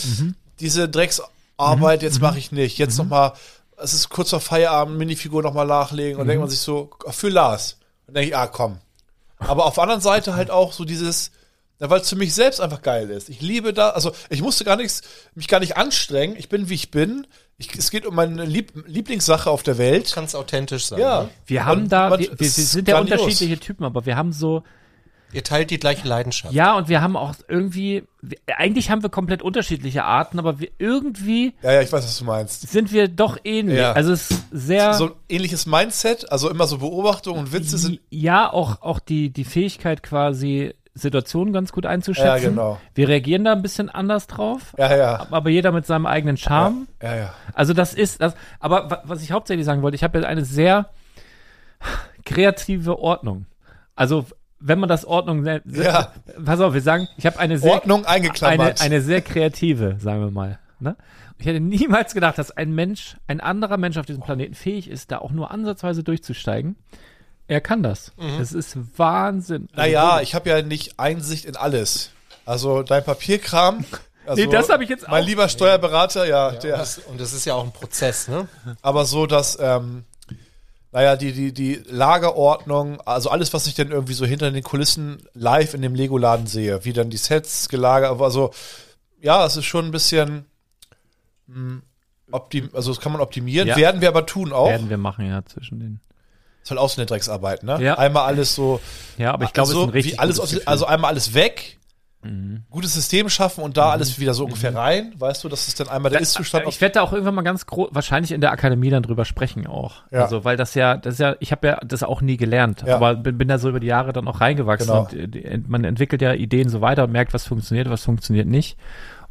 S2: diese Drecksarbeit jetzt mache ich nicht. Jetzt noch nochmal, es ist kurz vor Feierabend, Minifigur nochmal nachlegen
S1: Mhm.
S2: und denkt man sich so, für Lars. Und denke ich, ah, komm. Aber auf der anderen Seite halt auch so dieses, na, weil es für mich selbst einfach geil ist. Ich liebe da, also ich musste gar nichts, mich gar nicht anstrengen. Ich bin, wie ich bin. Ich, es geht um meine Lieb Lieblingssache auf der Welt.
S3: Kannst authentisch sein.
S2: Ja.
S3: Ne?
S1: Wir haben
S2: Und
S1: da,
S2: man-
S1: wir, wir, wir
S2: es ist
S1: sind ja
S2: grandios.
S1: unterschiedliche Typen, aber wir haben so,
S3: Ihr teilt die gleiche Leidenschaft.
S1: ja, und wir haben auch irgendwie, wir, eigentlich haben wir komplett unterschiedliche Arten, aber wir irgendwie
S2: Ja, ja, ich weiß, was du meinst.
S1: sind wir doch ähnlich.
S2: Ja.
S1: Also es ist sehr,
S2: So ein ähnliches Mindset, also immer so Beobachtung und Witze sind.
S1: ja, auch, auch die, die Fähigkeit quasi, Situationen ganz gut einzuschätzen.
S2: Ja, genau.
S1: Wir reagieren da ein bisschen anders drauf,
S2: Ja, ja.
S1: aber jeder mit seinem eigenen Charme.
S2: Ja, ja.
S1: Also das ist das. Aber wa- was ich hauptsächlich sagen wollte, ich habe jetzt eine sehr kreative Ordnung. Also wenn man das Ordnung nennt,
S2: Ja.
S1: pass auf, wir sagen, ich habe eine sehr
S2: Ordnung
S1: eine,
S2: eingeklammert.
S1: eine sehr kreative, sagen wir mal. Ne? Ich hätte niemals gedacht, dass ein Mensch, ein anderer Mensch auf diesem Planeten fähig ist, da auch nur ansatzweise durchzusteigen. Er kann das. Es ist Wahnsinn.
S2: naja, ich habe Mhm. ja nicht Einsicht in alles. Also dein Papierkram. Also
S1: Nee, das hab ich jetzt
S2: Mein
S1: auch.
S2: lieber Steuerberater, ja,
S3: Und
S2: der.
S3: das- Und das ist ja auch ein Prozess, ne?
S2: Aber so, dass, ähm, naja, die, die, die Lagerordnung, also alles, was ich dann irgendwie so hinter den Kulissen live in dem Lego-Laden sehe, wie dann die Sets gelagert, also ja, es ist schon ein bisschen. mm, Optim also das kann man optimieren,
S1: Ja.
S2: werden wir aber tun auch.
S1: werden wir machen ja zwischen den.
S2: Ist halt auch so eine Drecksarbeit, ne?
S1: Ja.
S2: Einmal alles so,
S1: Ja, aber ich glaube,
S2: so
S1: es ist ein richtig
S2: wie alles
S1: gutes
S2: aus,
S1: Gefühl.
S2: Ah,
S1: Mhm.
S2: also einmal alles weg, gutes System schaffen und da alles wieder so ungefähr rein, weißt du, das ist dann einmal der Ist-Zustand.
S1: Ich werde Mhm. da auch irgendwann mal ganz groß, wahrscheinlich in der Akademie dann drüber sprechen auch.
S2: Ja.
S1: Also, weil das ja, das ist ja, ich habe ja das auch nie gelernt,
S2: Ja.
S1: aber bin, bin da so über die Jahre dann auch reingewachsen
S2: Genau.
S1: und äh, die- ent- man entwickelt ja Ideen so weiter und merkt, was funktioniert, was funktioniert nicht.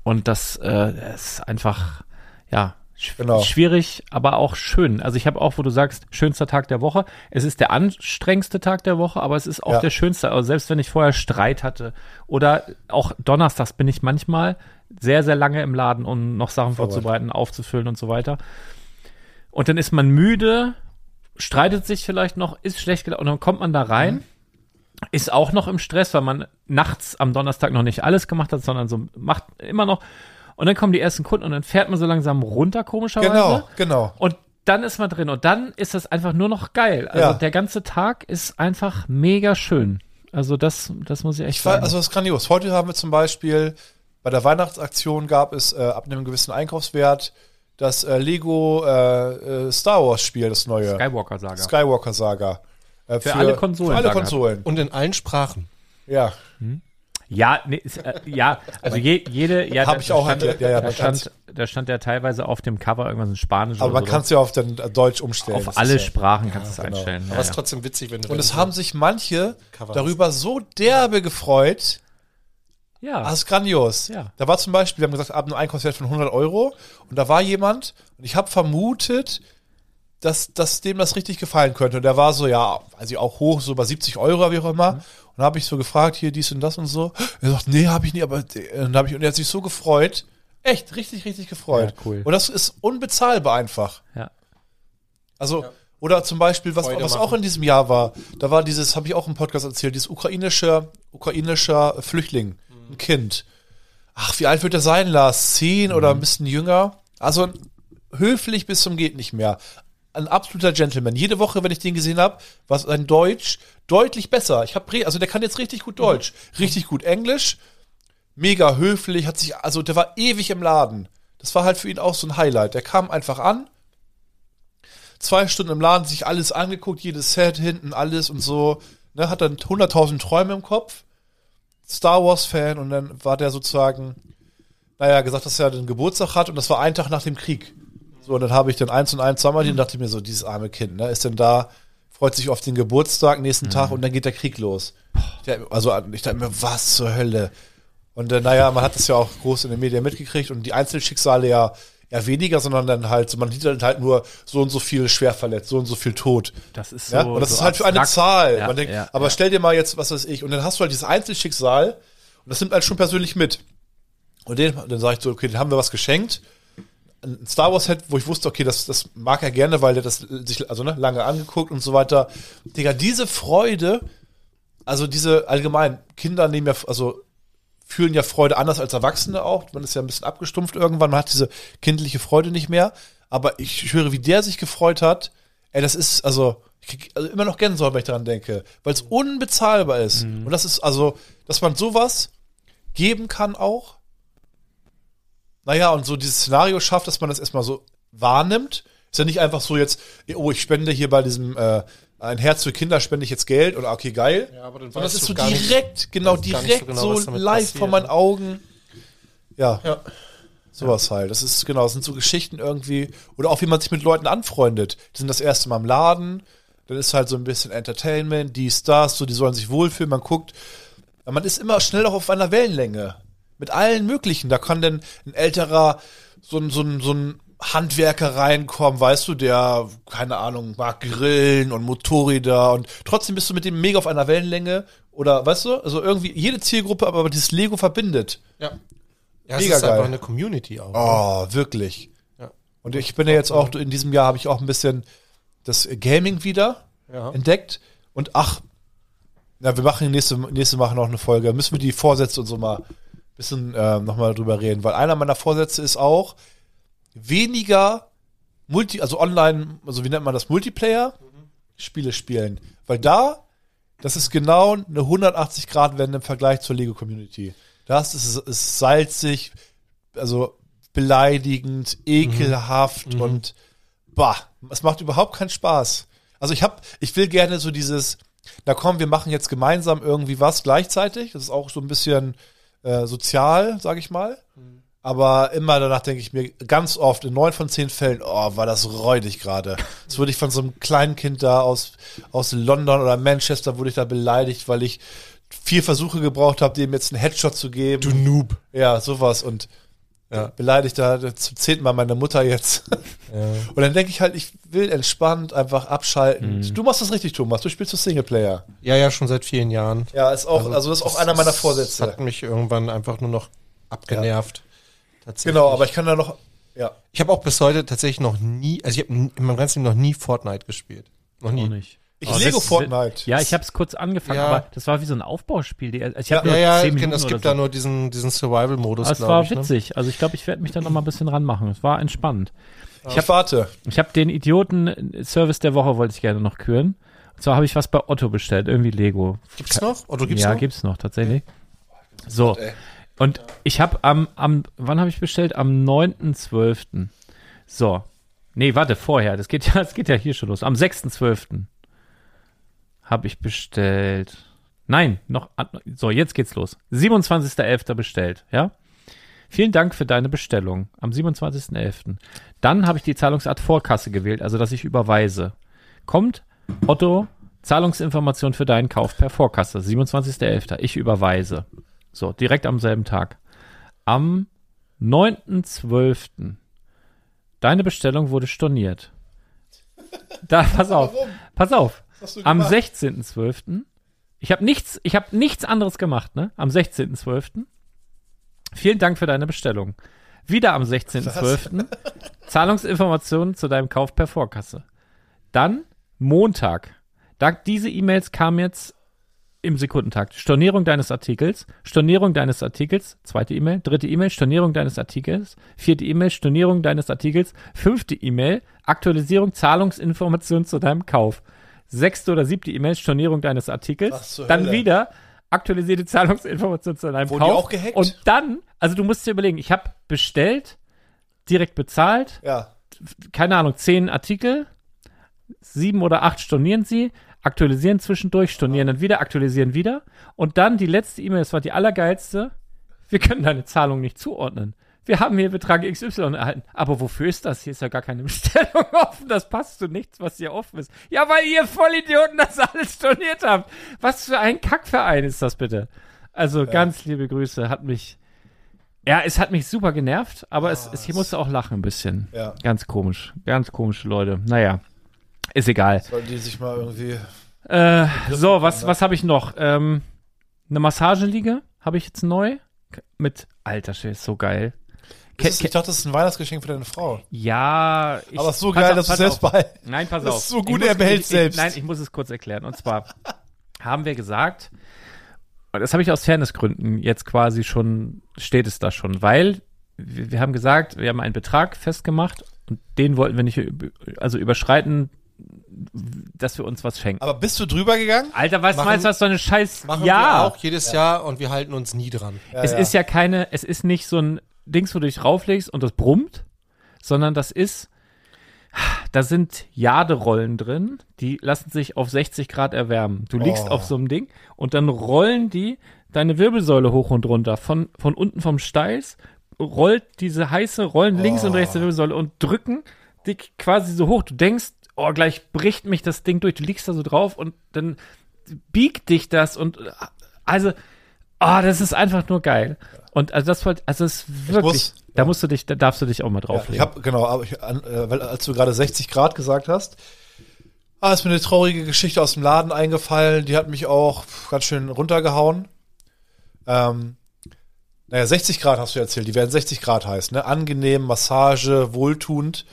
S1: Und das äh, ist einfach, ja, sch
S2: Genau.
S1: schwierig, aber auch schön. Also ich habe auch, wo du sagst, schönster Tag der Woche. Es ist der anstrengendste Tag der Woche, aber es ist auch
S2: Ja.
S1: der schönste. Also selbst wenn ich vorher Streit hatte oder auch donnerstags bin ich manchmal sehr, sehr lange im Laden, um noch Sachen vorzubereiten, aufzufüllen und so weiter. Und dann ist man müde, streitet sich vielleicht noch, ist schlecht gelaufen und dann kommt man da rein,
S2: Mhm.
S1: ist auch noch im Stress, weil man nachts am Donnerstag noch nicht alles gemacht hat, sondern so macht immer noch. Und dann kommen die ersten Kunden und dann fährt man so langsam runter, komischerweise.
S2: genau, genau.
S1: Und dann ist man drin und dann ist das einfach nur noch geil. Also
S2: Ja.
S1: der ganze Tag ist einfach mega schön. Also das, das muss ich echt
S2: Ich war,
S1: sagen.
S2: also das ist grandios. Heute haben wir zum Beispiel bei der Weihnachtsaktion gab es äh, ab einem gewissen Einkaufswert das äh, Lego äh, äh, Star Wars Spiel, das neue.
S1: Skywalker-Saga.
S2: Skywalker Saga. Äh, für,
S1: alle Konsolen,
S2: Für alle
S1: Saga.
S2: Konsolen.
S3: Und in allen Sprachen.
S2: Ja.
S1: Ja, nee, ist, äh, ja, also je, jede, ja,
S2: Hab
S1: da-
S2: ich auch
S1: da stand,
S2: erklärt, ja, ja,
S1: da,
S2: man
S1: stand, da stand ja teilweise auf dem Cover irgendwas in Spanisch
S2: Aber
S1: oder
S2: man
S1: so.
S2: kann es ja auf den äh, Deutsch umstellen. Das
S1: auf
S2: ist
S1: alle
S2: ja- genau.
S1: Sprachen kannst du es einstellen.
S3: Aber
S1: Ja,
S3: es
S1: ja.
S3: ist trotzdem witzig, wenn du.
S2: Und es haben sich manche
S3: Cover.
S2: darüber so derbe gefreut.
S1: ja.
S2: Das ist grandios.
S1: Ja.
S2: Da war zum Beispiel, wir haben gesagt, ab einem Einkaufswert von 100 Euro. Und da war jemand, und ich habe vermutet, dass, dass dem das richtig gefallen könnte. Und der war so, ja, weiß ich auch hoch, so über 70 Euro, wie auch immer.
S1: Mhm.
S2: Und da habe ich so gefragt, hier dies und das und so. Er sagt, nee, habe ich nie, aber äh, und, hab ich, und er hat sich so gefreut. Echt, richtig, richtig gefreut.
S1: Ja, cool.
S2: Und das ist unbezahlbar einfach.
S1: ja.
S2: Also, oder zum Beispiel, was,
S3: Freude
S2: was
S3: machen.
S2: auch in diesem Jahr war, da war dieses, habe ich auch im Podcast erzählt, dieses ukrainische, ukrainischer äh, Flüchtling,
S3: Mhm.
S2: ein Kind. Ach, wie alt wird er sein, Lars? Zehn oder ein bisschen jünger? Also höflich bis zum geht nicht mehr. Ein absoluter Gentleman. Jede Woche, wenn ich den gesehen habe, war sein Deutsch deutlich besser. Ich habe, also der kann jetzt richtig gut Deutsch, richtig gut Englisch, mega höflich, hat sich, also der war ewig im Laden. Das war halt für ihn auch so ein Highlight. Der kam einfach an, zwei Stunden im Laden, sich alles angeguckt, jedes Set hinten, alles und so. Ne, hat dann 100.000 Träume im Kopf. Star Wars-Fan und dann war der sozusagen, naja, gesagt, dass er den Geburtstag hat und das war ein Tag nach dem Krieg. So, und dann habe ich dann eins und eins zusammen und dachte mir so, dieses arme Kind, ne, ist denn da, freut sich auf den Geburtstag, nächsten Tag und dann geht der Krieg los. Ja, also, ich dachte mir, was zur Hölle? Und äh, naja, man hat das ja auch groß in den Medien mitgekriegt und die Einzelschicksale ja eher weniger, sondern dann halt, so, man sieht dann halt nur so und so viel schwer verletzt, so und so viel tot.
S1: Das ist
S2: ja?
S1: so-
S2: Und das
S1: so
S2: ist halt für eine
S1: abstrakt.
S2: Zahl.
S1: Ja,
S2: man denkt,
S1: ja,
S2: aber
S1: ja.
S2: stell dir mal jetzt, was weiß ich, und dann hast du halt dieses Einzelschicksal und das nimmt halt schon persönlich mit. Und den, dann sage ich so, okay, den haben wir was geschenkt. Ein Star Wars Head, wo ich wusste, okay, das, das mag er gerne, weil der das sich also ne, lange angeguckt und so weiter. Digga, diese Freude, also diese allgemein, Kinder nehmen ja, also fühlen ja Freude anders als Erwachsene auch. Man ist ja ein bisschen abgestumpft irgendwann, man hat diese kindliche Freude nicht mehr. Aber ich höre, wie der sich gefreut hat. Ey, das ist, also, ich krieg also immer noch Gänsehaut, wenn ich daran denke, weil es unbezahlbar ist. Und das ist, also, dass man sowas geben kann auch. Naja, und so dieses Szenario schafft, dass man das erstmal so wahrnimmt. Ist ja nicht einfach so jetzt, oh, ich spende hier bei diesem äh, ein Herz für Kinder, spende ich jetzt Geld oder okay, geil.
S3: Ja, aber dann
S2: Sondern das
S3: weißt
S2: ist so
S3: du gar nicht-
S2: direkt, genau,
S3: weißt gar nicht so
S2: direkt
S3: genau,
S2: so,
S3: was damit
S2: live
S3: passiert,
S2: vor meinen
S3: ne?
S2: Augen. Ja,
S3: Ja.
S2: sowas halt. Das ist, genau, das sind so Geschichten irgendwie. Oder auch, wie man sich mit Leuten anfreundet. Die sind das erste Mal im Laden, dann ist halt so ein bisschen Entertainment, die Stars, so, die sollen sich wohlfühlen, man guckt. Aber man ist immer schnell auch auf einer Wellenlänge. Mit allen möglichen. Da kann denn ein älterer, so ein, so ein, so ein Handwerker reinkommen, weißt du, der, keine Ahnung, mag Grillen und Motorräder und trotzdem bist du mit dem mega auf einer Wellenlänge oder, weißt du, also irgendwie jede Zielgruppe, aber aber dieses Lego verbindet.
S3: Ja. Ja, es
S2: Mega
S3: ist
S2: geil.
S3: einfach eine Community auch.
S2: Oh, wirklich.
S3: Ja.
S2: Und ich bin ja jetzt auch, in diesem Jahr habe ich auch ein bisschen das Gaming wieder
S3: Ja.
S2: entdeckt. Und ach, na, wir machen nächste, nächste machen noch eine Folge. Müssen wir die Vorsätze und so mal ein bisschen äh, nochmal drüber reden. Weil einer meiner Vorsätze ist auch, weniger Multi, also online, also wie nennt man das, Multiplayer,
S3: Mhm.
S2: Spiele spielen. Weil da, das ist genau eine 180-Grad-Wende im Vergleich zur Lego-Community. Das ist, ist salzig, also beleidigend, ekelhaft und bah, es macht überhaupt keinen Spaß. Also ich hab, ich will gerne so dieses, na komm, wir machen jetzt gemeinsam irgendwie was gleichzeitig. Das ist auch so ein bisschen äh, sozial, sag ich mal. Aber immer danach denke ich mir ganz oft, in neun von zehn Fällen, oh, war das räudig gerade. Das wurde ich von so einem kleinen Kind da aus, aus London oder Manchester, wurde ich da beleidigt, weil ich vier Versuche gebraucht habe, dem jetzt einen Headshot zu geben. Du Noob. Ja, sowas. Und
S3: Ja.
S2: beleidigt da zum zehnten Mal meine Mutter jetzt. Und dann denke ich halt, ich will entspannt einfach abschalten.
S1: Mhm.
S2: Du machst das richtig, Thomas. Du spielst so Singleplayer.
S3: ja, ja, schon seit vielen Jahren.
S2: Ja, ist auch, also, das ist auch einer meiner
S3: Das
S2: Vorsätze.
S3: hat mich irgendwann einfach nur noch abgenervt. Tatsächlich.
S2: Genau, aber ich kann da noch, ja.
S3: Ich habe auch bis heute tatsächlich noch nie, also ich habe in meinem ganzen Leben noch nie Fortnite gespielt. Noch nie.
S1: Auch nicht.
S2: Ich
S1: Aber
S2: Lego
S1: Oh, das-
S2: Fortnite.
S1: Ja, ich habe es kurz angefangen,
S3: Ja.
S1: aber das war wie so ein Aufbauspiel. Die, also ich habe
S3: Ja,
S1: nur
S3: ja,
S1: 10
S3: ich kenn,
S1: Minuten
S3: es gibt
S1: oder
S3: da
S1: so.
S3: nur diesen, diesen Survival-Modus,
S1: Aber Es
S3: glaub
S1: war
S3: ich, ne?
S1: witzig. Also ich glaube, ich werde mich da noch mal ein bisschen ranmachen. Es war entspannt.
S2: Ich hab, warte.
S1: Ich habe den Idioten-Service der Woche wollte ich gerne noch küren. Und zwar habe ich was bei Otto bestellt, irgendwie Lego.
S3: Gibt's noch? Otto gibt's
S1: ja,
S3: noch?
S1: gibt's noch, tatsächlich. So. Und ich habe am, am, wann habe ich bestellt? Am 9.12. So. Nee, warte, vorher. Das geht ja, das geht ja hier schon los. Am 6.12. habe ich bestellt. Nein, noch. an- So, jetzt geht's los. 27.11. bestellt, ja? Vielen Dank für deine Bestellung am 27.11. Dann habe ich die Zahlungsart Vorkasse gewählt, also dass ich überweise. Kommt Otto, Zahlungsinformation für deinen Kauf per Vorkasse, 27.11. Ich überweise. So, direkt am selben Tag. Am 9.12. Deine Bestellung wurde storniert. Da, pass auf.
S2: Warum?
S1: Pass auf.
S2: hast du
S1: Am
S2: gemacht?
S1: 16.12. Ich habe nichts, ich habe nichts anderes gemacht, ne? Am 16.12. Vielen Dank für deine Bestellung. Wieder am 16.12. Zahlungsinformationen zu deinem Kauf per Vorkasse. Dann Montag. Dank diese E-Mails kam jetzt im Sekundentakt. Stornierung deines Artikels, Stornierung deines Artikels, zweite E-Mail, dritte E-Mail, Stornierung deines Artikels, vierte E-Mail, Stornierung deines Artikels, fünfte E-Mail, Aktualisierung, Zahlungsinformationen zu deinem Kauf. Sechste oder siebte E-Mail, Stornierung deines
S2: Was
S1: Artikels,
S2: zur
S1: dann
S2: Hölle?
S1: wieder aktualisierte Zahlungsinformationen zu deinem
S2: Wurden die
S1: Kauf.
S2: auch gehackt?
S1: Und dann, also du musst dir überlegen, ich habe bestellt, direkt bezahlt,
S2: Ja.
S1: keine Ahnung, zehn Artikel, sieben oder acht stornieren sie, aktualisieren zwischendurch, stornieren dann wieder, aktualisieren wieder. Und dann die letzte E-Mail, das war die allergeilste. Wir können deine Zahlung nicht zuordnen. Wir haben hier Betrag XY erhalten. Aber wofür ist das? Hier ist ja gar keine Bestellung offen. Das passt zu nichts, was hier offen ist. Ja, weil ihr Vollidioten das alles storniert habt. Was für ein Kackverein ist das bitte? Also ganz liebe Grüße. Hat mich. Ja, es hat mich super genervt, aber es, es, ich musste auch lachen ein bisschen.
S2: Ja.
S1: Ganz komisch. Ganz komische Leute. Naja. Ist egal.
S2: Sollten die sich mal irgendwie.
S1: Äh, so, was, was habe ich noch? Ähm, eine Massageliege habe ich jetzt neu. K- Mit Alter, Schild, ist so geil. Ke-
S2: Das ist, ich dachte, das ist ein Weihnachtsgeschenk für deine Frau.
S1: Ja, ich,
S2: Aber ist so
S1: pass
S2: geil,
S1: auf,
S2: dass du
S1: pass
S2: selbst
S1: auf.
S2: behältst.
S1: Nein, pass
S2: Das
S1: auf.
S2: ist so
S1: Ich
S2: gut,
S1: muss-
S2: er behält
S1: ich, ich,
S2: selbst.
S1: Nein, ich muss es kurz erklären. Und zwar haben wir gesagt, und das habe ich aus Fairnessgründen jetzt quasi schon, steht es da schon, weil wir, wir haben gesagt, wir haben einen Betrag festgemacht und den wollten wir nicht üb- also überschreiten, dass wir uns was schenken.
S2: Aber bist du drüber gegangen?
S1: Alter, was
S3: Machen-
S1: meinst du, was so eine Scheiß.
S3: Machen
S1: ja,
S3: wir auch jedes Jahr und wir halten uns nie dran.
S1: es ist ja keine, es ist nicht so ein Dings, wo du dich rauflegst und das brummt, sondern das ist, da sind Jaderollen drin, die lassen sich auf 60 Grad erwärmen. Du liegst
S2: Oh.
S1: auf so einem Ding und dann rollen die deine Wirbelsäule hoch und runter. Von, von unten vom Steiß rollt diese heiße, rollen links und rechts der Wirbelsäule und drücken dich quasi so hoch. Du denkst, oh, gleich bricht mich das Ding durch. Du liegst da so drauf und dann biegt dich das und also, ah, das ist einfach nur geil. Und also das wollte, also es ist wirklich,
S2: muss-
S1: da musst du dich, da darfst du dich auch mal
S2: Ja,
S1: drauflegen.
S2: ich habe genau, aber ich, an, äh, weil, als du gerade 60 Grad gesagt hast, ah, ist mir eine traurige Geschichte aus dem Laden eingefallen. Die hat mich auch pf, ganz schön runtergehauen. Ähm, naja, 60 Grad hast du erzählt. Die werden 60 Grad heiß, ne? Angenehm, Massage, wohltuend.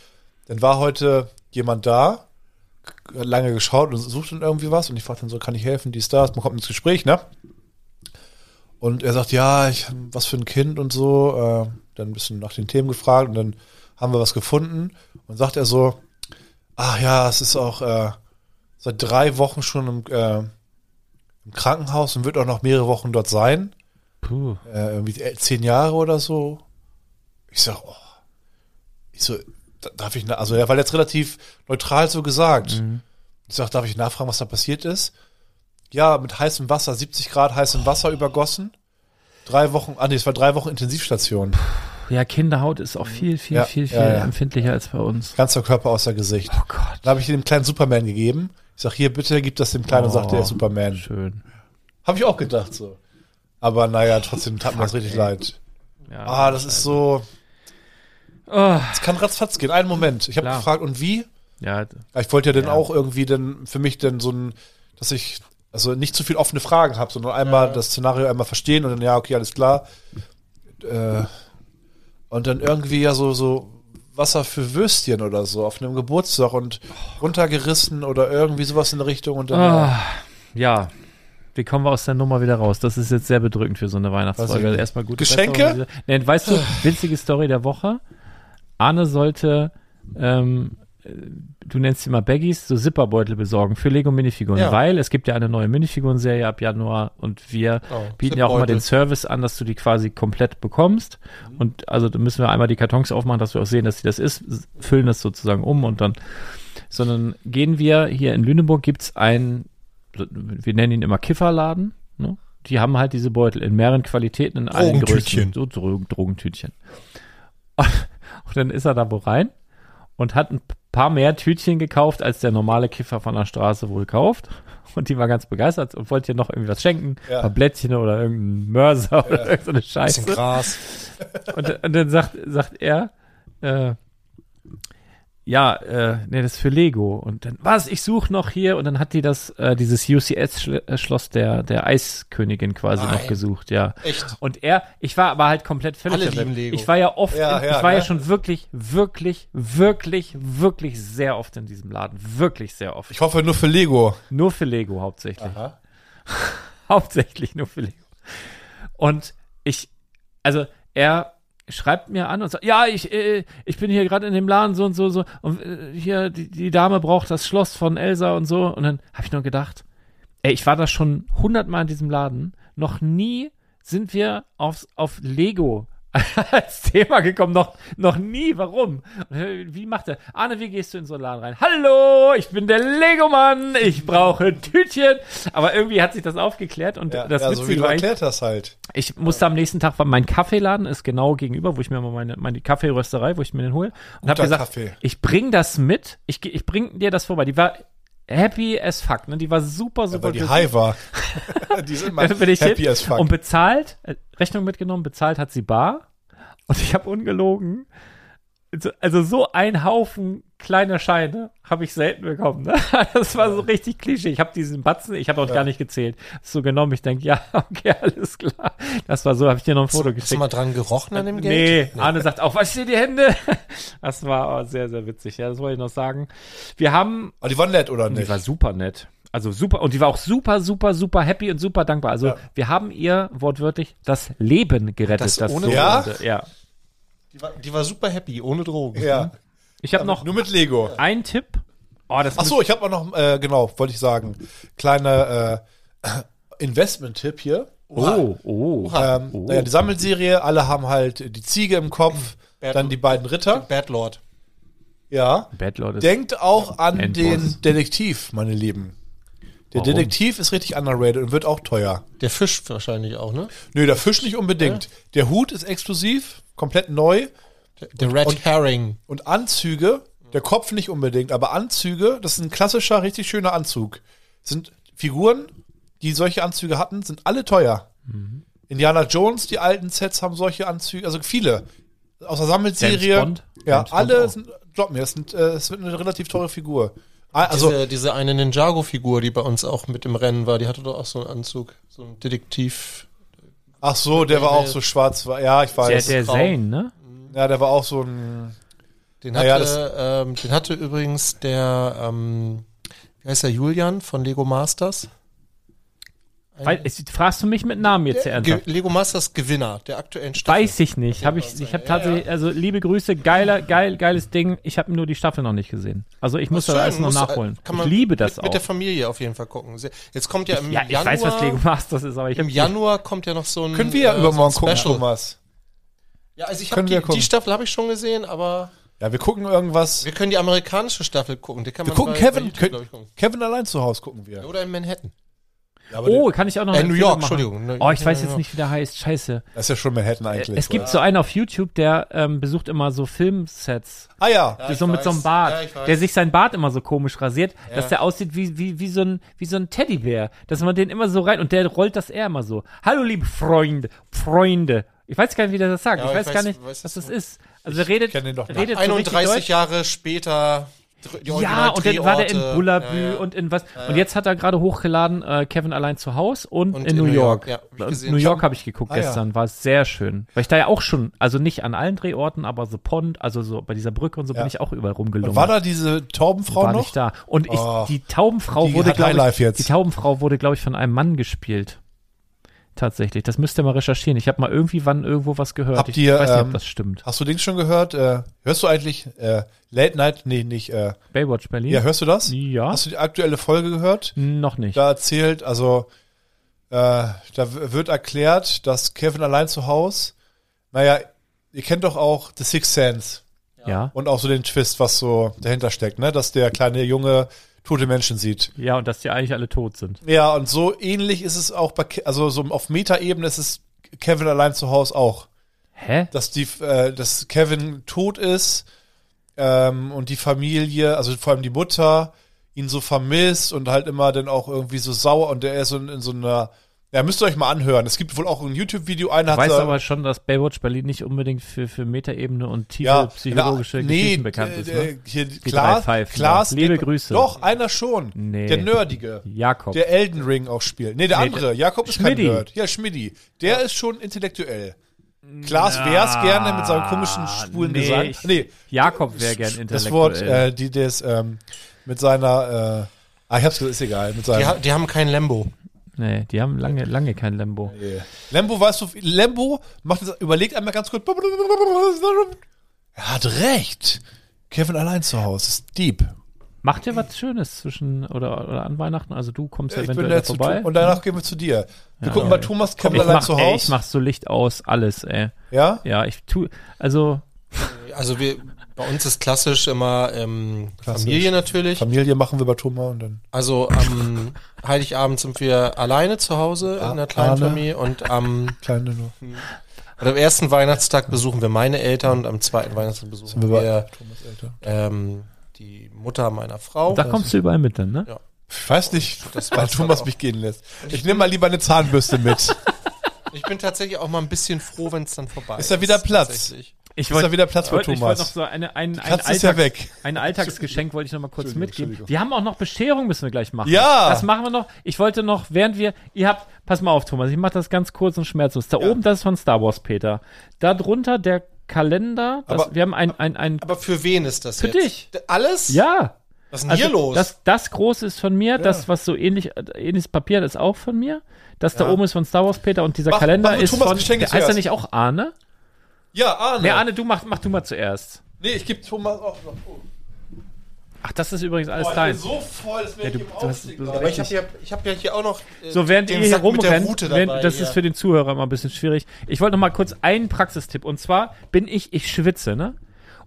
S2: Dann war heute jemand da, hat lange geschaut und sucht dann irgendwie was. Und ich fragte dann so, kann ich helfen? Dies, das. Man kommt ins Gespräch, ne? Und er sagt, ja, ich, was für ein Kind und so. Äh, dann ein bisschen nach den Themen gefragt und dann haben wir was gefunden. Und sagt er so, ach ja, es ist auch äh, seit drei Wochen schon im, äh, im Krankenhaus und wird auch noch mehrere Wochen dort sein.
S1: Puh.
S2: Äh, irgendwie äh, zehn Jahre oder so. Ich sag, oh. Ich so, da- darf ich, na also er war jetzt relativ neutral so gesagt. Ich sag, darf ich nachfragen, was da passiert ist? Ja, mit heißem Wasser, 70 Grad heißem Wasser übergossen. Drei Wochen, ah nee, es war drei Wochen Intensivstation.
S1: Ja, Kinderhaut ist auch viel, viel,
S2: Ja,
S1: viel, viel
S2: ja, ja.
S1: empfindlicher als bei uns.
S2: Ganzer Körper außer Gesicht.
S1: Oh Gott,
S2: Da habe ich dem kleinen Superman gegeben. Ich sag, hier, bitte gib das dem Kleinen und sagt, der ist Superman.
S1: schön.
S2: Habe ich auch gedacht so. Aber naja, trotzdem tat mir das richtig leid.
S1: Ja.
S2: Ah, das ist
S1: Also.
S2: so.
S1: Oh.
S2: Es kann ratzfatz gehen. Einen Moment. Ich habe
S1: Klar.
S2: gefragt, und wie?
S1: Ja,
S2: Ich wollte ja dann
S1: Ja.
S2: auch irgendwie dann für mich dann so ein, dass ich also nicht zu viel offene Fragen habe, sondern einmal das Szenario einmal verstehen und dann ja, okay, alles klar. Äh, und dann irgendwie ja so, so Wasser für Würstchen oder so auf einem Geburtstag und runtergerissen oder irgendwie sowas in der Richtung und dann äh, ja,
S1: Oh. Ah, ja. Wie kommen wir aus der Nummer wieder raus? Das ist jetzt sehr bedrückend für so eine
S2: Weiß ich
S1: Weihnachtsfolge. Also
S2: nicht.
S1: Erstmal gute
S2: Geschenke?
S1: Besserung. Nee, weißt du, witzige Story der Woche. Arne sollte ähm, äh, du nennst sie mal Baggies, so Zipperbeutel besorgen für Lego Minifiguren,
S3: Ja.
S1: weil es gibt ja eine neue Minifiguren-Serie ab Januar und wir
S3: Oh,
S1: bieten ja auch mal
S3: Zipbeutel.
S1: den Service an, dass du die quasi komplett bekommst.
S2: Mhm.
S1: Und also da müssen wir einmal die Kartons aufmachen, dass wir auch sehen, dass sie das ist, s- füllen das sozusagen um und dann, sondern gehen wir hier in Lüneburg, gibt es einen, wir nennen ihn immer Kifferladen, ne? Die haben halt diese Beutel in mehreren Qualitäten, in allen Größen.
S3: Drogentütchen.
S1: So Dro- Drogentütchen. Und dann ist er da wo rein und hat ein paar mehr Tütchen gekauft, als der normale Kiffer von der Straße wohl kauft. Und die war ganz begeistert und wollte ihr noch irgendwie was schenken.
S2: Ja.
S1: Ein paar Blättchen oder irgendein Mörser oder irgendeine Scheiße.
S3: Bisschen Gras.
S1: Und, und dann sagt, sagt er, äh, ja, äh, nee, das ist für Lego. Und dann, was, ich suche noch hier. Und dann hat die das, äh, dieses UCS-Schloss äh, der, der Eiskönigin quasi noch
S3: Nein.
S1: gesucht, ja.
S3: Echt?
S1: Und er, ich war aber halt komplett völlig
S3: Alle
S1: verwirrt.
S3: lieben Lego.
S1: Ich war ja oft,
S2: Ja,
S1: in,
S2: ja,
S1: ich war ja
S2: ne?
S1: schon wirklich, wirklich, wirklich, wirklich sehr oft in diesem Laden. Wirklich sehr oft.
S2: Ich hoffe nur für Lego.
S1: Nur für Lego hauptsächlich.
S2: Aha.
S1: hauptsächlich nur für Lego. Und ich, also er schreibt mir an und sagt, ja, ich, äh, ich bin hier gerade in dem Laden so und so so und äh, hier die, die Dame braucht das Schloss von Elsa und so und dann habe ich nur gedacht, ey, ich war da schon hundertmal in diesem Laden, noch nie sind wir aufs, auf Lego als Thema gekommen, noch, noch nie, warum? Äh, Wie macht er? Arne, wie gehst du in so einen Laden rein? Hallo, ich bin der Lego-Mann, ich brauche Tütchen. Aber irgendwie hat sich das aufgeklärt und
S2: Ja,
S1: das
S2: ja so wie
S1: Witzige
S2: du
S1: war eigentlich,
S2: erklärt hast halt.
S1: ich musste am nächsten Tag, weil mein Kaffeeladen ist genau gegenüber, wo ich mir immer meine, meine Kaffeerösterei, wo ich mir den hole, und habe
S2: Guter
S1: gesagt,
S2: Kaffee.
S1: ich bring das mit, ich, geh- ich bring dir das vorbei. Die war happy as fuck, ne? Die war super, super
S2: Weil die
S1: glücklich.
S2: high war. die sind mal
S1: Dann bin ich
S2: happy
S1: hin
S2: as fuck.
S1: und bezahlt, äh, Rechnung mitgenommen, bezahlt hat sie bar und ich habe ungelogen, also- also so ein Haufen kleiner Scheine habe ich selten bekommen. Ne? Das war so richtig Klischee. Ich habe diesen Batzen, ich habe auch gar nicht gezählt, so genommen. Ich denke, ja, okay, alles klar. Das war so, habe ich dir noch ein Foto
S3: Hast du
S1: geschickt.
S3: mal dran gerochen an dem Geld?
S1: Nee, Arne sagt auch, wasch dir die Hände. Das war oh, sehr, sehr witzig. Ja, das wollte ich noch sagen. Wir haben
S2: Aber die waren nett, oder
S1: und
S2: nicht?
S1: Die war super nett. Also super, und die war auch super, super, super happy und super dankbar. Also wir haben ihr wortwörtlich das Leben gerettet.
S3: Das ohne-
S2: Ja?
S1: Wochenende. ja.
S3: Die war, die war super happy, ohne Drogen.
S2: ja.
S1: Ich habe noch
S2: Nur mit Lego.
S1: einen Tipp. Oh, das
S2: Ach so, ich habe auch noch, äh, genau, wollte ich sagen, kleiner äh, Investment-Tipp hier.
S1: Oh, oh.
S2: Ähm,
S1: Oh.
S2: naja, die Sammelserie, alle haben halt die Ziege im Kopf,
S3: Bert-
S2: dann die beiden Ritter.
S3: Bad Lord.
S2: Ja.
S1: Bad Lord ist
S2: Denkt auch an
S1: Endboss.
S2: den Detektiv, meine Lieben. Der
S1: Warum?
S2: Detektiv ist richtig underrated und wird auch teuer.
S3: Der Fisch wahrscheinlich auch, ne?
S2: Nö, der Fisch nicht unbedingt.
S1: Äh?
S2: Der Hut ist exklusiv, komplett neu.
S3: Der, der Red Herring.
S2: Und Anzüge, der Kopf nicht unbedingt, aber Anzüge, das ist ein klassischer, richtig schöner Anzug. Sind Figuren, die solche Anzüge hatten, sind alle teuer.
S1: Mhm.
S2: Indiana Jones, die alten Sets haben solche Anzüge, also viele. Aus der Sammelserie.
S1: James Bond?
S2: Ja,
S1: James Bond
S2: alle
S1: auch.
S2: sind, glaub mir, es, sind, äh, es wird eine relativ teure Figur. Ah, Also,
S3: diese, diese eine Ninjago-Figur, die bei uns auch mit im Rennen war, die hatte doch auch so einen Anzug. So einen Detektiv.
S2: ach so, der war auch so schwarz, war- ja, ich
S1: der,
S2: weiß.
S1: der Zane, ne?
S2: ja, der war auch so ein,
S3: Den
S2: Na
S3: hatte,
S2: ja,
S3: ähm, den hatte übrigens der, ähm, wie heißt der, Julian von Lego Masters?
S1: Weil, es- fragst du mich mit Namen jetzt hier
S3: Ge
S1: ernsthaft?
S3: Lego Masters Gewinner der aktuellen Staffel.
S1: Weiß ich nicht. Hab ich ich habe tatsächlich, also liebe Grüße, geiler, geil, geiles Ding. Ich habe nur die Staffel noch nicht gesehen. Also ich muss da
S3: Schön,
S1: alles noch
S3: musst du, äh,
S1: nachholen.
S3: kann
S1: Ich
S3: man
S1: liebe das
S3: mit,
S1: auch.
S3: Mit der Familie auf jeden Fall gucken. Sehr- Jetzt kommt ja im
S1: ja, ich
S3: Januar.
S1: weiß, was Lego Masters ist, aber ich
S3: Im
S1: habe
S3: Januar kommt ja noch so ein.
S2: können wir ja
S3: äh,
S2: übermorgen
S3: so ein
S2: gucken,
S3: Special.
S2: Thomas.
S3: Ja, also ich
S2: Können
S3: habe
S2: wir
S3: die,
S2: gucken.
S3: die Staffel habe ich schon gesehen, aber
S2: Ja, wir gucken irgendwas.
S3: wir können die amerikanische Staffel gucken. Die kann
S2: Wir
S3: man
S2: gucken
S3: bei, bei
S2: Kevin,
S3: YouTube, glaub ich, gucken.
S2: Kevin allein zu Hause gucken wir.
S3: Oder in Manhattan.
S2: Ja, aber
S1: Oh, kann ich auch noch
S3: Äh,
S1: einen
S3: New
S1: Fehler
S3: York,
S1: machen?
S3: Entschuldigung.
S1: Oh, ich weiß jetzt
S3: New York.
S1: nicht, wie der heißt. Scheiße.
S2: Das ist ja schon Manhattan eigentlich.
S1: Äh, Es gibt so einen auf YouTube, der ähm, besucht immer so Filmsets.
S2: ah ja,
S1: so mit so einem
S3: Ja,
S1: Bart.
S3: ich weiß.
S1: der sich seinen Bart immer so komisch rasiert, dass der aussieht wie, wie, wie, so ein, wie so ein Teddybär. Dass man den immer so rein und der rollt das eher immer so. Hallo, liebe Freunde. Freunde. Ich weiß gar nicht, wie der das sagt.
S3: Ja,
S1: ich
S3: aber
S1: weiß
S3: ich
S1: gar
S3: weiß-
S1: nicht,
S3: weiß
S1: was
S3: es
S1: das ist. Also der redet,
S2: kenn den doch nicht.
S1: redet so richtig
S3: 31
S1: Deutsch.
S3: Jahre später. dr- Die
S1: Ja, und dann war der in
S3: Original-Drehorte.
S1: Bullabü
S3: genau Ja, ja.
S1: und in was. Und jetzt hat er gerade hochgeladen äh, Kevin allein zu Haus und, in, New York.
S3: Ja, hab ich
S1: Und
S3: gesehen.
S1: New
S3: Ich
S1: York habe ich geguckt
S2: ja.
S1: gestern, war sehr schön. Weil ich da ja auch schon, also nicht an allen Drehorten, aber so Pond, also so bei dieser Brücke und so bin ich auch überall rumgelungen.
S2: war da diese Taubenfrau
S1: war
S2: noch?
S1: nicht da. Und ich,
S2: Oh.
S1: die Taubenfrau
S2: Die
S1: wurde,
S2: hat
S1: glaube
S2: Highlife
S1: ich,
S2: jetzt.
S1: die Taubenfrau wurde, glaube ich, von einem Mann gespielt. Tatsächlich. Das müsst ihr mal recherchieren. Ich habe mal irgendwie wann irgendwo was gehört.
S2: Habt
S1: ich
S2: ihr,
S1: weiß nicht, ob
S2: ähm,
S1: das stimmt.
S2: Hast du den schon gehört? Äh, hörst du eigentlich äh, Late Night? Nee, nicht. Äh,
S1: Baywatch Berlin?
S2: ja, hörst du das?
S1: Ja.
S2: Hast du die aktuelle Folge gehört?
S1: Noch nicht.
S2: Da erzählt, also äh, da w- wird erklärt, dass Kevin allein zu Hause, naja, ihr kennt doch auch The Sixth Sense.
S1: ja.
S2: Und auch so den Twist, was so dahinter steckt, ne? Dass der kleine Junge tote Menschen sieht.
S1: Ja, und dass die eigentlich alle tot sind.
S2: Ja, und so ähnlich ist es auch bei, Ke- also so auf Meta-Ebene ist es Kevin allein zu Hause auch.
S1: Hä?
S2: Dass die, äh, dass Kevin tot ist, ähm, und die Familie, also vor allem die Mutter, ihn so vermisst und halt immer dann auch irgendwie so sauer und der ist so in, in so einer, ja, müsst ihr euch mal anhören. Es gibt wohl auch ein YouTube-Video, einer
S1: Ich
S2: hat
S1: weiß
S2: da-
S1: aber schon, dass Baywatch Berlin nicht unbedingt für, für Metaebene und tiefe psychologische
S2: na,
S1: Geschichten bekannt
S2: äh,
S1: ist.
S2: äh,
S1: Ne?
S2: Hier,
S1: drei
S2: Klaas,
S1: Pfeifen,
S2: Klaas,
S1: ja. Liebe
S2: Dick-
S1: Grüße.
S2: Doch, einer schon.
S1: Nee.
S2: Der Nerdige.
S1: Jakob.
S2: Der Elden Ring auch spielt. Nee, der andere. Jakob ist
S1: Schmiddi.
S2: kein Nerd. Ja, Schmiddi. Der ist schon intellektuell. Klaas wär's gerne mit seinem komischen, schwulen
S1: nee,
S2: Gesang.
S1: ich-
S2: Nee,
S1: Jakob wäre gern
S2: das
S1: intellektuell.
S2: Wort, äh, die das ähm, mit seiner, äh, ah, ich hab's gesagt, ist egal. Mit
S3: Die, ha-
S2: seinem,
S3: die haben kein Lembo.
S1: nee, die haben lange, lange kein Lembo.
S2: Nee. Lembo, weißt du, Lembo macht das, überlegt einmal ganz kurz. Er hat recht. Kevin allein zu Hause ist deep.
S1: Macht ihr was Schönes zwischen oder, oder an Weihnachten? Also du kommst
S2: Ich bin
S1: eventuell
S2: da
S1: da
S2: zu
S1: vorbei.
S2: Tu- und danach gehen wir zu dir. Wir gucken bei Thomas Kevin
S1: ich
S2: allein
S1: mach,
S2: zu
S1: ey, ich
S2: Hause.
S1: mach so Licht aus, alles, ey.
S2: ja?
S1: Ja, ich tu, also
S3: Also wir, bei uns ist klassisch immer ähm, Familie natürlich.
S2: Familie machen wir bei Thomas und dann.
S3: Also am Heiligabend sind wir alleine zu Hause in einer kleinen
S2: Arne.
S3: Familie und am,
S2: Kleine nur.
S3: oder am ersten Weihnachtstag besuchen wir meine Eltern und am zweiten Weihnachtstag besuchen
S2: wir bei
S3: wir
S2: Thomas Eltern.
S3: ähm, die Mutter meiner Frau.
S1: da kommst du überall mit dann, ne?
S3: Ja.
S2: Ich weiß nicht,
S3: Das
S2: weil
S3: war's
S2: Thomas
S3: dann auch.
S2: mich gehen lässt. Ich nehme mal lieber eine Zahnbürste mit.
S3: Ich bin tatsächlich auch mal ein bisschen froh, wenn es dann vorbei ist.
S2: Ist da wieder Platz?
S3: tatsächlich.
S1: Ich
S2: Ist da wieder Platz für
S1: wollt- Ich wollte
S2: Thomas?
S1: noch so eine, ein, ein,
S2: Platz ist ja weg.
S1: ein Alltagsgeschenk wollte ich noch mal kurz mitgeben.
S2: Entschuldigung.
S1: Die haben auch noch Bescherung, müssen wir gleich machen.
S2: Ja.
S1: Das machen wir noch. Ich wollte noch, während wir, ihr habt, pass mal auf, Thomas, ich mache das ganz kurz und schmerzlos. Da oben, das ist von Star Wars, Peter. Da drunter der Kalender. Das,
S2: Aber-
S1: wir haben ein, ein, ein,
S3: Aber für wen ist das
S1: Für
S3: jetzt?
S1: dich.
S3: D- Alles?
S1: ja.
S3: Was ist denn
S1: Also
S3: hier los?
S1: Das, das große ist von mir, das, was so ähnlich, ähnliches Papier ist auch von mir. Das da oben ist von Star Wars Peter und dieser
S2: Mach-
S1: Kalender
S2: mach mit
S1: ist
S2: Thomas
S1: von.
S2: Geschenke
S1: heißt er
S2: zuerst.
S1: nicht auch Arne?
S2: Ja, Arne.
S1: Nee, Arne, du mach, mach du mal zuerst.
S2: Nee, ich gebe Thomas auch noch. Oh,
S1: Ach, das ist übrigens alles
S2: ich bin
S1: dein.
S2: so voll, dass mir
S1: du-
S2: nicht im
S1: du hast-
S2: Aufstieg
S1: du-
S2: bleibt.
S3: Aber ich habe ja, ich hab ja hier auch noch. äh,
S1: So, während ihr
S3: den
S1: hier
S3: Sack mit der
S1: rumrennt,
S3: Route
S1: während,
S3: dabei
S1: das
S3: hier.
S1: ist für den Zuhörer mal ein bisschen schwierig. Ich wollte noch mal kurz einen Praxistipp. Und zwar bin ich, ich schwitze, ne?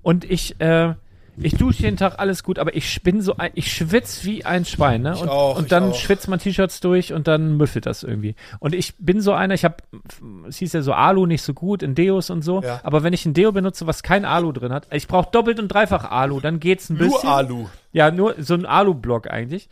S1: Und ich, äh, ich dusche jeden Tag alles gut, aber ich bin so ein, ich schwitze wie ein Schwein, ne? Und,
S2: auch,
S1: und
S2: ich
S1: dann
S2: auch.
S1: schwitzt man T-Shirts durch und dann müffelt das irgendwie. Und ich bin so einer, ich habe, es hieß ja so Alu nicht so gut in Deos und so,
S2: Ja.
S1: aber wenn ich ein Deo benutze, was kein Alu drin hat, ich brauche doppelt und dreifach Alu, dann geht's ein
S2: Nur
S1: bisschen.
S2: Alu.
S1: Ja, nur so ein Alu-Block eigentlich.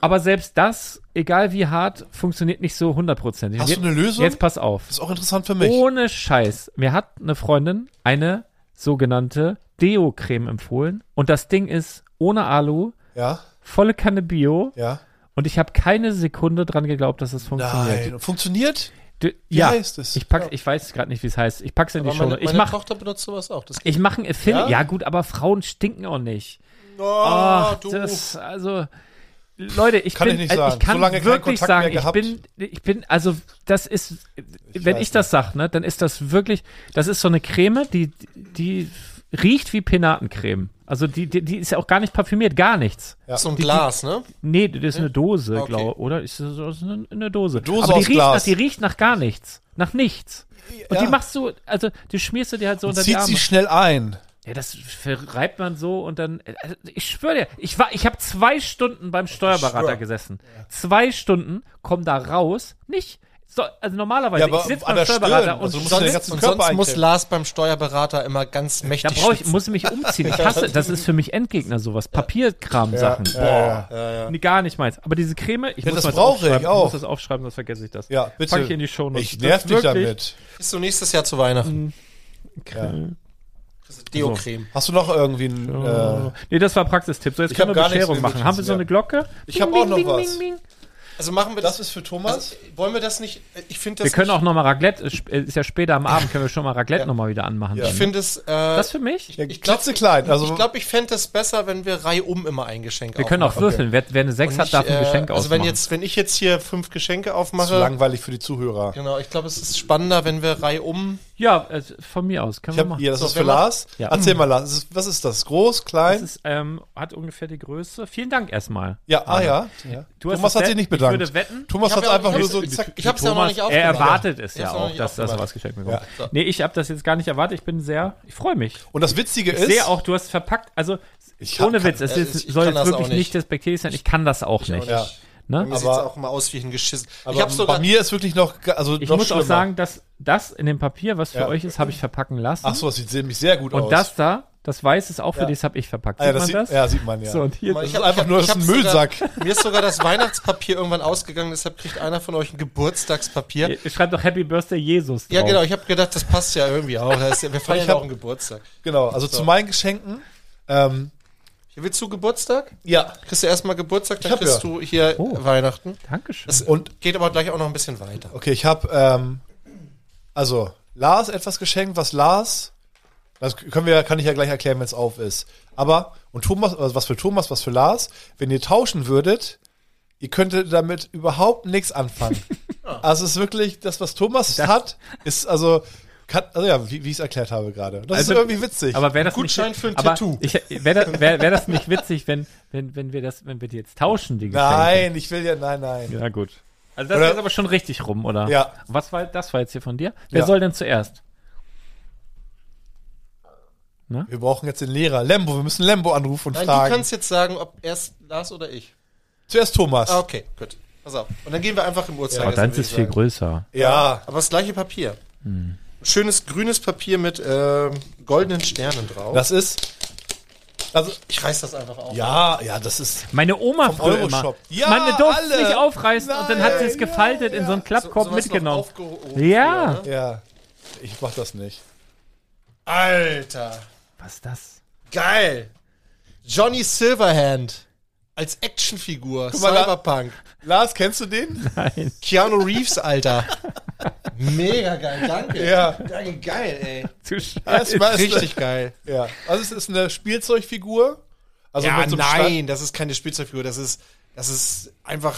S1: Aber selbst das, egal wie hart, funktioniert nicht so hundertprozentig.
S2: Hast du eine Lösung?
S1: Jetzt pass auf.
S2: Ist auch interessant für mich.
S1: Ohne Scheiß. Mir hat eine Freundin eine sogenannte Deo-Creme empfohlen. Und das Ding ist ohne Alu,
S2: Ja,
S1: volle Kanne Bio.
S2: ja.
S1: Und ich habe keine Sekunde dran geglaubt, dass es funktioniert.
S2: Nein. Funktioniert?
S1: Du,
S2: Wie
S1: ja,
S2: heißt es?
S1: Ich, pack, ich weiß gerade nicht, wie es heißt. Ich pack's in die
S3: Aber
S1: Show.
S3: meine, meine
S1: ich mach,
S3: Tochter benutzt sowas auch. Das
S1: ich mach ein Affiliate. Ja?
S3: Ja?
S1: gut, aber Frauen stinken auch nicht.
S3: oh,
S1: Ach, Ah, das, also, Leute, ich
S2: Ah, Kann
S1: bin,
S2: ich nicht
S1: also ich
S2: sagen.
S1: kann
S2: Solange keinen
S1: wirklich
S2: Kontakt mehr
S1: sagen, ich
S2: gehabt.
S1: bin, ich bin, also, das ist, wenn
S2: weiß
S1: ich das sag, ne, dann ist das wirklich, das ist so eine Creme, die, die riecht wie Penatencreme. Also, die, die, die ist ja auch gar nicht parfümiert, gar nichts.
S3: ist so ein Glas, ne?
S1: Nee, das ist eine Dose,
S3: Okay.
S1: glaube oder? Ist das das ist eine, eine Dose.
S2: Dose
S1: Aber die
S2: aus
S1: riecht
S2: Glas.
S1: nach, die riecht nach gar nichts. Nach nichts. Und die
S2: Ja.
S1: machst du, also, die schmierst du dir halt so unter die
S2: Zieht
S1: Arme.
S2: sie schnell ein.
S1: Ja, das verreibt man so und dann. Also ich schwöre dir, ich war, ich habe zwei Stunden beim Steuerberater gesessen. Zwei Stunden, komm da raus, nicht. So, also normalerweise,
S2: Ja,
S1: ich
S2: aber
S1: sitze
S2: an
S1: beim
S2: der Stirn,
S1: Steuerberater und
S2: also musst du den
S1: sonst,
S2: ganzen
S3: Und
S2: Körper
S3: sonst muss
S2: eincremen.
S3: Lars beim Steuerberater immer ganz
S1: da
S3: mächtig
S1: brauche ich,
S3: schwitzen.
S1: muss ich mich umziehen. Ich hasse, das ist für mich Endgegner sowas. Papierkram-Sachen. Boah. Nee, Gar nicht meins. Aber diese Creme, ich
S2: Ja,
S1: muss
S2: das
S1: mal jetzt
S2: brauche
S1: aufschreiben,
S2: ich auch.
S1: muss das aufschreiben, sonst vergesse ich das.
S2: Ja, bitte.
S1: Pack ich in die Shownotes.
S2: Ich nerv
S1: Das
S2: dich
S1: wirklich-
S2: damit.
S3: Bist du nächstes Jahr zu Weihnachten?
S1: Mhm.
S3: Deo-Creme.
S2: Hast du noch irgendwie ein. Äh,
S1: Nee, das war Praktistipp. So, jetzt
S2: Ich
S1: können wir
S2: hab gar nichts
S1: Bescherung
S2: in den
S1: machen. Haben wir so
S2: Notizen,
S1: eine Glocke?
S2: Ich hab auch noch was.
S1: bing.
S3: Also machen wir
S2: Das
S3: das.
S2: ist für Thomas.
S3: wollen wir das nicht? äh, Ich finde das.
S1: Wir können
S3: nicht,
S1: auch nochmal Raclette, äh, sp- äh, ist ja später am Abend, können wir schon mal Raclette noch nochmal wieder anmachen.
S3: Ich
S1: dann.
S3: finde es. Äh,
S1: das für mich?
S2: Ja,
S3: ich glaub-
S2: klitzeklein. Also,
S3: ich glaube, ich fände es besser, wenn wir reihum immer ein Geschenk
S1: wir können auch
S3: aufmachen.
S1: würfeln. Wer, wer eine 6
S3: Und
S1: hat,
S3: nicht,
S1: darf ein
S3: äh,
S1: Geschenk
S3: Also
S1: ausmachen.
S3: wenn jetzt, wenn ich jetzt hier fünf Geschenke
S2: das ist
S3: aufmache,
S2: langweilig für die Zuhörer.
S3: genau, ich glaube, es ist spannender, wenn wir reihum.
S1: ja, äh, von mir aus, können
S2: Ich
S1: wir
S2: hab,
S1: machen.
S2: hier, das
S3: So,
S2: ist
S3: wer
S2: für Lars.
S1: Ja.
S2: Erzähl mal, Lars. Das ist- Was ist das? Groß, klein?
S1: Das ist, ähm, hat ungefähr die Größe. Vielen Dank erstmal.
S2: ja, ah ja. ja.
S1: Du hast
S2: Thomas
S1: das
S2: hat
S1: Wett-
S2: sich nicht
S1: ich
S2: bedankt.
S1: würde wetten-
S2: Thomas
S3: Ich hab
S2: hat
S3: ja auch-
S2: einfach nur
S3: ich-
S2: so zack.
S3: Ich hab's ja noch nicht
S1: er
S3: aufgemacht.
S1: erwartet es
S3: Ich hab's
S1: ja
S3: noch
S1: auch,
S3: nicht
S1: dass, dass er
S3: aufgemacht.
S1: was geschenkt bekommt.
S2: Ja,
S3: so.
S1: Nee, ich habe das jetzt gar nicht erwartet. Ich bin sehr, ich freue mich.
S2: Und das Witzige
S1: Ich
S2: ist,
S1: sehe auch, du hast verpackt, also
S2: Ich
S1: ohne
S2: kann-
S1: Witz, es
S3: äh,
S1: ist,
S3: ich
S1: soll
S3: kann
S1: jetzt
S3: das
S1: wirklich
S3: auch
S1: nicht.
S3: nicht.
S1: despektierlich sein, ich kann das auch nicht.
S3: Ja.
S1: Ne?
S3: Mir sieht's
S2: aber-
S3: auch mal aus wie ein Geschissen.
S2: aber
S3: ich habe sogar
S2: bei mir ist wirklich noch, ga- also
S1: Ich
S2: noch
S1: muss
S2: schlimmer.
S1: auch sagen, dass das in dem Papier, was für
S2: Ja.
S1: euch ist, habe ich verpacken lassen.
S2: Ach so, das sieht nämlich sehr gut aus.
S1: Hm? und das da, das weiß ist auch für
S2: Ja.
S1: dich, das habe ich verpackt.
S2: ah, ja, das sieht, ja, sieht man ja.
S1: So, und hier,
S3: Ich
S2: das
S3: hab-
S2: ist einfach
S3: ich
S2: nur,
S3: hab-
S2: das ist ein
S3: ich hab's
S2: Müllsack.
S3: Mir ist sogar das Weihnachtspapier irgendwann ausgegangen, deshalb kriegt einer von euch ein Geburtstagspapier.
S1: ihr schreibt doch Happy Birthday Jesus drauf.
S3: Ja, genau, ich habe gedacht, das passt ja irgendwie auch. Das ist, wir feiern
S2: Ich
S3: ja
S2: hab-
S3: auch einen Geburtstag.
S2: Genau, also zu meinen Geschenken. Ähm,
S3: Willst du Geburtstag?
S2: ja.
S3: Kriegst du erstmal Geburtstag, dann
S2: Ich hab
S3: kriegst
S2: ja.
S3: du hier
S1: Oh.
S3: Weihnachten.
S1: Dankeschön.
S3: Das
S2: Und
S3: geht aber gleich auch noch ein bisschen weiter.
S2: Okay, ich habe ähm, also Lars etwas geschenkt, was Lars das können wir, kann ich ja gleich erklären, wenn es auf ist. Aber und Thomas, also was für Thomas, was für Lars, wenn ihr tauschen würdet, ihr könntet damit überhaupt nichts anfangen.
S3: Ah.
S2: Also es ist wirklich das, was Thomas hat, ist also kann, also ja, wie, wie ich es erklärt habe gerade. Das
S1: Also,
S2: ist irgendwie witzig.
S1: Aber wäre das
S3: Gutschein
S1: nicht,
S3: für ein
S1: aber
S3: Tattoo.
S1: Ich, wäre das, wär, wär das nicht witzig, wenn, wenn, wenn wir das, wenn wir die jetzt tauschen, die Geschenke?
S2: nein, ich will ja, nein, nein.
S1: Ja, gut. Also das
S2: Oder-
S1: ist jetzt aber schon richtig rum, oder?
S2: Ja.
S1: Was war, das war jetzt hier von dir? Wer
S2: Ja.
S1: soll denn zuerst?
S2: Wir brauchen jetzt den Lehrer. Lembo, wir müssen Lembo anrufen und
S3: Nein, du
S2: fragen.
S3: kannst jetzt sagen, ob erst Lars oder ich.
S2: Zuerst Thomas.
S3: Ah, okay, gut. Pass auf. Und dann gehen wir einfach im Uhrzeigersinn.
S1: Oh, deins
S3: würde ich
S1: ist viel
S3: sagen.
S1: größer. Hm.
S2: Ja,
S3: Aber das gleiche Papier. Schönes grünes Papier mit ähm, goldenen Sternen drauf.
S2: das ist also
S3: ich reiß das einfach auf.
S2: ja, ja, das ist
S1: Meine Oma
S2: Vom
S1: früher immer.
S2: Euroshop. Ja,
S1: Man durfte es
S2: alle.
S1: nicht aufreißen und dann hat sie es
S2: Nein,
S1: gefaltet in so einen Klappkorb
S3: sowas noch
S1: mitgenommen.
S3: aufgehoben
S1: Ja.
S3: früher, ne?
S2: Ja, ich mach das nicht.
S3: Alter.
S1: Was ist das?
S3: Geil. Johnny Silverhand. Als Actionfigur.
S2: mal, da-
S3: Cyberpunk.
S2: Lars, kennst du den?
S3: Keanu Reeves, Alter. Mega geil, danke.
S2: Ja.
S3: Danke, geil, ey.
S1: Zu scheiße.
S2: Erstmal ist
S3: Richtig geil.
S2: Ja. Also es ist eine Spielzeugfigur. Also
S3: ja,
S2: mit so einem
S3: nein, das ist keine Spielzeugfigur. Das ist, das ist einfach,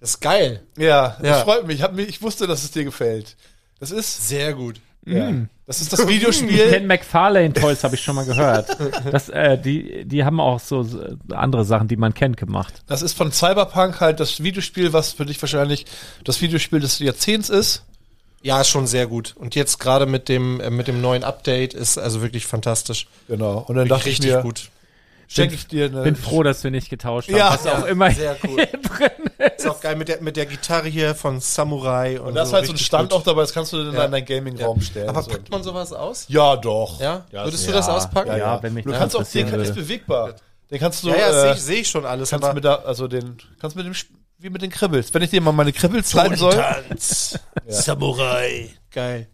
S3: das ist geil.
S2: Stand- Ja,
S3: Ja.
S2: das freut mich. Ich, hab mich. ich wusste, dass es dir gefällt. Das ist,
S3: Sehr gut.
S2: ja.
S3: Mm.
S2: das ist das
S1: Ken
S2: Videospiel.
S1: McFarlane Toys habe ich schon mal gehört. Das, äh, die, die haben auch so, so andere Sachen, die man kennt, gemacht.
S2: Das ist von Cyberpunk halt das Videospiel, was für dich wahrscheinlich das Videospiel des Jahrzehnts ist.
S3: Ja, ist schon sehr gut. Und jetzt gerade mit dem, äh, mit dem neuen Update ist also wirklich fantastisch.
S2: Genau. Und dann dachte ich
S3: Richtig
S2: mir,
S3: gut.
S2: schenke ich dir eine.
S1: Bin froh, dass wir nicht getauscht haben.
S2: Ja.
S1: was auch immer
S3: Sehr cool.
S1: drin
S3: Ist auch geil mit der, mit der Gitarre hier von Samurai und,
S2: Und da ist halt so ein
S3: richtig
S2: Stand
S3: gut.
S2: auch dabei, das kannst du dann
S3: Ja.
S2: in deinen Gaming-Raum stellen.
S3: Aber
S2: so.
S3: packt man sowas aus?
S2: Ja, doch.
S3: Ja? Würdest du
S2: das?
S3: das auspacken?
S1: Ja,
S2: Ja,
S1: wenn mich
S2: Du
S1: das
S2: kannst auch, den
S1: interessieren
S2: der ist
S1: würde.
S2: bewegbar. Den kannst du,
S3: Ja, ja,
S2: äh,
S3: sehe ich, seh ich schon alles.
S2: Kannst mit der, also den, kannst mit dem, Sp- wie mit den Kribbels. Wenn ich dir mal meine Kribbels zeigen soll.
S3: Tanz, Samurai. Geil.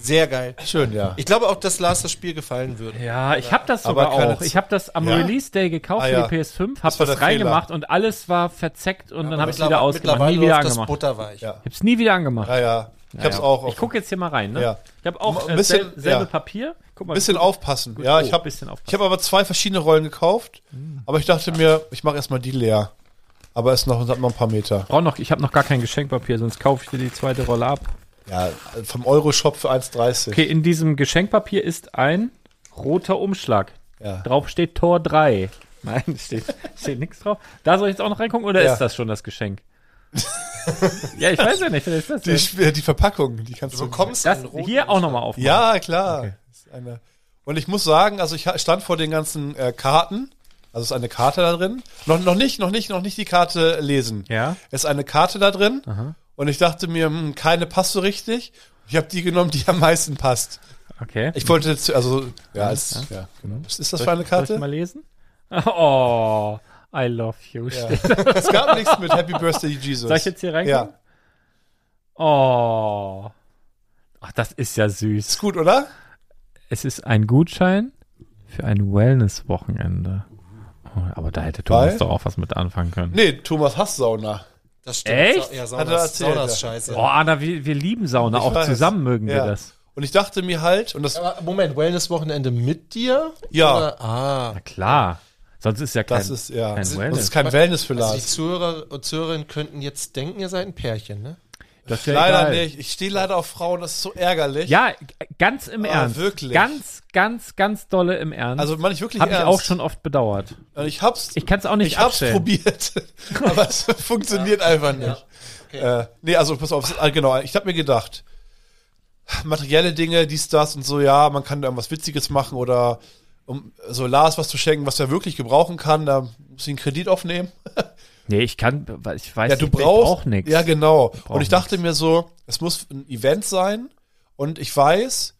S3: Sehr geil.
S2: Schön, ja.
S3: Ich glaube auch, dass Lars das Spiel gefallen würde.
S1: Ja, ich habe das
S2: Aber
S1: sogar
S2: keine
S1: auch.
S2: Z-
S1: Ich habe das am
S2: Ja?
S1: Release Day gekauft
S2: Ah, ja.
S1: für die PS5, habe
S2: Das war
S1: das
S2: der Fehler.
S1: reingemacht und alles war verzeckt und dann habe ich es wieder ausgemacht,
S3: Mittlerweile
S1: nie wieder
S3: läuft das
S1: angemacht. Ich
S3: butterweich.
S2: Ja.
S1: habe es nie wieder angemacht.
S2: ja, ja. Ich hab's auch.
S1: Ich gucke jetzt hier mal rein. Ne?
S2: Ja.
S1: Ich habe auch
S2: Ein
S1: äh,
S2: bisschen-
S1: sel selbe
S2: ja.
S1: Papier. Guck mal,
S2: ein bisschen
S1: wie gut-
S2: aufpassen. Ja, ich
S1: Oh,
S2: habe
S1: bisschen aufpassen. Hm.
S2: ich habe aber zwei verschiedene Rollen gekauft, aber ich dachte mir, ich mache erstmal die leer. Aber es noch hat noch ein paar Meter.
S1: Brauch noch, ich habe noch gar kein Geschenkpapier, sonst kaufe ich dir die zweite Rolle ab.
S2: Ja, vom Euroshop für 1,30.
S1: Okay, in diesem Geschenkpapier ist ein roter Umschlag.
S2: Ja.
S1: Drauf steht Tor 3. Nein, steht, steht nichts drauf. Da soll ich jetzt auch noch reingucken oder
S2: Ja.
S1: ist das schon das Geschenk? ja, ich weiß ja nicht. Vielleicht ist das
S2: Die,
S1: ja.
S2: Sp- die Verpackung, die kannst du.
S3: bekommst
S1: das
S3: einen roten
S1: hier auch nochmal aufmachen.
S2: Ja, klar. Ist eine und ich muss sagen, also ich ha- stand vor den ganzen äh, Karten. Also ist eine Karte da drin. Noch, noch nicht, noch nicht, noch nicht die Karte lesen.
S1: Ja.
S2: Ist eine Karte da drin. Und ich dachte mir, hm, keine passt so richtig. Ich habe die genommen, die am meisten passt.
S1: Okay.
S2: Ich wollte jetzt, also, ja, ist, ja. genau. Was ist das für eine
S1: Soll ich
S2: Karte?
S1: mal lesen? Oh, I love you.
S2: Ja. es gab nichts mit Happy Birthday Jesus.
S1: Soll ich jetzt hier reingucken?
S2: Ja.
S1: Oh. Ach, das ist ja süß.
S2: Ist gut, oder?
S1: Es ist ein Gutschein für ein Wellness-Wochenende. Oh, aber da hätte Thomas
S2: Weil?
S1: doch auch was mit anfangen können.
S2: Nee, Thomas hasst Sauna.
S3: Das stimmt.
S1: Echt?
S3: Sa-
S2: Hat
S3: Ja,
S2: er
S3: Saunas,
S2: erzählt,
S3: Saunas
S2: ja.
S3: scheiße.
S1: Oh, Anna, wir, wir lieben Sauna. Auch
S2: weiß.
S1: zusammen mögen wir
S2: Ja.
S1: das.
S2: Und ich dachte mir halt, und das,
S3: Aber Moment, Wellness-Wochenende mit dir?
S2: Ja.
S3: Oder? Ah.
S1: Na klar. Sonst ist ja kein,
S2: das ist ja, Also,
S1: kein
S2: das
S1: Wellness.
S2: ist kein Wellness für
S3: Also die
S2: Lars.
S3: Zuhörer und Zuhörerinnen könnten jetzt denken, ihr seid ein Pärchen, ne?
S1: das ist ja
S2: Leider
S1: egal.
S2: nicht. Ich stehe leider auf Frauen, das ist so ärgerlich.
S1: Ja, g- ganz im
S2: Ah,
S1: Ernst.
S2: wirklich?
S1: Ganz, ganz, ganz dolle im Ernst.
S2: Also meine ich wirklich
S1: Habe ich
S2: ernst. Äh,
S1: auch schon oft bedauert.
S2: Ich hab's,
S1: Ich kann es auch nicht
S2: ich hab's
S1: abstellen.
S2: probiert, aber es funktioniert einfach nicht. Äh, nee, also pass auf, ah, genau, ich habe mir gedacht, materielle Dinge, dies, das und so, ja, man kann da irgendwas Witziges machen oder um so Lars was zu schenken, was er wirklich gebrauchen kann, da muss ich einen Kredit aufnehmen.
S1: Nee, ich kann, weil ich weiß,
S2: Ja, du
S1: nicht, ich
S2: brauchst
S1: brauch nichts.
S2: Ja, genau.
S1: brauch
S2: Und ich dachte mir so, es muss ein Event sein und ich weiß,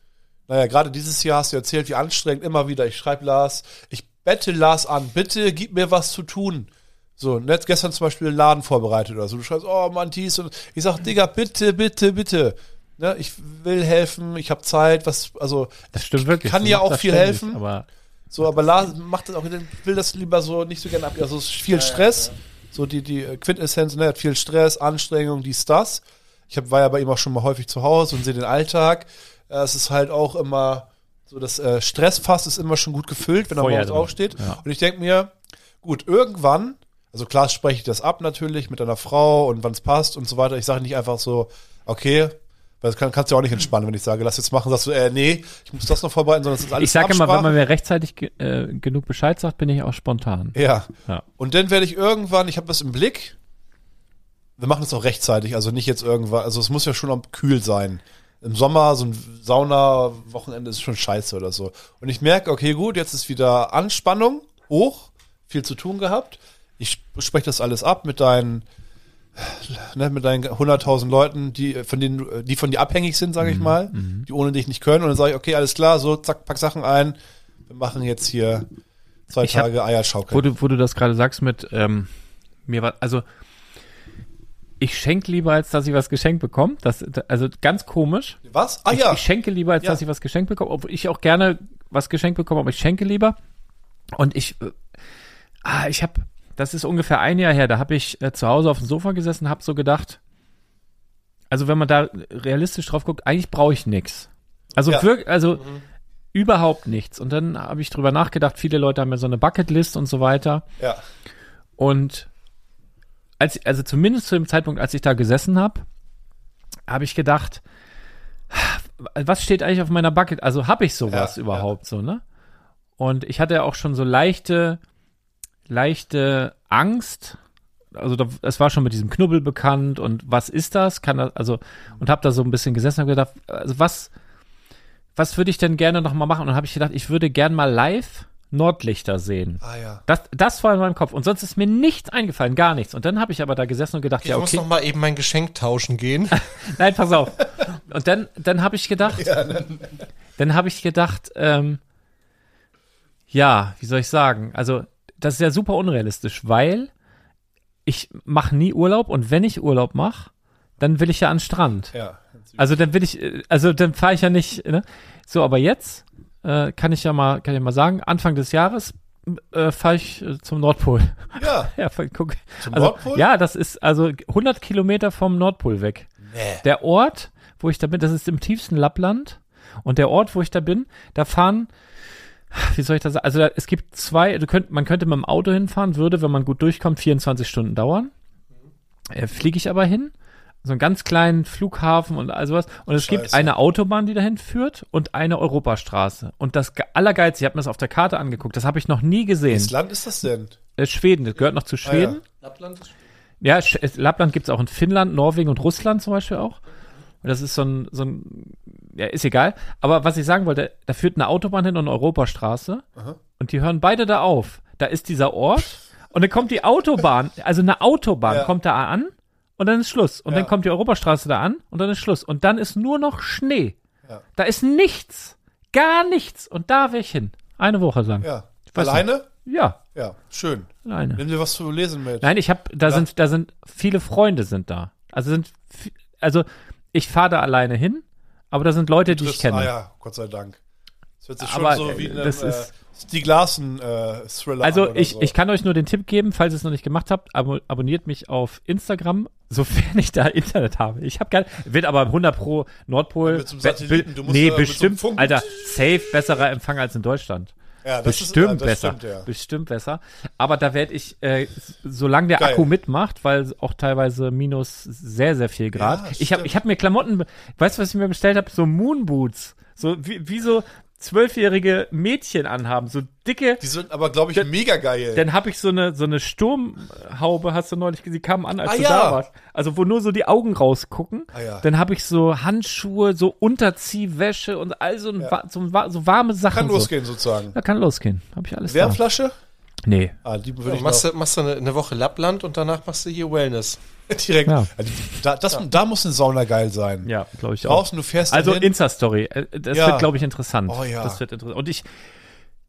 S2: naja, gerade dieses Jahr hast du erzählt, wie anstrengend immer wieder. Ich schreibe Lars, ich bette Lars an, bitte gib mir was zu tun. So, und jetzt gestern zum Beispiel einen Laden vorbereitet oder so. Du schreibst, oh Mann, dies und ich sag, Digga, bitte, bitte, bitte. Ne, ich will helfen, ich habe Zeit, was, also
S1: das stimmt wirklich.
S2: kann
S1: Du
S2: ja
S1: machst
S2: auch
S1: das
S2: viel
S1: ständig,
S2: helfen.
S1: Aber
S2: so, aber Lars macht das auch, will das lieber so nicht so gerne ab. Also es ist viel Stress. So die, die Quintessenz, ne, hat viel Stress, Anstrengung, dies, das. Ich hab, war ja bei ihm auch schon mal häufig zu Hause und sehe den Alltag. Äh, Es ist halt auch immer so, das äh, Stressfass ist immer schon gut gefüllt, wenn er
S1: Feuer
S2: morgens
S1: drin.
S2: aufsteht.
S1: Ja.
S2: Und ich denke mir, gut, irgendwann, also klar spreche ich das ab natürlich mit deiner Frau und wann es passt und so weiter. Ich sage nicht einfach so, okay, weil das kann, kannst du ja auch nicht entspannen, wenn ich sage, lass jetzt machen, sagst du, äh, nee, ich muss das noch vorbereiten, sondern es ist alles
S1: ich sage immer,
S2: Absprache.
S1: wenn man mir rechtzeitig ge äh, genug Bescheid sagt, bin ich auch spontan.
S2: Ja.
S1: Ja.
S2: Und dann werde ich irgendwann, ich habe das im Blick, wir machen es auch rechtzeitig, also nicht jetzt irgendwann, also es muss ja schon am kühl sein. Im Sommer, so ein Sauna-Wochenende ist schon scheiße oder so. Und ich merke, okay, gut, jetzt ist wieder Anspannung hoch, viel zu tun gehabt. Ich spreche das alles ab mit deinen, ne, mit deinen 100.000 Leuten, die von denen, du- die von dir abhängig sind,
S1: Mhm,
S2: sage ich mal, die ohne dich nicht können. Und dann sage ich, okay, alles klar, so, zack, pack Sachen ein. Wir machen jetzt hier zwei
S1: Ich hab-
S2: Tage Eierschaukel.
S1: Wo du, wo du das gerade sagst mit ähm, mir war, also ich schenke lieber, als dass ich was geschenkt bekomme. Das, also ganz komisch.
S2: Was? Ah ja.
S1: Ich schenke lieber, als
S2: Ja.
S1: dass ich was geschenkt bekomme. Obwohl ich auch gerne was geschenkt bekomme, aber ich schenke lieber. Und ich, äh, ah, ich habe, das ist ungefähr ein Jahr her, da habe ich äh, zu Hause auf dem Sofa gesessen, habe so gedacht, also wenn man da realistisch drauf guckt, eigentlich brauche ich nichts. Also
S2: Ja. Mhm.
S1: wirklich, also überhaupt nichts. Und dann habe ich drüber nachgedacht, viele Leute haben ja so eine Bucketlist und so weiter.
S2: ja.
S1: Und als, also zumindest zu dem Zeitpunkt, als ich da gesessen habe, habe ich gedacht, was steht eigentlich auf meiner Bucket? Also habe ich sowas
S2: Ja,
S1: überhaupt so, ne? Und ich hatte ja auch schon so leichte, leichte Angst. Also da, es war schon mit diesem Knubbel bekannt und was ist das? Kann das, also, und habe da so ein bisschen gesessen und gedacht, also was, was würde ich denn gerne nochmal machen? Und habe ich gedacht, ich würde gern mal live Nordlichter sehen.
S2: Ah ja.
S1: Das, das war in meinem Kopf. Und sonst ist mir nichts eingefallen, gar nichts. Und dann habe ich aber da gesessen und gedacht,
S3: Ich
S1: ja,
S3: muss
S1: okay.
S3: noch mal eben mein Geschenk tauschen gehen.
S1: Nein, pass auf. Und dann, dann habe ich gedacht, dann habe ich gedacht, ähm, ja, wie soll ich sagen? Also, das ist ja super unrealistisch, weil ich mache nie Urlaub und wenn ich Urlaub mache, dann will ich ja an den Strand.
S2: Ja.
S1: Also dann will ich, äh, also dann fahre ich ja nicht. Ne? So, aber jetzt äh, kann ich ja mal, kann ich ja mal sagen, Anfang des Jahres äh, fahre ich äh, zum Nordpol.
S2: Ja.
S1: Ja, voll- guck.
S2: Zum
S1: also,
S2: Nordpol?
S1: Ja, das ist also 100 Kilometer vom Nordpol weg. Der Ort, wo ich da bin, das ist im tiefsten Lappland. Und der Ort, wo ich da bin, da fahren, wie soll ich das sagen? Also da, es gibt zwei, du könnt, man könnte mit dem Auto hinfahren, würde, wenn man gut durchkommt, 24 Stunden dauern. Äh, Fliege ich aber hin. So einen ganz kleinen Flughafen und all sowas. Und es gibt
S2: Scheiße.
S1: eine Autobahn, die dahin führt und eine Europastraße. Und das Ge- Allergeilste, ich habe mir das auf der Karte angeguckt, das habe ich noch nie gesehen.
S2: Welches Land ist das denn?
S1: Äh, Schweden, das gehört noch zu
S2: ja.
S1: Schweden. Ja, Sch- es- Lappland gibt's auch in Finnland, Norwegen und Russland zum Beispiel auch. Und das ist so ein, so ein, ja, ist egal. Aber was ich sagen wollte, da führt eine Autobahn hin und eine Europastraße. Und die hören beide da auf. Da ist dieser Ort und dann kommt die Autobahn, also eine Autobahn
S2: Ja.
S1: kommt da an und dann ist Schluss. Und dann kommt die Europastraße da an und dann ist Schluss. Und dann ist nur noch Schnee. Da ist nichts. Gar nichts. Und da will ich hin. Eine Woche lang. Ja,
S2: Ja.
S1: weiß
S2: Alleine? Ja. Schön.
S1: ja alleine.
S2: Nimm dir was zu lesen mit.
S1: Nein, ich habe, da sind, da sind viele Freunde sind da. Also sind, vi- also ich fahre da alleine hin, aber da sind Leute, die ich
S2: Triffst-
S1: kenne.
S2: Ah ja, Gott sei Dank. Das hört sich schon
S1: Aber,
S2: so wie
S1: äh,
S2: ein äh,
S1: das ist-
S2: Stieg Larsen äh, Thriller
S1: Also
S2: an oder
S1: ich,
S2: so.
S1: ich kann euch nur den Tipp geben, falls ihr es noch nicht gemacht habt, abo abonniert mich auf Instagram Sofern ich da Internet habe. Ich habe gar wird aber 100 pro Nordpol.
S2: Mit so einem Satelliten,
S1: be-
S2: du musst
S1: nee,
S2: da mit so einem
S1: bestimmt.
S2: Funk-
S1: Alter, safe besserer Empfang als in Deutschland.
S2: Ja, das ist-
S1: bestimmt
S2: ja, das
S1: besser.
S2: stimmt, ja.
S1: Bestimmt besser. Aber da werde ich, äh, s- solange der
S2: Geil.
S1: Akku mitmacht, weil auch teilweise minus sehr, sehr viel Grad.
S2: Ja,
S1: ich habe
S2: stimmt.
S1: ich hab mir Klamotten, be- weißt du, was ich mir bestellt habe? So Moonboots. So wie, wie so zwölfjährige Mädchen anhaben. So dicke,
S2: Die sind aber, glaube ich, mega geil.
S1: dann habe ich so eine, so eine Sturmhaube, hast du neulich gesehen, die kam an, als
S2: Ah,
S1: du
S2: ja.
S1: da warst. Also wo nur so die Augen rausgucken.
S2: Ah, ja.
S1: Dann habe ich so Handschuhe, so Unterziehwäsche und all so, ein, wa- so, ein wa- so warme Sachen.
S2: Kann
S1: so.
S2: losgehen, sozusagen.
S1: Da kann losgehen. Habe ich alles da.
S2: Wärmflasche?
S1: Nee.
S2: Ah, die würde
S3: Ja,
S2: ich
S3: machst,
S2: noch
S3: du, machst du eine, eine Woche Lappland und danach machst du hier Wellness.
S2: direkt.
S1: Ja.
S2: Also, da, das, da muss eine Sauna geil sein.
S1: Ja, glaube ich auch.
S2: Draußen, du fährst
S1: Also
S2: dahin.
S1: Insta-Story. Äh, Das
S2: Ja.
S1: wird, glaube ich, interessant.
S2: Oh ja.
S1: Das wird interessant. Und ich,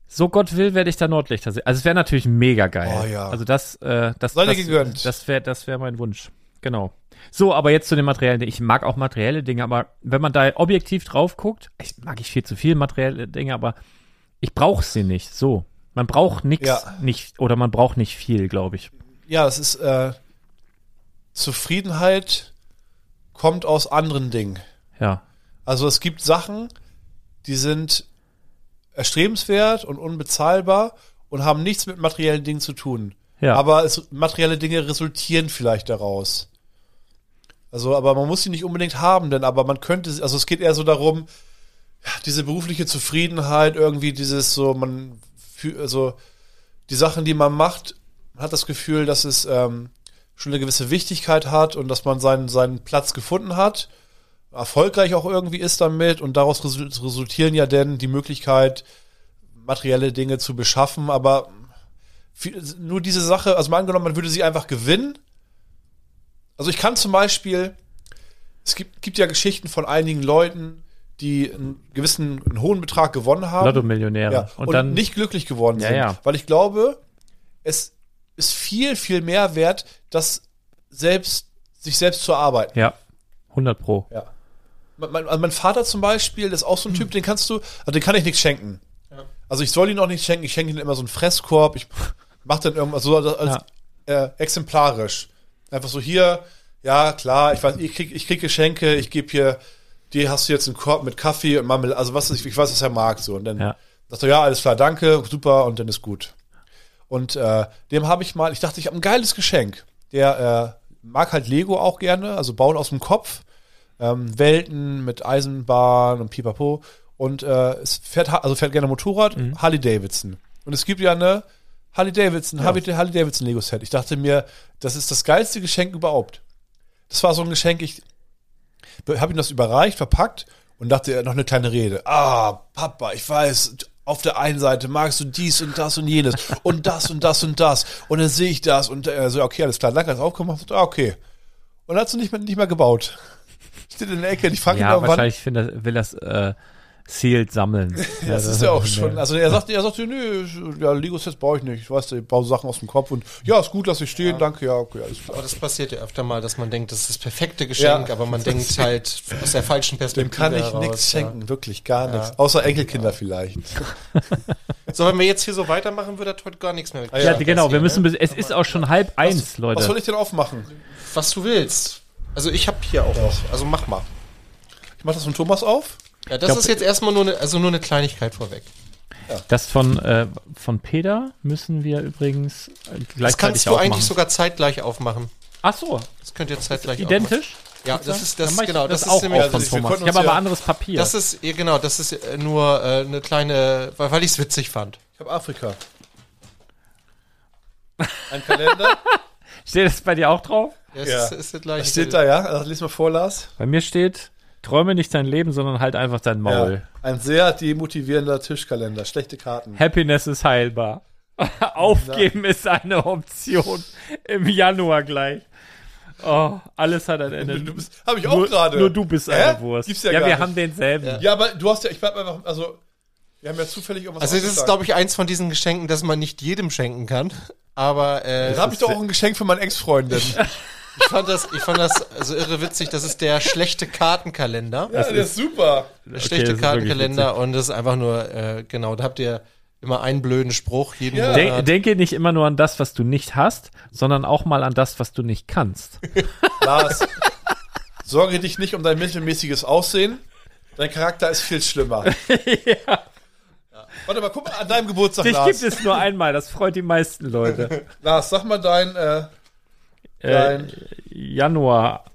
S1: so Gott will, werde ich da Nordlichter sehen. Also es wäre natürlich mega geil.
S2: Oh ja.
S1: Also das, äh, das,
S2: Sei dir
S1: das,
S2: gegönnt.
S1: das wäre das wär mein Wunsch. Genau. So, aber jetzt zu den materiellen Dingen. Ich mag auch materielle Dinge, aber wenn man da objektiv drauf guckt, ich mag ich viel zu viel materielle Dinge, aber ich brauche sie nicht. So. Man braucht nichts
S2: Ja.
S1: nicht oder man braucht nicht viel, glaube ich.
S2: ja, es ist äh, Zufriedenheit kommt aus anderen Dingen.
S1: Ja.
S2: Also es gibt Sachen, die sind erstrebenswert und unbezahlbar und haben nichts mit materiellen Dingen zu tun.
S1: Ja.
S2: Aber es, materielle Dinge resultieren vielleicht daraus. Also, aber man muss sie nicht unbedingt haben, denn aber man könnte, sie- also es geht eher so darum, ja, diese berufliche Zufriedenheit, irgendwie dieses so, man, fü- also die Sachen, die man macht, man hat das Gefühl, dass es ähm, schon eine gewisse Wichtigkeit hat und dass man seinen, seinen Platz gefunden hat erfolgreich auch irgendwie ist damit und daraus resu- resultieren ja dann die Möglichkeit, materielle Dinge zu beschaffen, aber viel, nur diese Sache, also mal angenommen, man würde sie einfach gewinnen. Also ich kann zum Beispiel, es gibt, gibt ja Geschichten von einigen Leuten, die einen gewissen, einen hohen Betrag gewonnen haben
S1: Lotto-Millionäre.
S2: Ähm, ja, und,
S1: dann
S2: nicht glücklich geworden
S1: Ja,
S2: sind.
S1: ja.
S2: Weil ich glaube, es ist viel, viel mehr wert, das selbst, sich selbst zu arbeiten.
S1: Ja. 100 Pro.
S2: Ja. Mein, mein, also mein Vater zum Beispiel, das ist auch so ein Typ, den kannst du, also den kann ich nichts schenken. Also ich soll ihn auch nicht schenken, ich schenke ihm immer so einen Fresskorb, ich mach dann irgendwas so als, als, äh, exemplarisch. Einfach so hier, ja klar, ich weiß, ich krieg, ich krieg Geschenke, ich gebe hier, dir hast du jetzt einen Korb mit Kaffee und Marmelade, also was ich, ich weiß, was er mag so und dann
S1: Ja.
S2: sagt er ja alles klar, danke, super und dann ist gut. Und äh, dem habe ich mal, ich dachte, ich habe ein geiles Geschenk. Der äh, mag halt Lego auch gerne, also bauen aus dem Kopf ähm, Welten mit Eisenbahn und Pipapo. Und äh, es fährt, ha- also fährt gerne Motorrad, Harley Davidson. Und es gibt ja eine Harley Davidson, Harley Harley Davidson Lego Set. Ich dachte mir, das ist das geilste Geschenk überhaupt. Das war so ein Geschenk, ich habe ihm das überreicht, verpackt und dachte, er hat noch eine kleine Rede. Ah, Papa, ich weiß, auf der einen Seite magst du dies und das und jenes und das und das und das. Und dann sehe ich das und äh, so, okay, alles klar, danke, hat es aufgemacht. Ah, okay. Und dann hat sie nicht mehr, nicht mehr gebaut. Steht in der Ecke, und ich frage ihn
S3: genau,
S1: Ja,
S2: irgendwann.
S1: wahrscheinlich find, das- will das äh, sealed sammeln. ja,
S2: Das ist ja auch schon. Also er sagt, er sagt, nö, ich- ja, Lego-Sets brauche ich nicht. Ich weiß, ich baue Sachen aus dem Kopf und ja, ist gut, lass ich stehen, danke, ja, okay, alles klar.
S3: Aber das passiert ja öfter mal, dass man denkt, das ist das perfekte Geschenk,
S2: Ja.
S3: aber man denkt halt aus der falschen
S2: Dem
S3: Perspektive.
S2: kann ich
S3: heraus,
S2: nichts
S3: ja.
S2: schenken, wirklich gar nichts. Außer Enkelkinder vielleicht.
S3: So, wenn wir jetzt hier so weitermachen, wird das heute gar nichts mehr. mit
S1: Ja,
S3: Geschenk
S1: genau, wir
S3: passieren,
S1: müssen,
S3: ne?
S1: bis- es ist auch schon halb eins, Leute.
S2: Was soll ich denn aufmachen?
S3: Was du willst. Also ich habe hier auch noch. Also mach mal.
S2: Ich mach das von Thomas auf.
S3: Ja, das
S1: glaub,
S3: ist jetzt erstmal nur eine, also nur eine Kleinigkeit vorweg.
S1: Das von, äh, von Peter müssen wir übrigens äh, gleichzeitig
S3: Das kannst du
S1: auch
S3: eigentlich
S1: machen.
S3: sogar zeitgleich aufmachen.
S1: Ach so,
S3: Das könnt ihr zeitgleich
S1: identisch?
S3: aufmachen. Ja, das ist das
S1: Dann mach ich
S3: genau,
S1: das,
S3: das,
S1: auch
S3: ist nämlich
S1: auf von
S2: wir
S1: Thomas.
S2: konnten
S1: Ich habe
S2: uns
S1: aber
S2: ja-
S1: anderes Papier.
S3: das ist eh, genau, das ist äh, nur äh, eine kleine, weil, weil ich es witzig fand.
S2: Ich habe Afrika. Ein Kalender.
S1: steht das bei dir auch drauf?
S3: Ja, es
S2: Ja.
S3: ist, ist das gleiche.
S2: Was steht da, ja? Also, lies mal vor, Lars.
S1: Bei mir steht, träume nicht dein Leben, sondern halt einfach dein Maul.
S2: Ja. Ein sehr demotivierender Tischkalender. Schlechte Karten.
S1: Happiness ist heilbar. Aufgeben ist eine Option. Im Januar gleich. Oh, alles hat ein Ende.
S2: Du bist, hab ich auch
S1: nur,
S2: gerade.
S1: nur du bist
S2: Hä?
S1: eine Wurst.
S2: Gibt's ja,
S1: ja
S2: gar
S1: wir
S2: nicht.
S1: haben denselben.
S2: Ja, aber du hast ja, ich bleib einfach, also, wir haben ja zufällig irgendwas
S3: Also das ist, glaube ich, eins von diesen Geschenken, das man nicht jedem schenken kann. Aber äh,
S2: Da habe ich doch auch ein Geschenk für meine Ex-Freundin.
S3: ich fand das, ich fand das so irre witzig. Das ist der schlechte Kartenkalender.
S2: das ist super.
S3: Der
S1: das
S3: schlechte
S1: ist
S3: Kartenkalender und das ist einfach nur, äh, genau, da habt ihr immer einen blöden Spruch jeden Monat.
S1: Denk, denke nicht immer nur an das, was du nicht hast, sondern auch mal an das, was du nicht kannst.
S2: Lars, sorge dich nicht um dein mittelmäßiges Aussehen. Dein Charakter ist viel schlimmer. Ja. Warte mal, guck mal an deinem Geburtstag,
S1: Dich
S2: Lars.
S1: gibt es nur einmal, das freut die meisten Leute.
S2: Lars, sag mal dein. Äh,
S1: Äh,
S2: dein
S1: Januar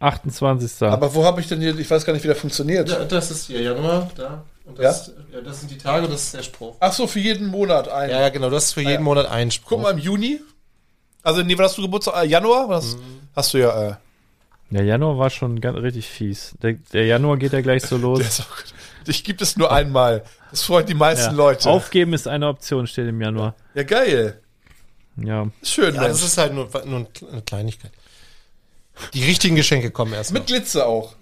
S1: 28.
S2: aber wo habe ich denn hier? Ich weiß gar nicht, wie der funktioniert.
S3: das ist hier Januar, da. Und
S2: das-
S3: das sind die Tage, das ist der Spruch.
S2: Ach so, für jeden Monat ein.
S3: Ja, ja, genau, du hast für jeden Monat einen Spruch.
S2: Guck mal im Juni. Also, nee, wann hast du Geburtstag? Äh, Januar? Was?
S3: Mhm.
S2: Hast du ja. Äh,
S1: Der Januar war schon ganz, richtig fies. Der, der Januar geht ja gleich so los.
S2: das, dich gibt es nur einmal. Das freut die meisten
S1: Ja.
S2: Leute.
S1: Aufgeben ist eine Option, steht im Januar.
S2: Ja, geil.
S1: Ja.
S2: Schön,
S3: Ja,
S2: Mensch.
S3: das ist halt nur, nur ein- eine Kleinigkeit. Die richtigen Geschenke kommen erst.
S2: Mit Glitzer auch.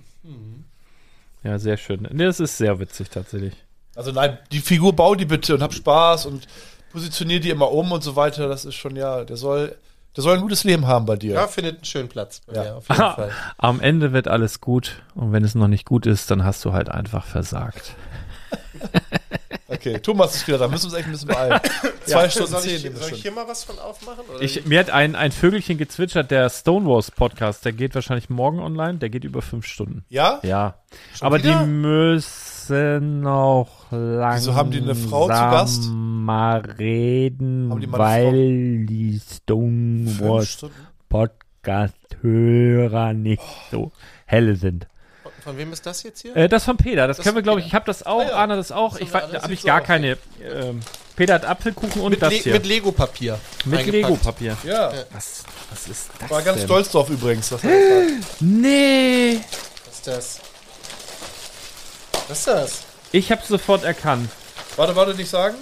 S1: Ja, sehr schön. Nee, das ist sehr witzig tatsächlich.
S2: Also nein, die Figur bau die bitte und hab Spaß und positionier die immer um und so weiter. Das ist schon, ja, der soll, der soll ein gutes Leben haben bei dir.
S3: Ja, findet einen schönen Platz bei
S2: Ja.
S3: mir, auf jeden Fall.
S1: Am Ende wird alles gut und wenn es noch nicht gut ist, dann hast du halt einfach versagt.
S2: Okay, Thomas ist wieder da. Müssen wir uns echt ein bisschen beeilen. Zwei Stunden
S3: soll
S2: zehn
S3: ich,
S2: nehmen wir
S3: soll ich
S2: schon.
S3: hier mal was von aufmachen? Oder?
S1: Ich, mir hat ein, ein Vögelchen gezwitschert, der Stonewalls Podcast, der geht wahrscheinlich morgen online, der geht über fünf Stunden.
S2: Ja?
S1: Ja. Aber
S2: wieder?
S1: die müssen noch langsam
S2: Wieso haben die eine Frau zu Gast?
S1: mal reden,
S2: Haben die mal eine
S1: weil die Stonewalls
S2: Stunden? Oh.
S1: Podcast-Hörer nicht so helle sind.
S3: von wem ist das jetzt hier?
S1: Äh, das von Peter, das, können wir, glaube ich,
S3: Peter.
S1: ich habe das auch,
S2: Ah ja.
S1: Arne das auch, ich
S3: wir alle,
S1: weiß- da habe
S3: sieht
S1: ich
S3: so
S1: gar
S3: aus.
S1: keine. Ähm, Peter hat Apfelkuchen und
S3: mit
S1: das
S3: Le-
S1: hier.
S3: mit Lego-Papier.
S1: Mit
S3: eingepackt.
S1: Lego-Papier.
S2: Ja.
S1: Was, was ist das
S2: War ganz
S1: denn?
S2: stolz drauf übrigens. Dass er das hat.
S1: Nee!
S3: Was ist das? Was ist das?
S1: Ich habe sofort erkannt.
S2: warte, warte, nicht sagen.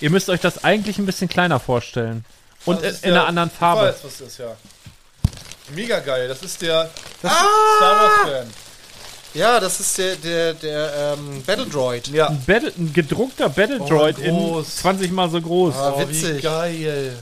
S1: Ihr müsst euch das eigentlich ein bisschen kleiner vorstellen. Und in,
S2: Das ist
S1: in
S2: der-
S1: einer anderen
S2: Ich
S1: Farbe.
S2: weiß, was das ist, ja. Mega geil. Das ist der Star Wars Fan.
S1: Ah!
S3: Ja, das ist der, der, der ähm, Battle Droid.
S2: Ja.
S1: Ein, Battle, ein gedruckter Battle Droid in
S2: Oh, groß.
S1: 20 mal so groß.
S3: Ah,
S2: Wie
S3: witzig.
S2: geil.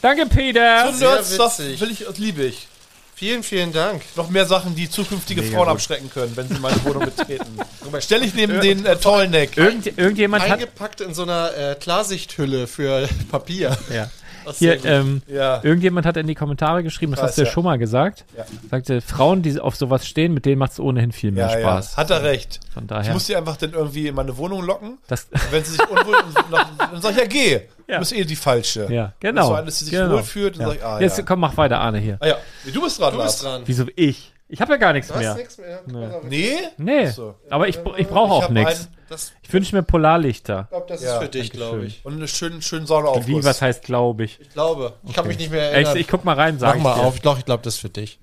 S1: Danke, Peter!
S2: Und
S3: Sehr
S2: Nerds, das
S3: witzig.
S2: will ich, das liebe ich.
S3: Vielen, vielen Dank.
S2: Noch mehr Sachen, die zukünftige Frauen abschrecken können, wenn sie meine Wohnung betreten. Stelle ich neben den äh, Tollneck.
S1: Irgend, irgendjemand hat.
S3: Eingepackt in so einer äh, Klarsichthülle für Papier.
S1: Ja.
S3: Das ist
S1: Hier,
S3: sehr gut.
S1: ähm,
S2: Ja.
S1: irgendjemand hat in die Kommentare geschrieben, das
S2: weiß,
S1: hast du ja
S2: ja.
S1: schon mal gesagt.
S2: Ja.
S1: Sagte, Frauen, die auf sowas stehen, mit denen macht es ohnehin viel mehr
S2: Ja, ja.
S1: Spaß.
S2: Hat er recht.
S1: Von
S2: Ich
S1: daher.
S2: muss die einfach dann irgendwie in meine Wohnung locken.
S1: Das,
S2: Und wenn sie sich unwohl dann- dann sag ich, ja, geh.
S1: Ja.
S2: Du bist eh die Falsche.
S1: ja, genau.
S2: so eine, dass sie sich
S1: genau.
S2: wohlfühlt, dann
S1: ja.
S2: sag ich, ah,
S1: Jetzt
S2: ja.
S1: komm, mach weiter, Arne hier.
S2: Ah ja, nee, du bist dran,
S3: du bist
S2: Lars.
S3: dran.
S1: Wieso ich? Ich habe ja gar nichts
S3: Du hast
S1: mehr.
S3: nichts mehr.
S2: Nee?
S1: Nee,
S2: So.
S1: aber ich, ich brauche
S2: Ich
S1: auch
S2: hab
S1: nichts.
S2: einen-
S3: Das,
S1: Ich wünsche mir Polarlichter.
S3: glaub, das
S2: Ja,
S3: ist für dich, glaube ich.
S2: Und einen schönen, schönen Saunaaufguss.
S1: Wie, was heißt glaube ich?
S3: Ich glaube. Ich kann mich nicht mehr
S1: Ich,
S3: erinnern.
S1: ich guck mal rein, sag
S3: Mach
S1: ich
S3: mal
S1: dir.
S3: auf. Ich glaube, ich glaub, das ist für dich.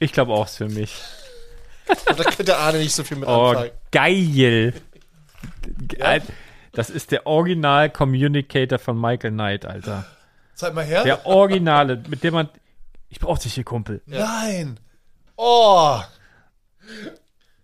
S1: Ich glaube auch, ist für mich.
S3: Und da könnte Arne nicht so viel mit
S1: Oh,
S3: anfangen.
S1: geil. Ge- Das ist der Original Communicator von Michael Knight, Alter.
S2: Zeig mal her.
S1: Der Originale, mit dem man. Ich brauch dich hier, Kumpel.
S3: Ne?
S2: Nein. Oh.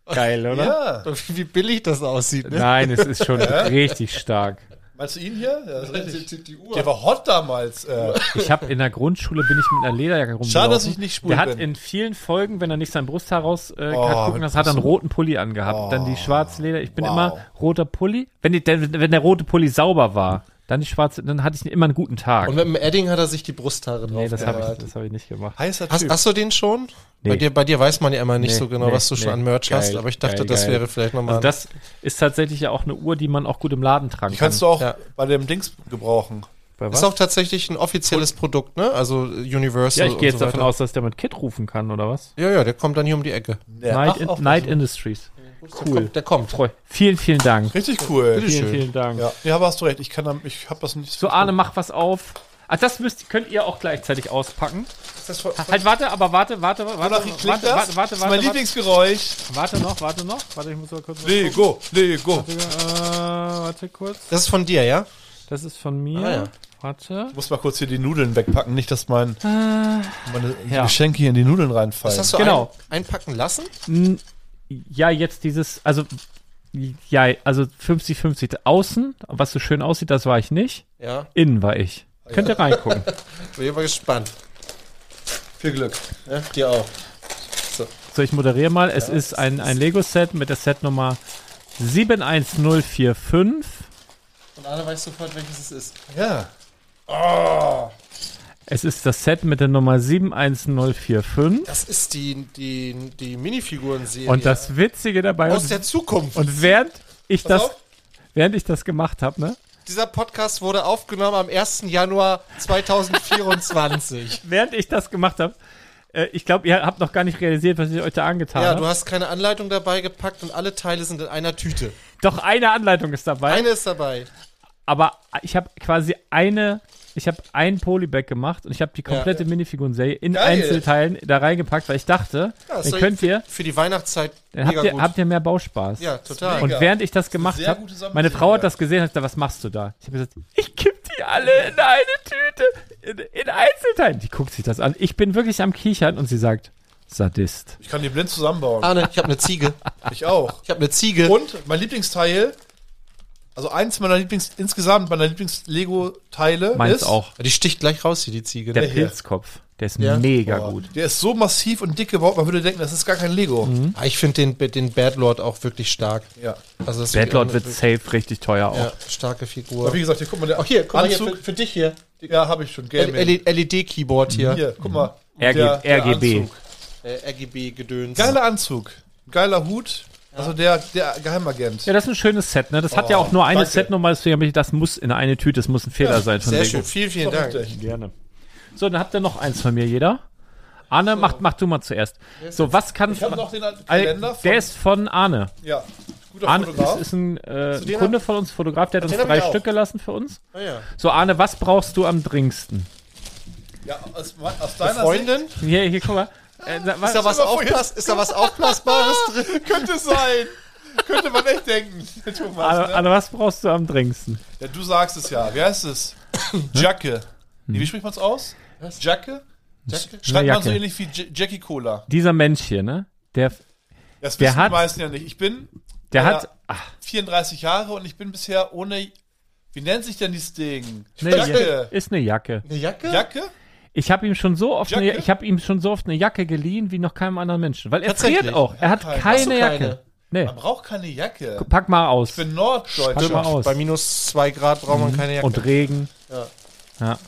S1: Geil, oder?
S2: Ja.
S3: Wie wie billig das aussieht, ne?
S1: Nein, es ist schon richtig stark.
S2: Meinst du ihn hier? Ja, das ist richtig.
S3: Die, die Uhr.
S2: Der war hot damals. Äh.
S1: Ich habe in der Grundschule bin ich mit einer Lederjacke rumgelaufen.
S2: Schade, dass ich nicht schwul
S1: Der hat
S2: bin.
S1: in vielen Folgen, wenn er nicht sein Brusthaar raus äh,
S2: Oh,
S1: hat gucken, das hat er einen roten Pulli angehabt, dann die schwarze Leder. Ich bin immer roter Pulli. Wenn, die, der, wenn der rote Pulli sauber war, dann die schwarze, dann hatte ich immer einen guten Tag.
S3: Und mit dem Edding hat er sich die Brusthaare drauf.
S1: nee, das habe ich,
S3: gemalt.
S1: das hab ich nicht gemacht.
S2: Heißer
S3: Hast,
S2: Typ.
S3: hast du den schon?
S1: Nee.
S3: Bei, dir, bei dir weiß man ja immer nicht
S1: Nee,
S3: so genau,
S1: nee,
S3: was du
S1: nee.
S3: schon an Merch hast,
S1: Geil,
S3: aber ich dachte,
S1: geil,
S3: das
S1: geil.
S3: wäre vielleicht nochmal.
S1: Also das ist tatsächlich ja auch eine Uhr, die man auch gut im Laden tragen
S2: Die
S1: kann.
S2: kannst du auch
S3: Ja.
S2: bei dem Dings gebrauchen.
S1: Bei was?
S3: ist auch tatsächlich ein offizielles Produkt, ne? Also äh, Universal.
S1: ja, ich gehe jetzt
S3: und so
S1: davon
S3: weiter.
S1: aus, dass der mit Kit rufen kann, oder was?
S3: Ja, ja, der kommt dann hier um die Ecke.
S2: Ja,
S1: Night,
S2: ach,
S1: in,
S2: auch
S1: Night Industries. Cool.
S3: Der kommt.
S1: Freu. Vielen, vielen Dank.
S2: Richtig cool.
S1: Vielen,
S3: schön.
S1: vielen Dank.
S2: Ja, ja, aber hast du recht. Ich kann, da- ich habe das nicht.
S1: So, Arne, mach was auf. Ach, das müsst, könnt ihr auch gleichzeitig auspacken.
S2: ist das voll,
S1: Halt, warte, aber warte, warte, warte, warte,
S2: Wonach
S1: warte,
S2: klingt
S1: warte,
S2: das?
S1: warte,
S2: das
S1: warte,
S2: ist mein
S1: warte,
S2: Lieblingsgeräusch.
S1: warte noch, warte noch. Warte, ich muss mal kurz. Äh,
S2: Lego, Lego.
S1: warte kurz.
S3: Das ist von dir, ja?
S1: Das ist von mir.
S3: Ah, ja.
S1: Warte.
S2: Ich muss mal kurz hier die Nudeln wegpacken, nicht, dass mein, meine
S1: Ah. ja.
S2: Geschenke hier in die Nudeln reinfallen.
S3: Das hast du
S1: Genau.
S3: ein, einpacken lassen?
S1: N- Ja, jetzt dieses, also, ja, also 50-50 außen, was so schön aussieht, das war ich nicht.
S3: Ja.
S1: Innen war ich. Könnt ihr reingucken.
S3: Bin ich mal gespannt.
S2: Viel Glück.
S1: ne?
S3: Ja, dir auch.
S1: So, ich moderiere mal. Es ist ein, ein Lego-Set mit der Setnummer 71045.
S3: Und Arne weiß sofort, welches es ist.
S2: Ja.
S1: Es ist das Set mit der Nummer 71045.
S3: Das ist die, die, die Minifiguren-Serie.
S1: Und das Witzige dabei
S3: aus
S1: ist,
S3: der Zukunft.
S1: und während ich
S3: Pass
S1: das,
S3: auf.
S1: während ich das gemacht habe, ne?
S3: Dieser Podcast wurde aufgenommen am 1. Januar 2024.
S1: Während ich das gemacht habe, äh, ich glaube, ihr habt noch gar nicht realisiert, was ich euch da angetan
S3: ja,
S1: habe.
S3: du hast keine Anleitung dabei gepackt und alle Teile sind in einer Tüte.
S1: Doch eine Anleitung ist dabei.
S3: Eine ist dabei.
S1: aber ich habe quasi eine, ich habe ein Polybag gemacht und ich habe die komplette Minifiguren-Serie in
S3: Geil.
S1: Einzelteilen da reingepackt, weil ich dachte,
S3: Ja, ist
S1: dann
S3: doch
S1: könnt ihr,
S3: Für die Weihnachtszeit
S1: dann habt ihr, habt ihr mehr Bauspaß.
S3: ja, total.
S1: Und während ich das gemacht
S2: sehr
S1: habe,
S2: gute Sammlung,
S1: meine Frau hat
S2: ja.
S1: das gesehen und hat gesagt, was machst du da? Ich habe gesagt, ich kipp die alle in eine Tüte, in, in Einzelteilen. Die guckt sich das an. Ich bin wirklich am Kichern und sie sagt, Sadist.
S2: Ich kann die blind zusammenbauen.
S3: Arne, ich habe eine Ziege.
S2: Ich auch.
S3: Ich habe eine Ziege.
S2: Und mein Lieblingsteil, also eins meiner Lieblings, insgesamt meiner Lieblings-Lego-Teile
S1: Meins
S2: ist,
S1: auch.
S3: Die sticht gleich raus hier, die Ziege.
S1: Der
S3: ne?
S1: Pilzkopf, der ist
S3: Ja.
S1: mega
S2: Boah,
S1: gut. Mhm.
S2: der ist so massiv und dick gebaut, man würde denken, das ist gar kein Lego.
S3: Ah, Ich finde den, den Bad Lord auch wirklich stark.
S2: Ja.
S3: Also das ist
S1: Bad Lord
S3: eine
S1: wird safe richtig teuer auch.
S3: ja, starke Figur.
S2: Aber wie gesagt, hier, guck mal, der
S3: Auch hier, guck mal hier,
S2: Anzug,
S3: für, für dich hier.
S2: ja, habe ich schon, Gaming.
S3: E LED-Keyboard hier.
S2: Hier, guck mal.
S1: RG RGB.
S2: Anzug.
S3: Äh, RGB-Gedöns.
S2: Geiler Anzug, geiler Hut, also der, der Geheimagent.
S1: Ja, das ist ein schönes Set, ne? Das hat ja auch nur eine
S2: Oh, danke.
S1: Setnummer, deswegen habe ich, das muss in eine Tüte, das muss ein Fehler sein von
S3: Sehr
S1: Lego.
S3: schön, vielen, vielen
S2: Doch,
S3: Dank.
S2: richtig.
S1: Gerne. So, dann habt ihr noch eins von mir, jeder. Arne, mach, mach du mal zuerst. So, was kann.
S2: Ich habe noch den alten
S1: Al-
S2: Kalender von,
S1: der ist von Arne.
S2: ja, guter
S1: Arne ist,
S2: Fotograf.
S1: ist ein äh,
S3: den
S1: Kunde von uns, Fotograf, der hat uns
S3: den hab
S1: drei
S3: ich auch.
S1: Stück gelassen für uns.
S3: Ah, ja.
S1: So, Arne, was brauchst du am dringendsten?
S2: ja, aus, aus deiner
S3: Freundin,
S1: Hier, hier, guck mal. Äh, sag mal-
S3: ist da, was aufblas ist da was Aufblasbares drin?
S2: Sicht, könnte es sein. könnte man echt denken, Thomas.
S1: Arne,
S2: Ne?
S1: Arne, was brauchst du am dringendsten?
S2: Ja, du sagst es ja. Wer ist es?
S1: Hm?
S2: Jacke. Nee, wie spricht man es aus? Jacke?
S1: Eine
S2: Schreibt man so
S1: Hm. Jacke.
S2: ähnlich wie J Jackie Cola.
S1: Dieser Mensch hier, ne? Der,
S2: Das
S1: Der
S2: wissen
S1: hat-
S2: die meisten ja nicht. Ich bin
S1: der
S2: Ja,
S1: hat. ah.
S2: ja.
S1: Ach,
S2: 34 Jahre und ich bin bisher ohne. Wie nennt sich denn dieses Ding?
S1: ne,
S2: Jacke.
S1: ist eine Jacke.
S3: Eine Jacke?
S2: Jacke?
S1: Ich habe ihm schon so oft eine,
S2: Jacke?
S1: ich habe ihm schon so oft eine Jacke geliehen wie noch keinem anderen Menschen, weil er
S3: Tatsächlich?
S1: friert auch. Er hat
S2: Keine.
S1: keine
S3: Hast du
S1: Jacke. Nee,
S2: Man braucht keine Jacke.
S1: pack mal aus.
S2: Ich bin Norddeutsch.
S1: Pack mal aus. Mhm.
S3: Bei minus 2 Grad braucht man keine Jacke.
S1: Und Regen.
S3: Ja.
S1: Ja.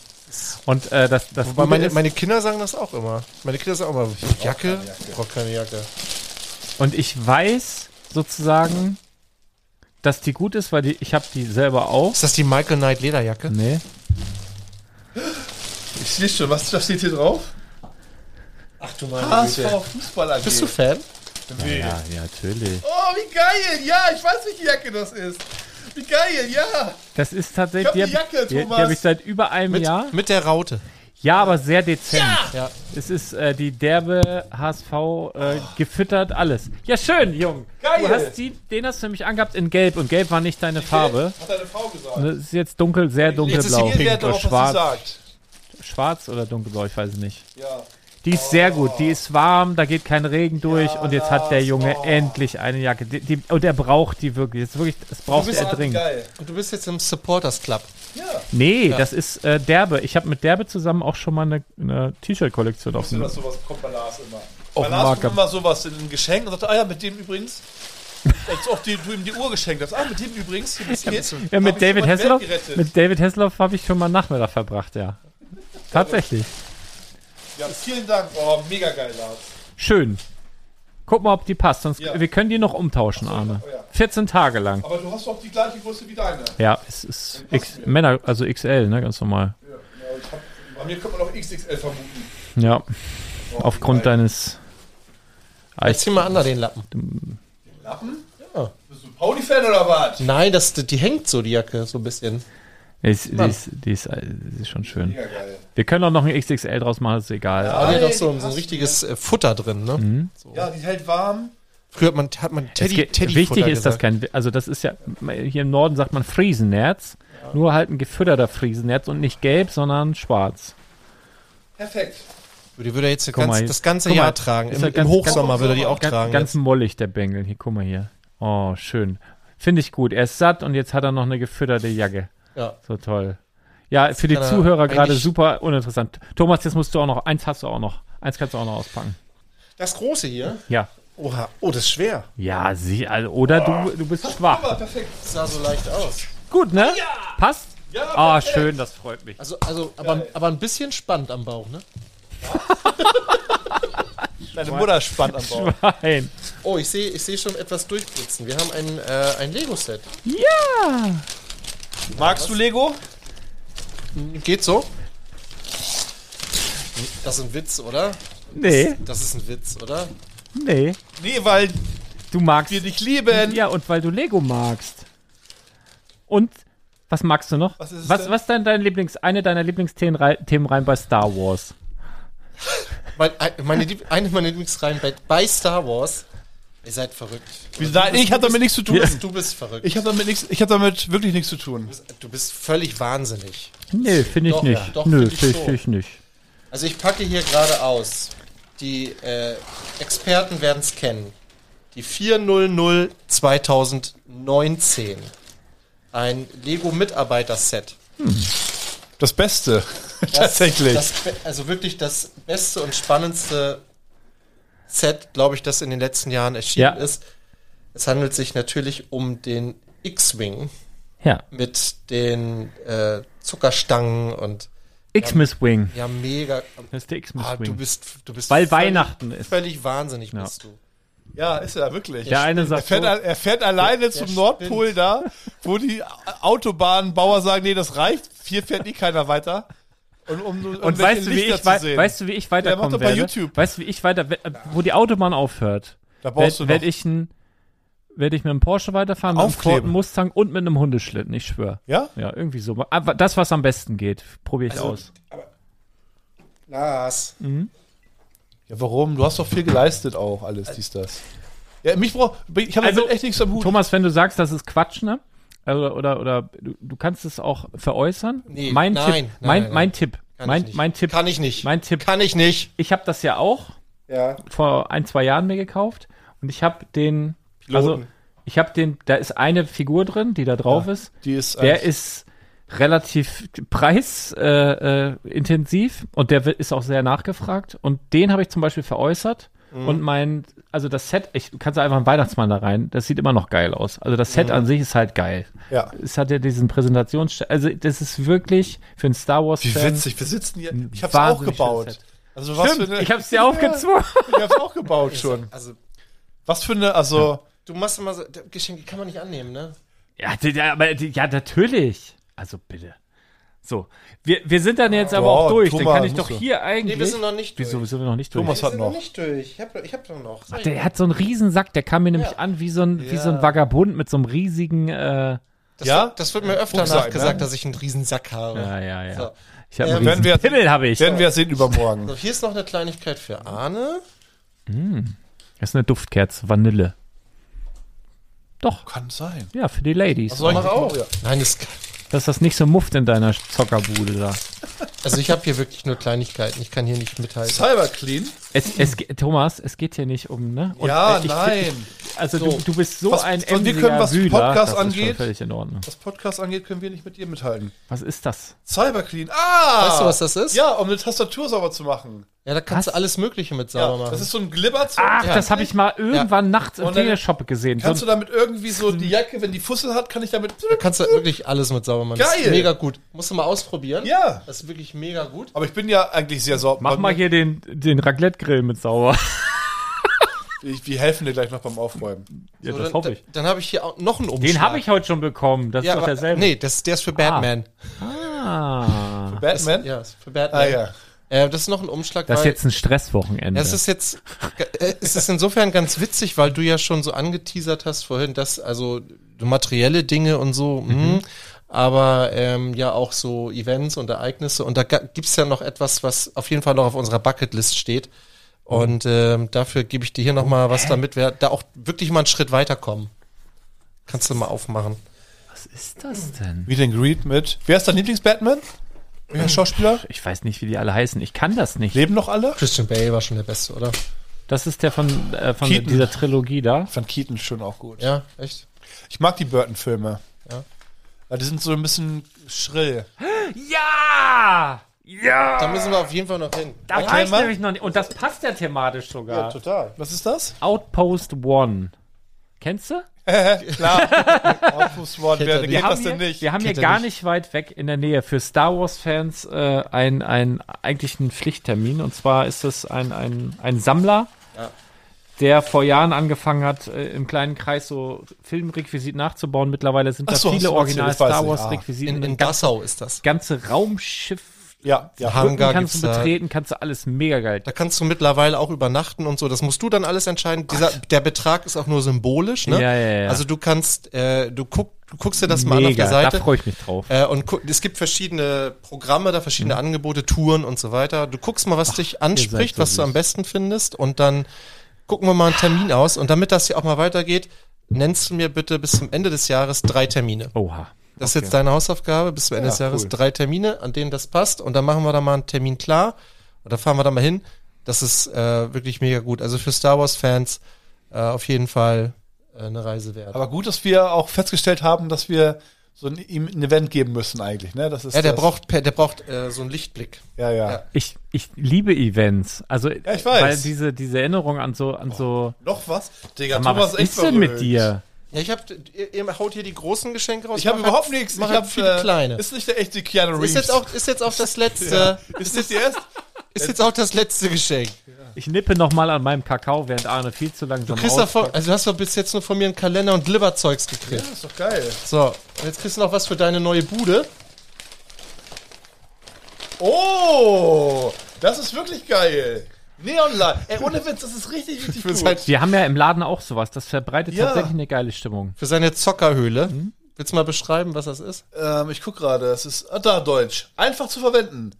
S1: Und äh, das das
S3: Wobei
S1: Gute
S3: meine,
S1: ist-
S3: meine Kinder sagen das auch immer. Meine Kinder sagen auch immer, Jacke? Ich brauche keine Jacke.
S1: und ich weiß sozusagen, dass die gut ist, weil die, ich habe die selber auch.
S3: Ist das die Michael Knight Lederjacke?
S1: Nee.
S2: Ich sehe schon, was was steht hier drauf?
S3: Ach du meine
S2: HSV Fußball AG.
S3: Bist du Fan?
S1: Ja, Ah, ja, natürlich.
S2: Oh, wie geil! Ja, ich weiß, welche Jacke das ist. Wie geil, ja!
S1: Das ist
S2: Ich hab
S1: tatsächlich
S2: die Jacke,
S1: die, die, die
S2: Thomas.
S1: habe ich seit über einem
S3: Mit,
S1: Jahr.
S3: mit der Raute.
S1: Ja, aber sehr dezent.
S3: Ja.
S1: Es ist äh, die derbe HSV äh, gefüttert alles. Ja, schön, Jung.
S2: Geil.
S1: Du hast die, den hast du nämlich angehabt in Gelb und Gelb war nicht deine Farbe.
S2: Hat deine Frau gesagt.
S1: Und es ist jetzt dunkel, sehr dunkelblau.
S2: Jetzt ist hier
S1: Pink
S2: Wert
S1: oder
S2: darauf, was sie
S1: schwarz.
S2: sagt.
S1: Schwarz oder dunkelblau, ich weiß es nicht.
S2: Ja.
S1: Die ist sehr gut, die ist warm, da geht kein Regen durch und jetzt hat der Junge endlich eine Jacke. Die, die, und er braucht die wirklich. Das, ist wirklich, das braucht er dringend.
S2: halt geil.
S3: Und du bist jetzt im Supporters Club.
S2: Ja.
S1: Nee, das ist äh, derbe. Ich habe mit derbe zusammen auch schon mal eine, eine T-Shirt-Kollektion auf
S2: Wisst ihr,
S1: dem.
S2: dass sowas kommt bei Lars immer.
S1: Auf
S2: bei
S1: den
S2: Lars
S1: Markt
S2: kommt immer sowas in ein Geschenk und sagt, ah ja, mit dem übrigens, als ob die, du ihm die Uhr geschenkt hast. Ah, mit dem übrigens, hier bist du
S1: Ja, mit David Hasselhoff.
S2: Mit
S1: Mit David Hasselhoff habe ich schon mal einen Nachmittag verbracht, ja. Tatsächlich.
S2: ja, vielen Dank. Oh, mega geil, Lars.
S1: Schön. Guck mal, ob die passt. Sonst
S2: Ja.
S1: wir können die noch umtauschen, Arne.
S2: oh ja.
S1: 14 Tage lang.
S2: Aber du hast doch die gleiche Größe wie deine.
S1: Ja, es ist X, Männer, also XL, ne, ganz normal.
S2: Ja, ja, ich hab, bei mir könnte man auch XXL vermuten.
S1: Ja, aufgrund deines.
S3: Ich zieh mal an den Lappen.
S2: Lappen?
S3: Ja. Hm.
S2: Bist du Pauli-Fan oder was?
S3: Nein, das, die hängt so, die Jacke, so ein bisschen.
S1: Die ist, die ist, die ist, äh, die ist schon schön.
S2: Mega geil.
S1: Wir können auch noch ein XXL draus machen, ist egal.
S3: Da hat ja
S2: Ey,
S3: doch so,
S2: die
S3: ein- so ein
S2: passt
S3: richtiges äh, Futter drin, ne?
S2: Ja, die hält warm.
S3: Früher hat man, hat man
S1: Mhm. Es
S3: Teddy,
S1: geht-
S3: Teddy
S1: wichtig ist das kein, also das ist ja, hier im Norden sagt man Friesennerz, nur halt ein gefütterter Friesennerz und nicht gelb, sondern schwarz.
S2: Perfekt.
S3: Die würde er jetzt
S1: Guck
S3: ganz,
S1: mal,
S3: das ganze
S1: guck mal,
S3: Jahr tragen.
S1: ist
S3: Im,
S1: ja
S3: Im
S1: ganz-
S3: Hochsommer
S2: ganz-
S3: würde er die auch
S1: Ganz,
S3: tragen.
S1: ganz mollig der Bengel, hier, guck mal hier. Oh, schön. Finde ich gut. Er ist satt und jetzt hat er noch eine gefütterte Jacke.
S3: Ja.
S1: So toll. Ja, für die
S3: kann er
S1: Zuhörer gerade
S3: eigentlich-
S1: super uninteressant. Thomas, jetzt musst du auch noch, eins hast du auch noch, eins kannst du auch noch auspacken.
S3: Das große hier.
S1: Ja.
S3: Oha. Oh, das ist schwer.
S1: Ja, sie, also, oder du, du bist schwach.
S2: Perfekt.
S3: Das sah so leicht aus.
S1: Gut, ne? Passt? Ah, schön, das freut mich.
S3: Also, also aber, aber ein bisschen spannend am Bauch, ne?
S2: Deine Mutter spannt am Bauch.
S1: Nein.
S3: Oh, ich sehe ich seh schon etwas durchblitzen. Wir haben ein, äh, ein Lego-Set.
S1: Ja!
S2: Magst du Lego?
S3: Geht so? Das ist ein Witz, oder?
S1: Nee,
S3: Das ist ein Witz, oder?
S1: nee.
S2: Nee, weil
S1: Du magst.
S2: wir dich lieben.
S1: Ja, und weil du Lego magst. Und was magst du noch? Was
S2: Was ist es
S1: ist was,
S2: denn?
S1: was ist dein, dein Lieblings, eine deiner Lieblingsthemen rei- Themen rein bei Star Wars?
S3: Weil ein- meine, Lieb- eine meiner Lieblingsreihen bei, bei Star Wars. Ihr seid verrückt.
S2: Wieso- Nein, ich habe damit nichts zu tun.
S3: Du bist, du bist verrückt.
S2: Ich habe damit nichts, ich habe damit wirklich nichts zu tun.
S3: du bist völlig wahnsinnig.
S1: Nee, finde ich
S3: Doch,
S1: nicht.
S3: ja. Doch,
S1: Nö,
S3: find ich
S1: finde ich,
S3: schon.
S1: find ich nicht.
S3: Also ich packe hier gerade aus. Die äh, Experten werden es kennen. Die 400 2019. Ein Lego-Mitarbeiter-Set.
S2: Das Beste.
S3: Das-
S2: Tatsächlich.
S3: Das, also wirklich das beste und spannendste Set, glaube ich, das in den letzten Jahren erschienen
S1: Ja.
S3: ist. Es handelt sich natürlich um den X-Wing
S1: Ja.
S3: mit den äh, Zuckerstangen und
S1: X-Miss Wing.
S3: ja, mega.
S1: Das ist der X-Miss
S3: Ah, du
S1: Wing.
S3: bist, du bist
S1: Weil
S3: völlig-
S1: Weihnachten ist.
S3: Völlig wahnsinnig
S1: Ja.
S3: bist du.
S2: Ja, ist er wirklich.
S1: Der eine
S2: er
S1: sagt
S2: fährt,
S1: so.
S2: al- er fährt alleine zum
S3: spinnt.
S2: Nordpol da, wo die Autobahnbauer sagen, nee, das reicht. Hier fährt eh keiner weiter. Und, um, um
S1: Und weißt du, wie ich wei- weißt du, wie ich weiterkommen
S2: macht doch bei
S1: werde?
S2: YouTube.
S1: Weißt du, wie ich weiter, we- äh, wo die Autobahn aufhört?
S2: da
S1: Werde
S2: brauchst
S1: werd
S2: du noch.
S1: ich ein, werde ich mit einem Porsche weiterfahren, mit einem
S2: Aufkleber.
S1: Ford Mustang und mit einem Hundeschlitten, ich schwöre.
S2: Ja?
S1: Ja, irgendwie so. Aber Das, was am besten geht, probiere ich
S3: Also,
S1: aus.
S3: Lars.
S2: Ja, warum? Du hast doch viel geleistet auch, alles dies, das. Ja, mich brauch, ich habe
S1: Also,
S2: damit echt nichts am Hut.
S1: Thomas, wenn du sagst, das ist Quatsch, ne? Oder, oder, oder du, du kannst es auch veräußern.
S3: Nee,
S1: mein
S3: nein,
S1: Tipp,
S3: nein,
S1: mein,
S3: nein,
S1: mein
S3: nein.
S1: Tipp,
S3: Kann ich
S1: mein,
S3: nicht.
S1: mein Tipp,
S3: Kann ich nicht.
S1: mein Tipp.
S3: Kann ich nicht.
S1: Ich habe das ja auch
S3: Ja.
S1: vor ein, zwei Jahren mir gekauft und ich habe den, also ich habe den, da ist eine Figur drin, die da drauf ist.
S2: Die ist äh,
S1: Der
S2: ein-
S1: ist relativ preisintensiv äh, intensiv und der wi- ist auch sehr nachgefragt. Und den habe ich zum Beispiel veräußert.
S2: Mhm.
S1: Und mein, also das Set, ich du kannst einfach einen Weihnachtsmann da rein, das sieht immer noch geil aus. Also das
S2: Mhm.
S1: Set an sich ist halt geil.
S2: Ja.
S1: Es hat ja diesen Präsentations, also das ist wirklich für einen Star Wars
S2: Wie
S1: Fan.
S2: witzig, wir sitzen hier. Ich hab's auch
S1: wahnsinnig schönes
S2: gebaut.
S1: Set.
S2: Also
S1: Stimmt, ich hab's dir aufgezwungen.
S2: Ja, ich hab's auch gebaut schon.
S3: Also,
S2: Was für eine, also,
S3: du machst immer so. Geschenke kann man nicht annehmen, ne?
S1: Ja, die- ja, aber die- ja, natürlich. Also bitte. So, wir, wir sind dann jetzt aber
S2: Boah,
S1: auch durch.
S2: Thomas,
S1: dann kann ich
S2: musst
S1: doch
S2: du.
S1: hier eigentlich.
S3: Nee, wir sind noch nicht durch.
S1: Wieso sind wir noch nicht durch?
S2: Thomas
S3: Wir
S2: hat
S3: sind
S2: noch.
S3: nicht durch. Ich hab, ich hab doch noch. Sag ich
S1: Der hat so einen riesen Sack, der kam mir nämlich
S3: Ja.
S1: an wie so, ein, wie so ein Vagabund mit so einem riesigen. Äh,
S3: Das,
S2: Ja?
S3: wird, das wird mir öfter
S2: Rucksack,
S3: nachgesagt,
S2: ne?
S3: dass ich einen riesen Sack habe.
S1: ja, ja, ja.
S3: So.
S1: Ich hab
S3: Ähm,
S1: einen riesen
S2: werden wir-
S1: Pimmel, habe ich.
S2: werden wir es sehen übermorgen.
S3: So, hier ist noch eine Kleinigkeit für Arne.
S1: Das ist eine Duftkerze, Vanille. Doch,
S2: Kann sein.
S1: ja, für die Ladies.
S2: Soll ich
S3: Mach
S2: auch?
S3: auch.
S2: Ja.
S3: Nein, das,
S1: Dass das nicht so mufft in deiner Zockerbude da.
S3: also ich habe hier wirklich nur Kleinigkeiten. Ich kann hier nicht mithalten.
S2: Cyber Clean?
S1: Es, es, ge- Thomas, es geht hier nicht um, ne? Und,
S2: Ja,
S1: äh, ich-
S2: nein.
S1: Ich, also
S3: So.
S1: du, du bist so
S2: Was-
S1: ein
S2: und wir können, was
S1: emsiger Wühler,
S2: Podcast
S1: das ist schon
S2: angeht-
S1: völlig in Ordnung.
S2: Was Podcast angeht, können wir nicht mit dir mithalten.
S1: Was ist das?
S2: Cyber Clean. Ah!
S3: Weißt du, was das ist?
S2: Ja, um eine Tastatur sauber zu machen.
S3: Ja, da kannst
S1: Was?
S3: du alles Mögliche mit sauber
S2: Ja,
S3: machen.
S2: das ist so ein Glibberzeug.
S1: Ach,
S3: Ja.
S1: das habe ich mal irgendwann nachts im
S2: Und dann-
S1: Teleshop gesehen.
S2: Kannst
S1: So
S2: du damit irgendwie so die Jacke, wenn die Fussel hat, kann ich damit.
S3: da kannst du wirklich alles mit sauber machen. Das ist
S2: Geil.
S3: mega gut. Musst du mal ausprobieren.
S2: Ja.
S3: Das ist wirklich mega gut.
S2: Aber ich bin ja eigentlich sehr sauber.
S1: mach mal hier den, den Raclette-Grill mit sauber.
S2: Ich, wir helfen dir gleich noch beim Aufräumen.
S1: Ja,
S3: So,
S1: das
S3: dann
S1: hoffe ich.
S3: dann, dann habe ich hier auch noch einen Umschlag.
S1: Den habe ich heute schon bekommen. Das
S3: Ja,
S1: ist doch
S3: aber,
S1: derselbe.
S3: nee, das, der ist für Batman.
S1: Ah.
S2: Batman?
S3: Ja, ist für Batman.
S2: Ah ja.
S3: Äh, das ist noch ein Umschlag,
S1: Das ist
S3: weil-
S1: jetzt ein Stresswochenende.
S3: Es ist jetzt, äh, es ist insofern ganz witzig, weil du ja schon so angeteasert hast vorhin, dass also materielle Dinge und so, mhm. aber ähm, ja auch so Events und Ereignisse und da ga- gibt's ja noch etwas, was auf jeden Fall noch auf unserer Bucketlist steht und ähm, dafür gebe ich dir hier nochmal was, damit wir da auch wirklich mal einen Schritt weiterkommen. Kannst du mal aufmachen.
S1: Was ist das denn?
S2: Meet and Greet mit. Wer ist dein Lieblings-Batman? Welcher Schauspieler?
S1: Ich weiß nicht, wie die alle heißen. Ich kann das nicht.
S2: Leben noch alle?
S3: Christian Bale war schon der Beste, oder?
S1: Das ist der von, äh, von
S2: Keaton.
S1: dieser Trilogie da.
S2: Van Keaton ist schon auch gut.
S3: Ja, echt?
S2: Ich mag die Burton-Filme.
S3: Ja.
S2: Weil Die sind so ein bisschen schrill.
S1: Ja! Ja!
S3: Da müssen wir auf jeden Fall noch hin.
S1: Da
S2: Erklär
S1: war ich
S2: mal.
S1: nämlich noch nicht. Und das passt ja thematisch sogar.
S3: total.
S2: Was ist das?
S1: Outpost One. Kennst du?
S2: Fußwort, wer geht das
S1: hier,
S2: denn nicht?
S1: Wir haben hier
S3: Kennt er
S1: gar
S3: nicht.
S1: nicht weit weg in der Nähe für Star Wars-Fans äh, ein, ein, eigentlich einen Pflichttermin. Und zwar ist es ein, ein, ein Sammler, der vor Jahren angefangen hat, äh, im kleinen Kreis so Filmrequisit nachzubauen. Mittlerweile sind da
S2: Ach so, hast
S1: viele
S2: du
S1: original
S2: erzählt, das weiß
S1: Star
S2: ich. Ah.
S1: Wars-Requisiten.
S3: In,
S1: und
S3: in
S1: das
S3: Gassau ist das.
S1: ganze Raumschiff
S2: Ja, ja.
S3: Hangar
S1: Brücken kannst du
S3: gibt's da.
S1: betreten, kannst du alles mega geil.
S3: Da kannst du mittlerweile auch übernachten und so. Das musst du dann alles entscheiden. Dieser, der Betrag ist auch nur symbolisch. Ne?
S1: Ja, ja, ja.
S3: Also du kannst, äh, du, guck, du guckst dir das mal an auf der
S1: da
S3: Seite.
S1: freue ich mich drauf.
S3: Äh, und guck, es gibt verschiedene Programme, da verschiedene
S1: Mhm.
S3: Angebote, Touren und so weiter. Du guckst mal, was dich anspricht,
S1: so
S3: was du
S1: süß.
S3: am besten findest und dann gucken wir mal einen Termin aus. Und damit das hier auch mal weitergeht, nennst du mir bitte bis zum Ende des Jahres drei Termine.
S1: Oha.
S3: Das ist jetzt deine Hausaufgabe, bis zum Ende
S2: Ja,
S3: des Jahres
S2: cool.
S3: drei Termine, an denen das passt. Und dann machen wir da mal einen Termin klar. Und dann fahren wir da mal hin. Das ist äh, wirklich mega gut. Also für Star Wars-Fans äh, auf jeden Fall äh, eine Reise wert.
S2: Aber gut, dass wir auch festgestellt haben, dass wir so ein, ihm ein Event geben müssen eigentlich. Ne? Das ist
S3: ja, der
S2: das.
S3: braucht, per- der braucht äh, so einen Lichtblick.
S2: Ja, ja.
S3: Ja.
S1: Ich, ich liebe Events. Also, ja,
S2: ich weiß.
S1: weil diese, diese Erinnerung an so, an so.
S2: Noch was? Digga,
S1: Sag mal, was ist denn mit dir?
S3: Ja, ich hab, ihr, ihr haut hier die großen Geschenke raus.
S2: Ich habe
S3: mach halt-
S2: überhaupt nichts. Ich
S3: mach halt
S2: habe
S3: viele kleine.
S2: Ist nicht der echte Keanu Reeves.
S3: Ist jetzt auch, ist jetzt auch das letzte,
S2: ist das die erste?
S3: ist jetzt auch das letzte Geschenk.
S1: Ich nippe nochmal an meinem Kakao, während Arne viel zu langsam
S3: Kriegst du
S1: aus-
S3: von, also du hast doch bis jetzt nur von mir einen Kalender und Glibberzeugs gekriegt.
S2: Das ist doch geil.
S3: So, und jetzt kriegst du noch was für deine neue Bude.
S2: Oh, das ist wirklich geil. Neonlight. Ey, ohne Witz, das ist richtig, richtig
S3: Für,
S2: gut.
S3: sein,
S1: Wir haben ja im Laden auch sowas. Das verbreitet
S2: Ja.
S1: tatsächlich eine geile Stimmung.
S3: für seine Zockerhöhle. Willst du mal beschreiben, was das ist?
S2: Ähm, ich guck gerade, das ist ah, da Deutsch. Einfach zu verwenden.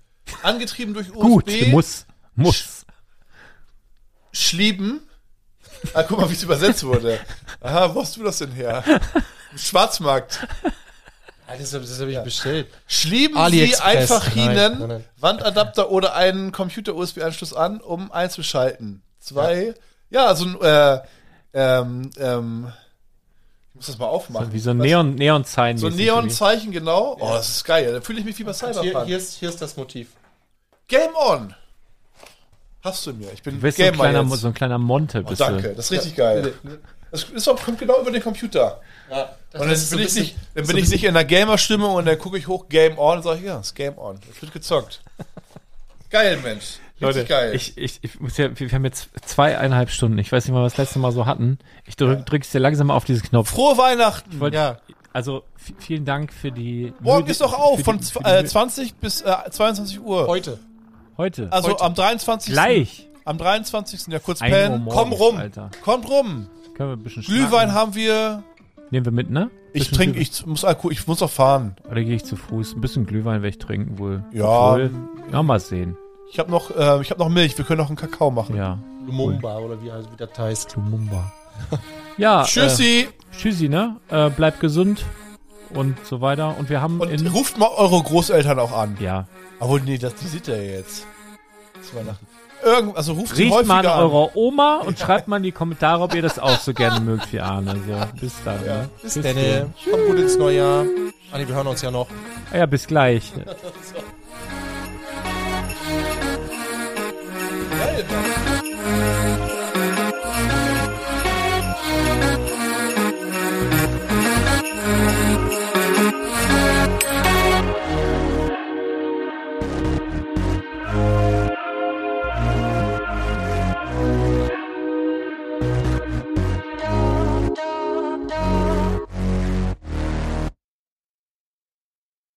S2: Angetrieben durch USB.
S1: Gut, muss. Muss.
S2: Schlieben. Ah, guck mal, wie es übersetzt wurde. Aha, wo hast du das denn her? Im Schwarzmarkt.
S3: Das, das habe ich bestellt.
S2: Schlieben Sie
S3: AliExpress.
S2: einfach
S3: Nein,
S2: Ihnen
S3: nein, nein.
S2: Wandadapter oder einen Computer-USB-Anschluss an, um einzuschalten. Zwei. Ja, so ein, äh, ähm, ähm, ich muss das mal aufmachen.
S1: Also Wie so ein Neon, Neon-Sign.
S2: So ein Neon-Zeichen, genau. Oh, das ist geil. Da fühle ich mich wie bei
S3: Hier,
S2: Cyberpunk.
S3: hier, ist, hier ist das Motiv.
S2: Game on! Hast du mir. Ich bin
S1: Du bist so ein,
S2: Gamer
S1: kleiner,
S2: jetzt.
S1: so ein kleiner Monte.
S2: oh,
S1: Bist
S2: danke,
S1: du.
S2: das ist richtig geil. Das ist doch, kommt genau über den Computer.
S3: Ja, das
S2: Und dann
S3: ist so
S2: bin,
S3: ein
S2: ich
S3: bisschen-
S2: nicht, dann bin ich nicht in der Gamer-Stimmung und dann gucke ich hoch Game On und sage, ja, ist Game On. Es wird gezockt. geil, Mensch. Richtig
S1: Leute,
S2: geil.
S1: ich, ich, ich muss ja, wir haben jetzt zweieinhalb Stunden. Ich weiß nicht mal, was wir das letzte Mal so hatten. Ich drück, drück's dir langsam mal auf diesen Knopf.
S2: Frohe Weihnachten!
S1: Wollt-
S3: Ja.
S1: Also v- vielen Dank für die.
S2: Morgen
S1: müde-
S2: ist doch auf
S1: für
S2: von
S1: die-
S2: zw-
S1: für die
S2: äh,
S1: Mü-
S2: 20 bis äh, 22 Uhr.
S3: Heute.
S1: heute.
S2: also
S3: heute.
S2: am 23.
S1: Gleich.
S2: Am 23. Ja, kurz
S1: Ein Uhr
S2: pennen.
S1: morgens,
S2: Komm rum.
S1: Alter.
S2: Komm rum.
S1: Können wir ein bisschen
S2: Glühwein
S1: schnacken.
S2: haben wir.
S1: Nehmen wir mit, ne?
S2: Ich
S1: Bisschen
S2: trinke,
S1: Glühwein.
S2: ich muss Alkohol, ich muss auch fahren.
S1: Oder gehe ich zu Fuß? Ein bisschen Glühwein werde ich trinken wohl.
S2: Ja.
S1: ja, mal sehen.
S2: Ich habe noch, äh, ich habe noch Milch. Wir können noch einen Kakao machen.
S1: Ja.
S3: Lumumba oder wie, wie das heißt.
S1: Lumumba. Ja. Äh,
S2: Tschüssi
S1: tschüssi, ne? Äh, bleibt gesund und so weiter. Und wir haben
S2: und
S1: in.
S2: ruft mal eure Großeltern auch an.
S1: Ja.
S2: Obwohl, nee, das die sieht er ja jetzt. Zu Weihnachten. Irgend, also ruft sie
S1: Riecht
S2: häufiger
S1: mal an
S2: an.
S1: eurer Oma und schreibt mal in die Kommentare, ob ihr das auch so gerne mögt wie Arne. So, bis dann. Ne?
S3: Bis dann. äh, Kommt gut ins neue Jahr. Ah, nee, wir hören uns ja noch.
S1: Ah Ja, bis gleich.
S2: Geil, Mann.